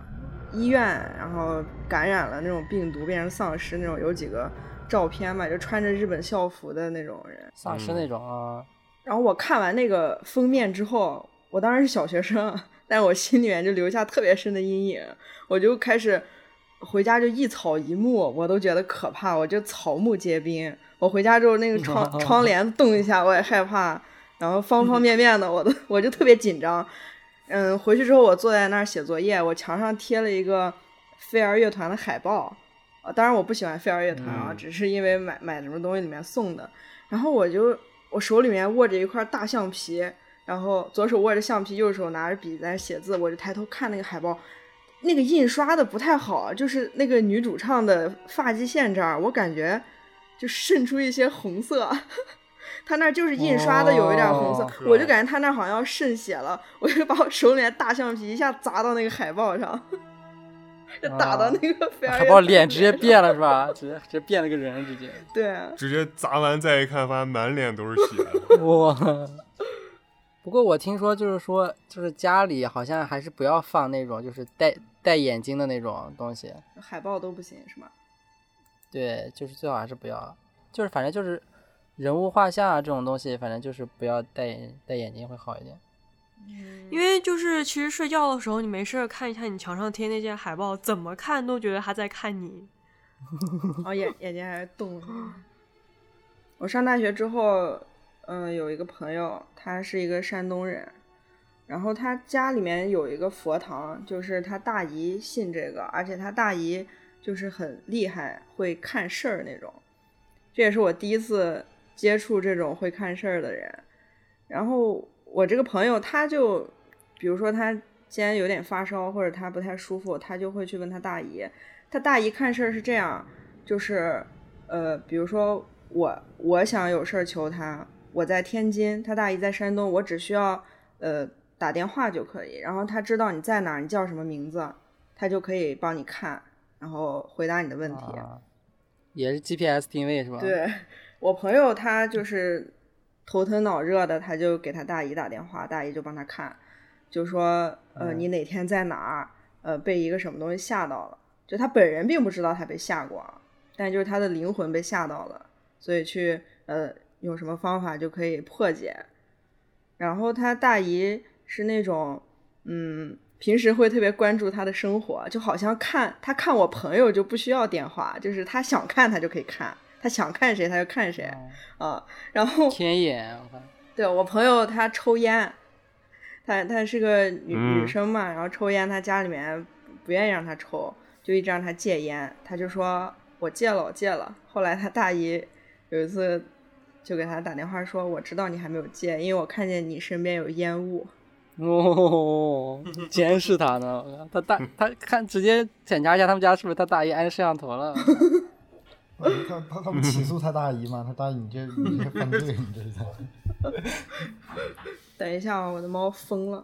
医院，然后感染了那种病毒变成丧尸那种，有几个照片嘛，就穿着日本校服的那种人。
丧尸那种啊，
然后我看完那个封面之后，我当时是小学生， [LAUGHS] 但我心里面就留下特别深的阴影，我就开始回家就一草一木我都觉得可怕，我就草木皆兵。我回家之后那个窗窗帘动一下我也害怕，然后方方面面的我都 [LAUGHS] 我就特别紧张。嗯，回去之后我坐在那儿写作业，我墙上贴了一个飞儿乐团的海报。啊，当然我不喜欢飞儿乐团啊，
嗯
只是因为买买什么东西里面送的。然后我就我手里面握着一块大橡皮，然后左手握着橡皮，右手拿着笔在那写字，我就抬头看那个海报，那个印刷的不太好，就是那个女主唱的发际线这儿，我感觉就渗出一些红色。 [LAUGHS] 她那儿就是印刷的有一点红色，
哦
是
我就感觉她那儿好像要渗血了，我就把我手里面大橡皮一下砸到那个海报上， [LAUGHS] 就打到那个菲尔
啊海报脸直接变了是吧？直接直接变了个人，直接。
对，啊
直接砸完再一看，发现满脸都是血。
哇！不过我听说就是说，就是家里好像还是不要放那种就是带带眼睛的那种东西。
海报都不行是吗？
对，就是最好还是不要，就是反正就是人物画像啊这种东西，反正就是不要戴眼戴眼睛会好一点。
因为就是其实睡觉的时候，你没事儿看一下你墙上贴那件海报，怎么看都觉得他在看你。
然后哦眼眼睛还动了。我上大学之后，嗯、有一个朋友，他是一个山东人，然后他家里面有一个佛堂，就是他大姨信这个，而且他大姨就是很厉害，会看事儿那种。这也是我第一次接触这种会看事儿的人。然后我这个朋友，他就比如说他今天有点发烧，或者他不太舒服，他就会去问他大姨。他大姨看事儿是这样，就是呃，比如说我我想有事儿求他，我在天津，他大姨在山东，我只需要呃打电话就可以，然后他知道你在哪儿，你叫什么名字，他就可以帮你看，然后回答你的问题。
啊，也是 GPS 定位是吧？，
对我朋友他就是头疼脑热的，他就给他大姨打电话，大姨就帮他看，就说呃
嗯
你哪天在哪儿，呃被一个什么东西吓到了，就他本人并不知道他被吓过啊，但就是他的灵魂被吓到了，所以去呃用什么方法就可以破解。然后他大姨是那种嗯。平时会特别关注他的生活，就好像看他看我朋友就不需要电话，就是他想看他就可以看，他想看谁他就看谁
哦
啊、然后
天眼，我看
对我朋友他抽烟，她她是个女、
嗯
女生嘛，然后抽烟，她家里面不愿意让她抽，就一直让她戒烟，她就说我戒了，我戒了。后来她大姨有一次就给她打电话说，我知道你还没有戒，因为我看见你身边有烟雾。
哦，监视他呢，他大他看直接检查一下他们家是不是他大姨安摄像头了。
他他他不起诉他大姨吗？他大姨你这你这犯罪，你 [LAUGHS] 这是。
等一下啊，我的猫疯了。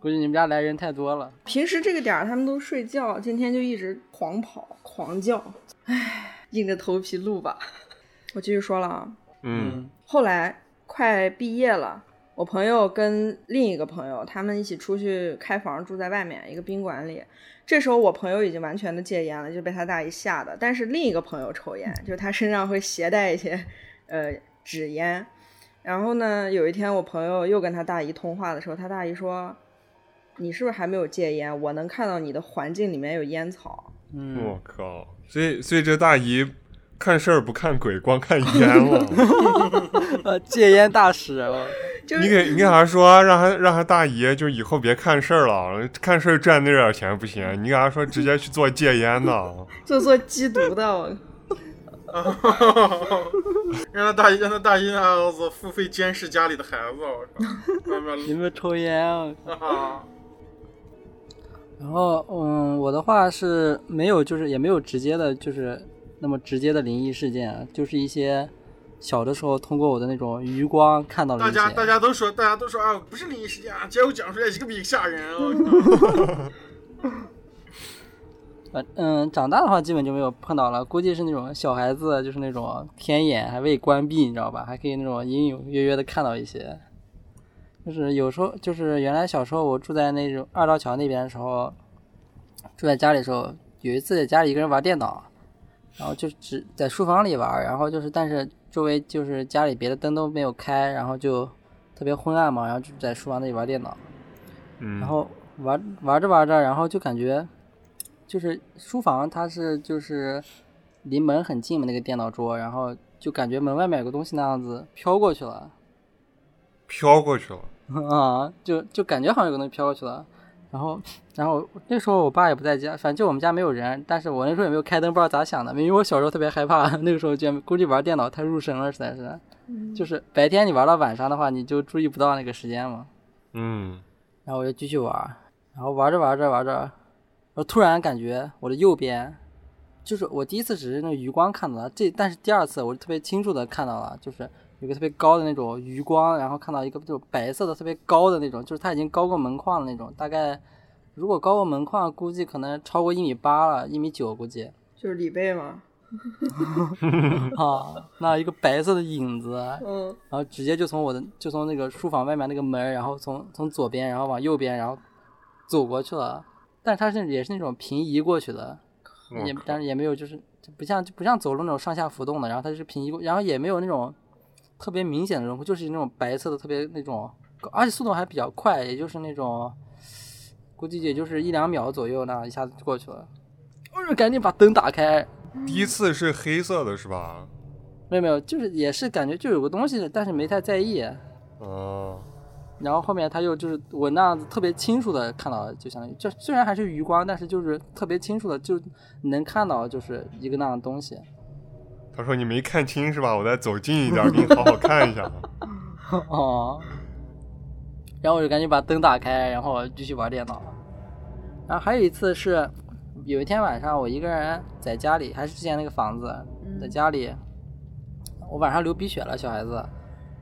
估计你们家来人太多了，
平时这个点儿他们都睡觉，今天就一直狂跑狂叫，唉，硬着头皮录吧。 [LAUGHS] 我继续说了啊，
嗯，
后来快毕业了，我朋友跟另一个朋友他们一起出去开房，住在外面一个宾馆里。这时候我朋友已经完全的戒烟了，就被他大姨吓的。但是另一个朋友抽
[LAUGHS]
烟，就是他身上会携带一些呃纸烟。然后呢，有一天我朋友又跟他大姨通话的时候，他大姨说：“你是不是还没有戒烟？我能看到你的环境里面有烟草。”
我
嗯，
靠，所以所以这大姨看事儿不看鬼，光看烟了。
呃，戒烟大使，啊我
就
你
是
给你给她说，让她让她大姨就以后别看事儿了，看事儿赚那点钱不行，你给她说直接去做戒烟的。
做做缉毒的，我
让他大姨，让他大姨那儿子付费监视家里的孩子，我靠，外面
你们抽烟啊。
啊，
然后，嗯，我的话是没有，就是也没有直接的，就是那么直接的灵异事件啊，就是一些小的时候通过我的那种余光看到了
大
一些。
家大家都说，大家都说啊，不是灵异事件啊，结果讲出来一个比一个吓人，我靠，
反嗯，长大的话基本就没有碰到了，估计是那种小孩子，就是那种天眼还未关闭，你知道吧？还可以那种隐隐约约的看到一些。就是有时候，就是原来小时候我住在那种二道桥那边的时候，住在家里的时候，有一次在家里一个人玩电脑，然后就只在书房里玩，然后就是但是周围就是家里别的灯都没有开，然后就特别昏暗嘛，然后就在书房那里玩电脑。
嗯，
然后玩玩着玩着，然后就感觉就是书房它是就是离门很近嘛，那个电脑桌，然后就感觉门外面有个东西那样子飘过去了， [LAUGHS]
飘过去了。
啊，就就感觉好像有个东西飘过去了。然后，然后那时候我爸也不在家，反正就我们家没有人。但是我那时候也没有开灯，不知道咋想的。因为我小时候特别害怕， [LAUGHS] 那个时候居然估计玩电脑太入神了，实在是。就是白天你玩到晚上的话，你就注意不到那个时间嘛。
嗯，
然后我就继续玩儿，然后玩着玩着玩着，我突然感觉我的右边，就是我第一次只是那个余光看到了，这但是第二次我就特别清楚的看到了，就是有个特别高的那种余光，然后看到一个这种白色的特别高的那种，就是它已经高过门框的那种，大概如果高过门框，估计可能超过一米八了，一米九估计。 [LAUGHS]
就是李贝嘛，
啊，那一个白色的影子，
嗯，
然后直接就从我的就从那个书房外面那个门儿，然后从从左边，然后往右边，然后走过去了。但是它是也是那种平移过去的，
我
也
靠
但是也没有就是就不像就不像走路那种上下浮动的，然后它就是平移过，然后也没有那种特别明显的轮廓，就是那种白色的特别那种，而且速度还比较快，也就是那种估计也就是一两秒左右那样一下子就过去了。我赶紧把灯打开，
第一次是黑色的是吧？
没有没有，就是也是感觉就有个东西，但是没太在意。
哦，
然后后面他又就是我那样子特别清楚的看到，就相当于就虽然还是余光，但是就是特别清楚的就能看到就是一个那样的东西。
他说你没看清是吧？我再走近一点，给你好好看一下。啊
[LAUGHS] 哦，然后我就赶紧把灯打开，然后继续玩电脑。然后还有一次是，有一天晚上我一个人在家里，还是之前那个房子，在家里，我晚上流鼻血了，小孩子，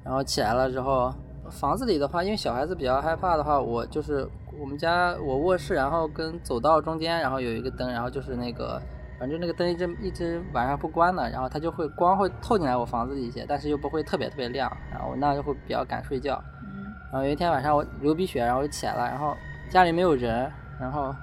然后起来了之后，房子里的话，因为小孩子比较害怕的话，我就是我们家我卧室，然后跟走道中间，然后有一个灯，然后就是那个。反正那个灯一直一直晚上不关的，然后它就会光会透进来我房子里一些，但是又不会特别特别亮，然后我那样就会比较敢睡觉。然后有一天晚上我流鼻血，然后我就起来了，然后家里没有人，然后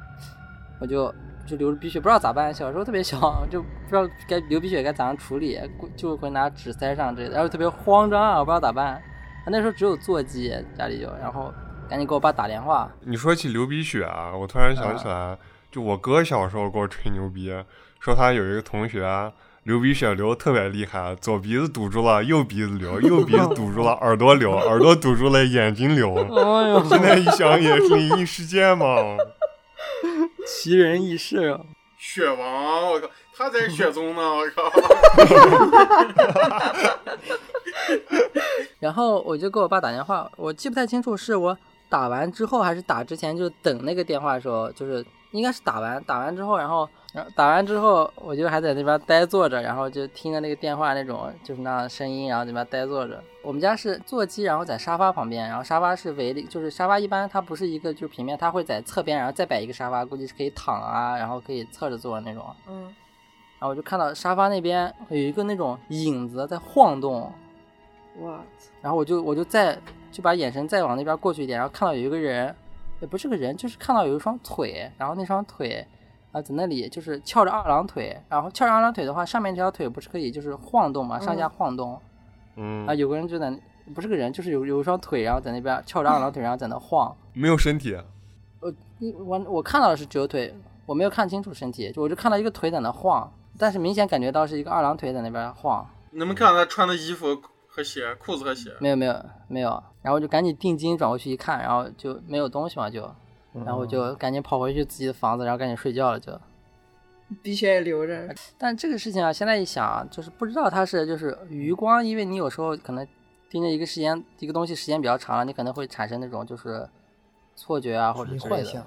我就就流着鼻血，不知道咋办。小时候特别小，就不知道该流鼻血该咋样处理，就会拿纸塞上之类的，然后特别慌张啊，我不知道咋办。那时候只有座机，家里就，然后赶紧给我爸打电话，
你说起流鼻血啊，我突然想起来，就我哥小时候给我吹牛逼，说他有一个同学啊流鼻血流得特别厉害，左鼻子堵住了，右鼻子流，右鼻子堵住了，耳朵流，耳朵堵住了，眼睛流。
哎呦，
[LAUGHS] 现在一想也是灵异事件嘛。
奇人异事啊！
雪王，我靠，他在雪宗呢，我靠，
然后我就给我爸打电话，我记不太清楚是我打完之后还是打之前，就等那个电话的时候，就是应该是打完，打完之后，然后然后打完之后，我就还在那边呆坐着，然后就听着那个电话那种就是那样的声音，然啊后在那边呆坐着。我们家是座机，然后在沙发旁边，然后沙发是围的，就是沙发一般它不是一个就是平面，它会在侧边，然后再摆一个沙发，估计是可以躺啊，然后可以侧着坐那种。
嗯，
然后我就看到沙发那边有一个那种影子在晃动，
我
然后我就我就再就把眼神再往那边过去一点，然后看到有一个人，也不是个人，就是看到有一双腿，然后那双腿啊在那里就是翘着二郎腿，然后翘着二郎腿的话，上面这条腿不是可以就是晃动嘛，上下晃动、
嗯
啊，，有个人就在不是个人，就是有有一双腿，然后在那边翘着二郎腿，然后在那晃。
没有身体，
我你我我看到的是只有腿，我没有看清楚身体，就我就看到一个腿在那晃，但是明显感觉到是一个二郎腿在那边晃。
[LAUGHS] 你们看他穿的衣服和鞋，裤子和鞋，
没有没有没有，然后我就赶紧定睛转过去一看，然后就没有东西嘛，就，
嗯
然后我就赶紧跑回去自己的房子，然后赶紧睡觉了就。
鼻血也流着，
但这个事情啊，现在一想啊，就是不知道它是就是余光，因为你有时候可能盯着一个时间一个东西时间比较长了，你可能会产生那种就是错觉啊或者
你
之类
幻
的
想，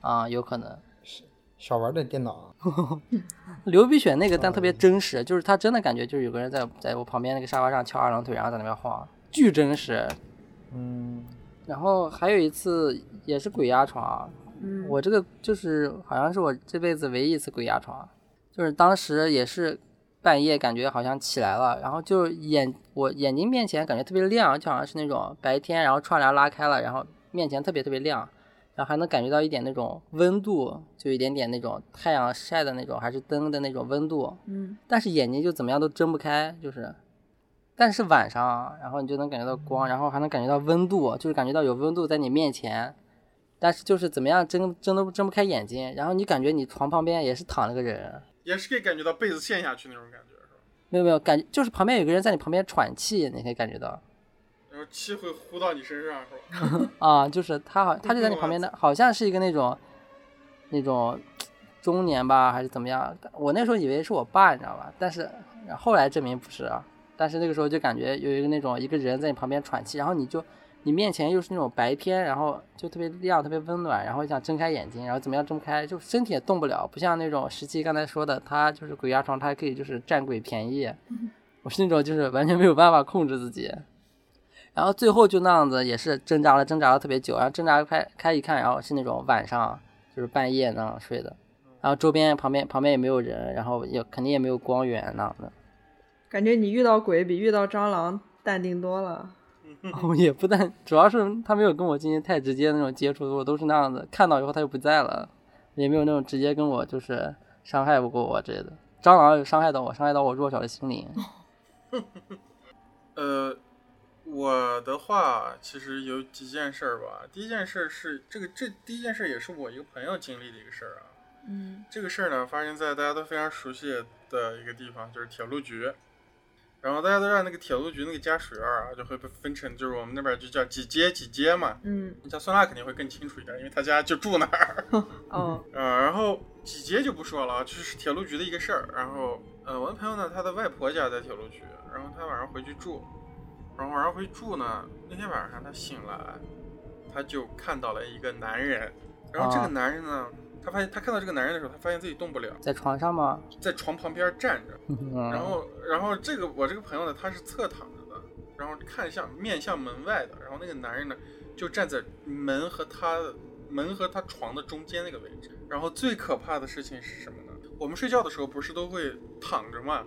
啊、有可能。
少玩点电脑。啊
流鼻血那个，但特
嗯
别真实，就是他真的感觉就是有个人在在我旁边那个沙发上翘二郎腿，然后在那边晃，巨真实。
嗯，
然后还有一次也是鬼压床，啊
嗯，
我这个就是好像是我这辈子唯一一次鬼压床，啊就是当时也是半夜感觉好像起来了，然后就眼我眼睛面前感觉特别亮，就好像是那种白天，然后窗帘拉开了，然后面前特别特别亮，然后还能感觉到一点那种温度，就一点点那种太阳晒的那种还是灯的那种温度，
嗯
但是眼睛就怎么样都睁不开，就是。但是晚上啊，然后你就能感觉到光，然后还能感觉到温度，就是感觉到有温度在你面前，但是就是怎么样睁睁都睁不开眼睛，然后你感觉你床旁边也是躺了个人，
也是可以感觉到被子陷下去那种感觉，是吧？
没有没有感觉，就是旁边有个人在你旁边喘气，你可以感觉到
然后气会呼到你身上，是吧？
啊，就是他好，他就在你旁边的，好像是一个那种那种中年吧，还是怎么样？我那时候以为是我爸，你知道吧？但是后来证明不是啊。但是那个时候就感觉有一个那种一个人在你旁边喘气，然后你就你面前又是那种白天，然后就特别亮、特别温暖，然后想睁开眼睛，然后怎么样睁不开，就身体也动不了，不像那种十七刚才说的，他就是鬼压床，他还可以就是占鬼便宜。 [LAUGHS] 我是那种就是完全没有办法控制自己，然后最后就那样子也是挣扎了挣扎了特别久，然后挣扎开开一看，然后是那种晚上就是半夜那样睡的，然后周边旁边旁边也没有人，然后也肯定也没有光源那样的。
感觉你遇到鬼比遇到蟑螂淡定多了。
[LAUGHS] 哦，也不但主要是他没有跟我进行太直接的那种接触，我都是那样子，看到以后他就不在了，也没有那种直接跟我就是伤害过我之类的。蟑螂有伤害到我，伤害到我弱小的心灵。
[LAUGHS] 呃，我的话其实有几件事儿吧。第一件事儿是这个，这第一件事儿也是我一个朋友经历的一个事儿啊。
嗯
这个事儿呢，发生在大家都非常熟悉的一个地方，就是铁路局。然后大家都知道那个铁路局那个家属院儿啊，就会被分成，就是我们那边就叫几街几街嘛。
嗯
你像酸辣肯定会更清楚一点，因为他家就住那儿。
哦
呃，然后几节就不说了，啊，就是铁路局的一个事儿。然后，呃，我的朋友呢，他的外婆家在铁路局，然后他晚上回去住，然后晚上回去住呢，那天晚上他醒来，他就看到了一个男人，然后这个
啊
男人呢，他发现他看到这个男人的时候，他发现自己动不了，
在床上吗？嗯
在床旁边站着。
然
然后，然后这个我这个朋友呢，他是侧躺着的，然后看向面向门外的，然后那个男人呢就站在门和他门和他床的中间那个位置。然后最可怕的事情是什么呢？我们睡觉的时候不是都会躺着嘛？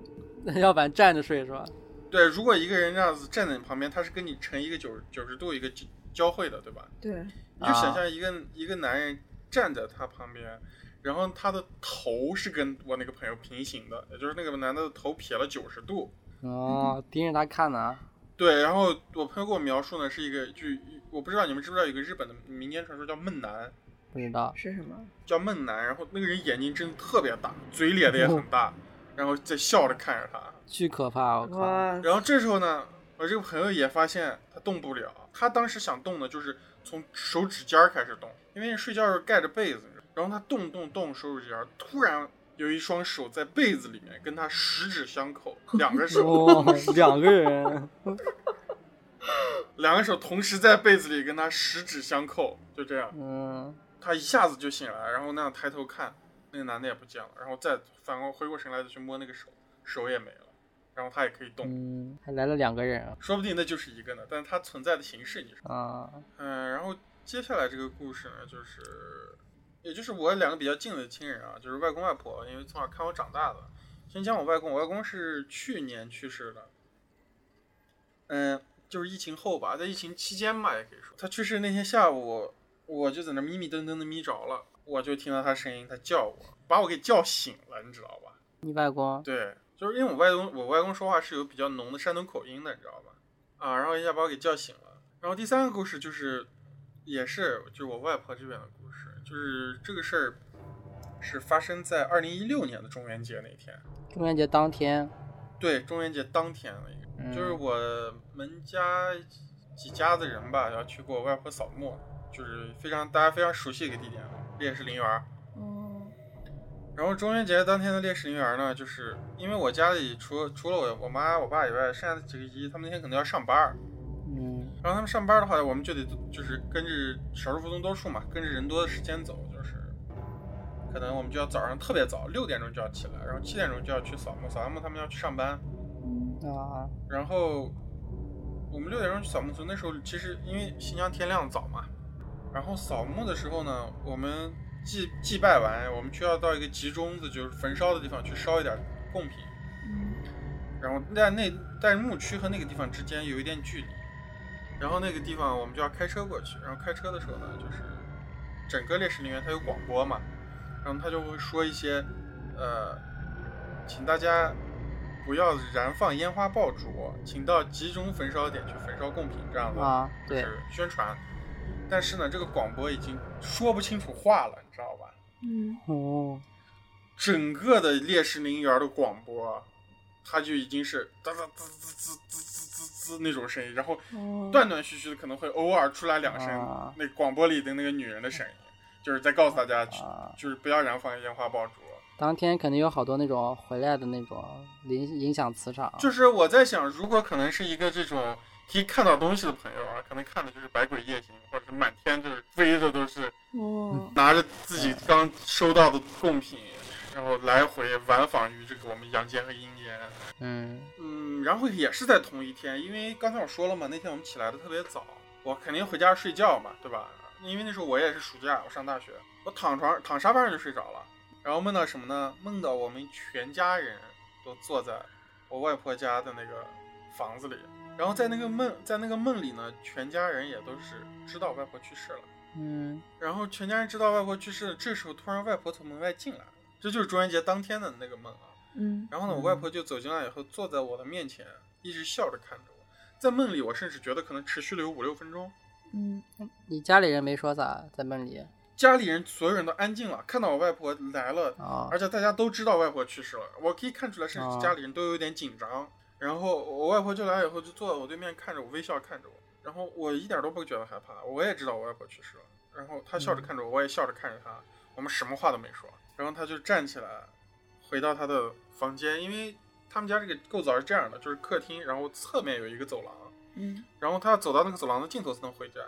[LAUGHS] 要不然站着睡是吧？
对，如果一个人这样子站在你旁边，他是跟你成一个九九十度一个交交汇的，对吧？
对，
你就
啊
想象一个、一个男人站在他旁边，然后他的头是跟我那个朋友平行的，也就是那个男的头撇了九十度。
哦，盯着他看呢、
对，然后我朋友给我描述呢，是一个就我不知道你们知不知道有个日本的民间传说叫梦男，
不知道。
是什么？
叫梦男，然后那个人眼睛真的特别大，嘴咧的也很大， [LAUGHS] 然后在笑着看着他。
巨可怕！我靠，
哇，
然后这时候呢，我这个朋友也发现他动不了，他当时想动的就是从手指尖儿开始动，因为你睡觉时候盖着被子，然后他动动动手指尖儿，突然有一双手在被子里面跟他十指相扣，两 [LAUGHS] 个手，
哇，哦两个人，
两个手同时在被子里跟他十指相扣，就这样，
嗯，
他一下子就醒来，然后那样抬头看，那个男的也不见了，然后再反过回过神来再去摸那个手，手也没了，然后他也可以动，
嗯，还来了两个人啊
说不定那就是一个呢，但是它存在的形式你说。
啊，
嗯，然后接下来这个故事呢，就是，也就是我两个比较近的亲人啊，就是外公外婆，因为从小看我长大的。先讲我外公，我外公是去年去世的，嗯，就是疫情后吧，在疫情期间吧，也可以说，他去世那天下午，我就在那迷迷瞪瞪的眯着了，我就听到他声音，他叫我，把我给叫醒了，你知道吧？
你外公，
对，就是因为我外公，我外公说话是有比较浓的山东口音的，你知道吧？啊，然后一下把我给叫醒了。然后第三个故事就是，也是就是我外婆这边的故事，就是这个事儿是发生在二零一六年的中元节那天，
中元节当天，
对，中元节当天的一个，
嗯
就是我们家几家子人吧，要去给我外婆扫墓，就是非常大家非常熟悉的一个地点，烈士陵园儿。
嗯，
然后中元节当天的烈士陵园呢，就是因为我家里除除了我我妈我爸以外，剩下的几个姨他们那天可能要上班儿，
嗯
然后他们上班的话，我们就得就是跟着少数服从多数嘛，跟着人多的时间走，就是可能我们就要早上特别早，六点钟就要起来，然后七点钟就要去扫墓，扫完墓他们要去上班，
啊，
然后我们六点钟去扫墓的时候，那时候其实因为新疆天亮早嘛，然后扫墓的时候呢，我们祭祭拜完，我们就要到一个集中的，就是焚烧的地方去烧一点贡品。然后在那在墓区和那个地方之间有一点距离，然后那个地方我们就要开车过去。然后开车的时候呢，就是整个烈士陵园它有广播嘛，然后他就会说一些，呃，请大家不要燃放烟花爆竹，请到集中焚烧点去焚烧贡品这样的，
啊
就
对
是宣传。但是呢，这个广播已经说不清楚话了，你知道吧？
嗯，
哦，
整个的烈士陵园的广播，啊它就已经是哒哒滋滋滋滋滋滋滋那种声音，然后断断续续的可能会偶尔出来两声、
哦啊
那广播里的那个女人的声音，就是在告诉大家，
啊
就是不要燃放烟花爆竹。啊
当天肯定有好多那种回来的那种影影响磁场，
就是我在想，如果可能是一个这种可以看到东西的朋友啊，可能看的就是百鬼夜行，或者是满天就是飞的都是
哦，
拿着自己刚收到的贡品，然后来回玩访于这个我们阳间和阴间。
嗯
嗯，然后也是在同一天，因为刚才我说了嘛，那天我们起来的特别早，我肯定回家睡觉嘛，对吧？因为那时候我也是暑假，我上大学，我躺床躺沙发上就睡着了，然后梦到什么呢？梦到我们全家人都坐在我外婆家的那个房子里，然后在那个梦在那个梦里呢，全家人也都是知道外婆去世了。
嗯，
然后全家人知道外婆去世了，这时候突然外婆从门外进来了，这就是中元节当天的那个梦啊。
嗯，
然后呢，我外婆就走进来以后，坐在我的面前，一直笑着看着我。在梦里，我甚至觉得可能持续了有五六分钟。
嗯，
你家里人没说啥，在梦里
家里人所有人都安静了，看到我外婆来了，
啊
而且大家都知道外婆去世了，我可以看出来，甚至
啊
家里人都有点紧张。然后我外婆就来以后，就坐在我对面看着我，微笑看着我。然后我一点都不觉得害怕，我也知道我外婆去世了。然后她
嗯
笑着看着我，我也笑着看着她，我们什么话都没说。然后她就站起来，回到她的房间，因为他们家这个构造是这样的，就是客厅，然后侧面有一个走廊，
嗯，
然后他要走到那个走廊的尽头才能回家。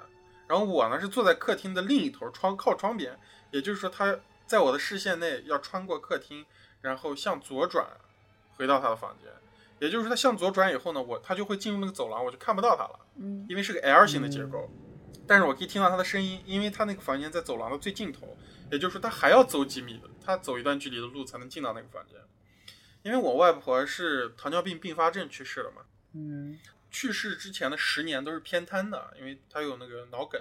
然后我呢是坐在客厅的另一头窗靠窗边，也就是说他在我的视线内要穿过客厅，然后向左转回到他的房间。也就是说他向左转以后呢，我他就会进入那个走廊，我就看不到他了，
嗯，
因为是个 L 型的结构。但是我可以听到他的声音，因为他那个房间在走廊的最尽头，也就是说他还要走几米的，他走一段距离的路才能进到那个房间。因为我外婆是糖尿病并发症去世了嘛，
嗯
去世之前的十年都是偏瘫的，因为他有那个脑梗。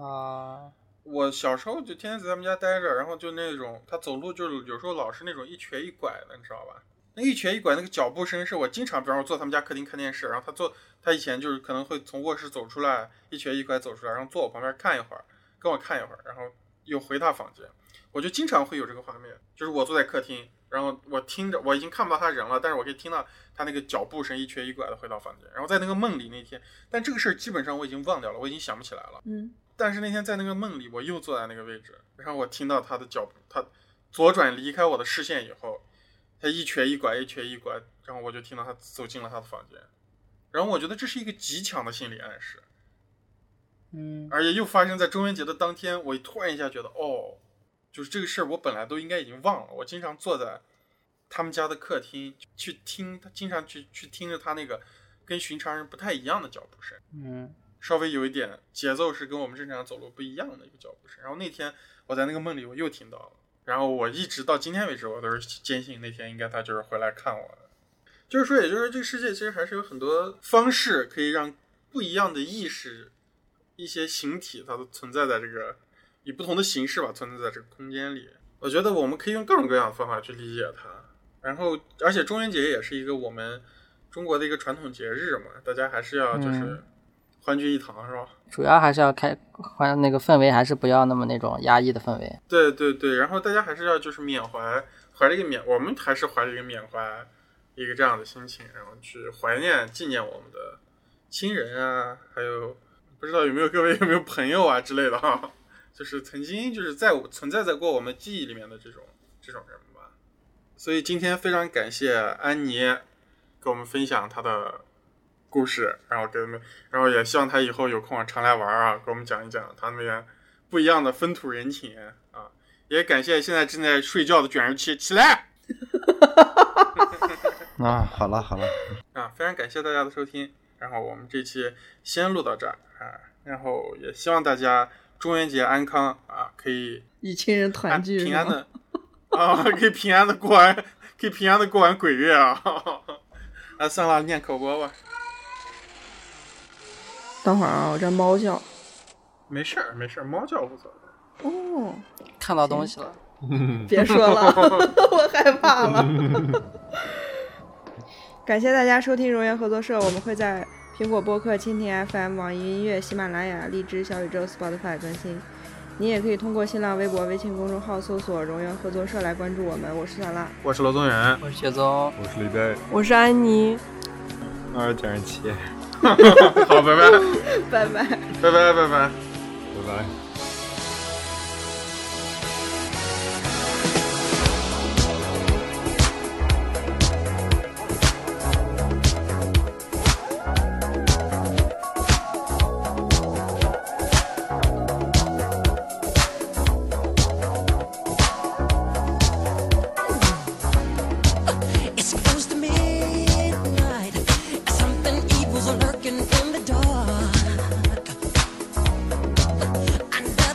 啊
我小时候就天天在他们家待着，然后就那种他走路就是有时候老是那种一瘸一拐的，你知道吧？那一瘸一拐那个脚步声是我经常，比方说坐他们家客厅看电视，然后他坐他以前就是可能会从卧室走出来，一瘸一拐走出来，然后坐我旁边看一会儿，跟我看一会儿，然后又回他房间。我就经常会有这个画面，就是我坐在客厅，然后我听着我已经看不到他人了，但是我可以听到他那个脚步声一瘸一拐的回到房间。然后在那个梦里那天，但这个事儿基本上我已经忘掉了，我已经想不起来了。
嗯，
但是那天在那个梦里，我又坐在那个位置，然后我听到他的脚步，他左转离开我的视线以后，他一瘸一拐，一瘸一拐，然后我就听到他走进了他的房间。然后我觉得这是一个极强的心理暗示，
嗯，
而且又发生在中元节的当天，我突然一下觉得，哦，就是这个事儿，我本来都应该已经忘了。我经常坐在他们家的客厅去听，他经常去去听着他那个跟寻常人不太一样的脚步声。
嗯，
稍微有一点节奏是跟我们正常走路不一样的一个脚步声。然后那天我在那个梦里我又听到了，然后我一直到今天为止，我都是坚信那天应该他就是回来看我的。就是说，也就是说，这个世界其实还是有很多方式可以让不一样的意识、一些形体，它都存在在这个以不同的形式吧，存在在这个空间里。我觉得我们可以用各种各样的方法去理解它。然后，而且中元节也是一个我们中国的一个传统节日嘛，大家还是要就是
嗯
欢聚一堂，是吧？
主要还是要开，还那个氛围还是不要那么那种压抑的氛围。
对对对，然后大家还是要就是缅怀，怀着一个缅，我们还是怀着一个缅怀一个这样的心情，然后去怀念、纪念我们的亲人啊，还有不知道有没有各位有没有朋友啊之类的哈、就是曾经就是在我存在在过我们记忆里面的这种这种人吧。所以今天非常感谢安妮给我们分享她的故事，然后给我们，然后也希望她以后有空啊常来玩啊，给我们讲一讲她那边不一样的风土人情啊。也感谢现在正在睡觉的卷儿七起来
[LAUGHS] 啊，好了好了，
啊！非常感谢大家的收听，然后我们这期先录到这儿啊，然后也希望大家中元节安康啊，可以
与亲人
安
团聚是
平安
吗，
的 [LAUGHS] 啊，可以平安的过完， [LAUGHS] 可以平安的过完鬼月啊！ [LAUGHS] 啊，算了，念口播吧，
等会儿啊，我这猫叫。
没事儿没事儿，猫叫无所谓。
哦，
看到东西了，
别说了，我害怕了。感谢大家收听荣源合作社，我们会在苹果播客、蜻蜓 FM、网易云音乐、喜马拉雅、荔枝、小宇宙、Spotify 更新。你也可以通过新浪微博、微信公众号搜索“荣源合作社”来关注我们。我是小辣，
我是罗宗元， [LAUGHS]
我是雪宗，
我是李贝。
我是安妮。
我是田七。
好，拜 [LAUGHS] 拜，
拜拜。
拜拜，拜拜。
拜拜。
It's close to midnight. Something evil's lurking in the dark. I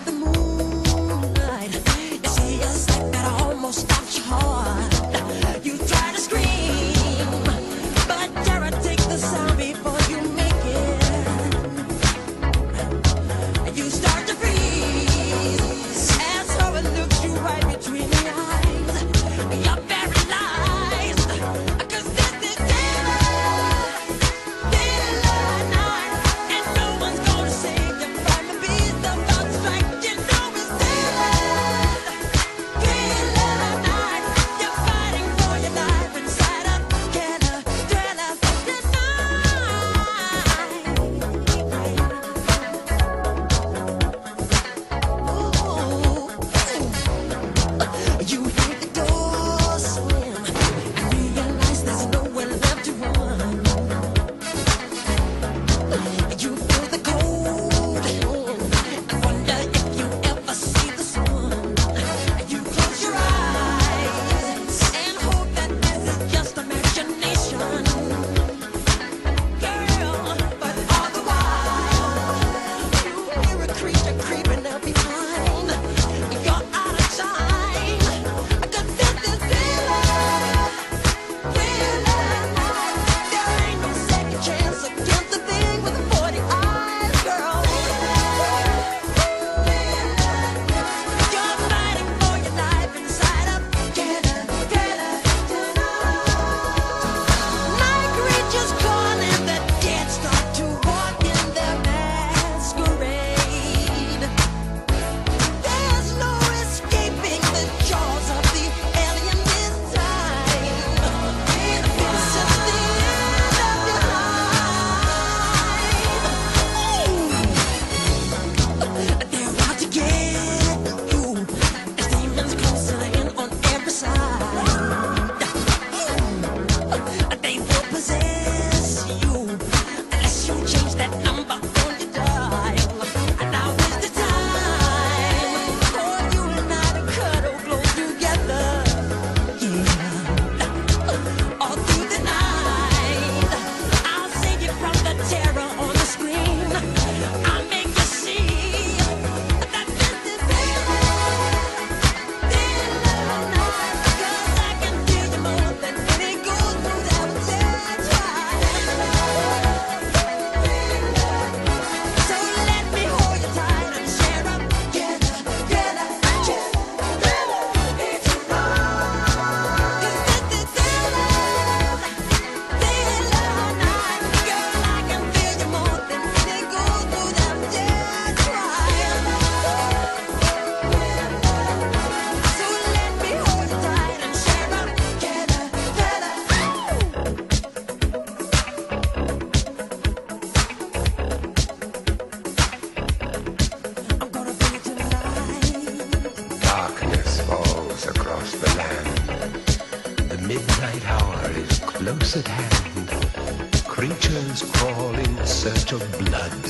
close at hand. Creatures crawl in search of blood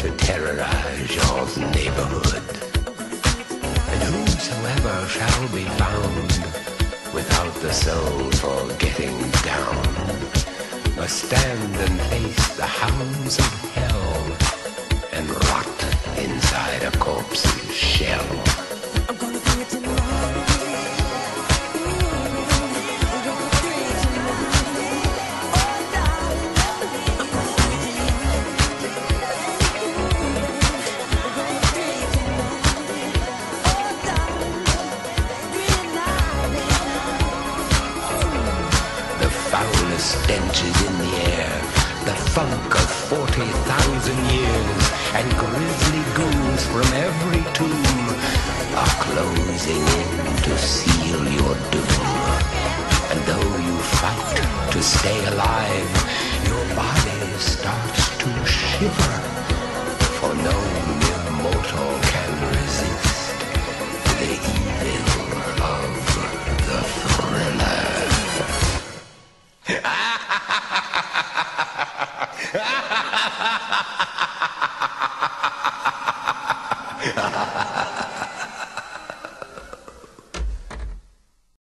to terrorize your neighborhood. And whosoever shall be found without the soul for getting down must stand and face the hounds of hell and rot inside a corpse's shell.
I'm gonna do it tonight. Oh, Oh,
The foulest stenches in the air, the funk of 40,000 years, and grisly ghouls from every tomb are closing in to seal your doom. And though you fight to stay alive, your body starts to shiver, for no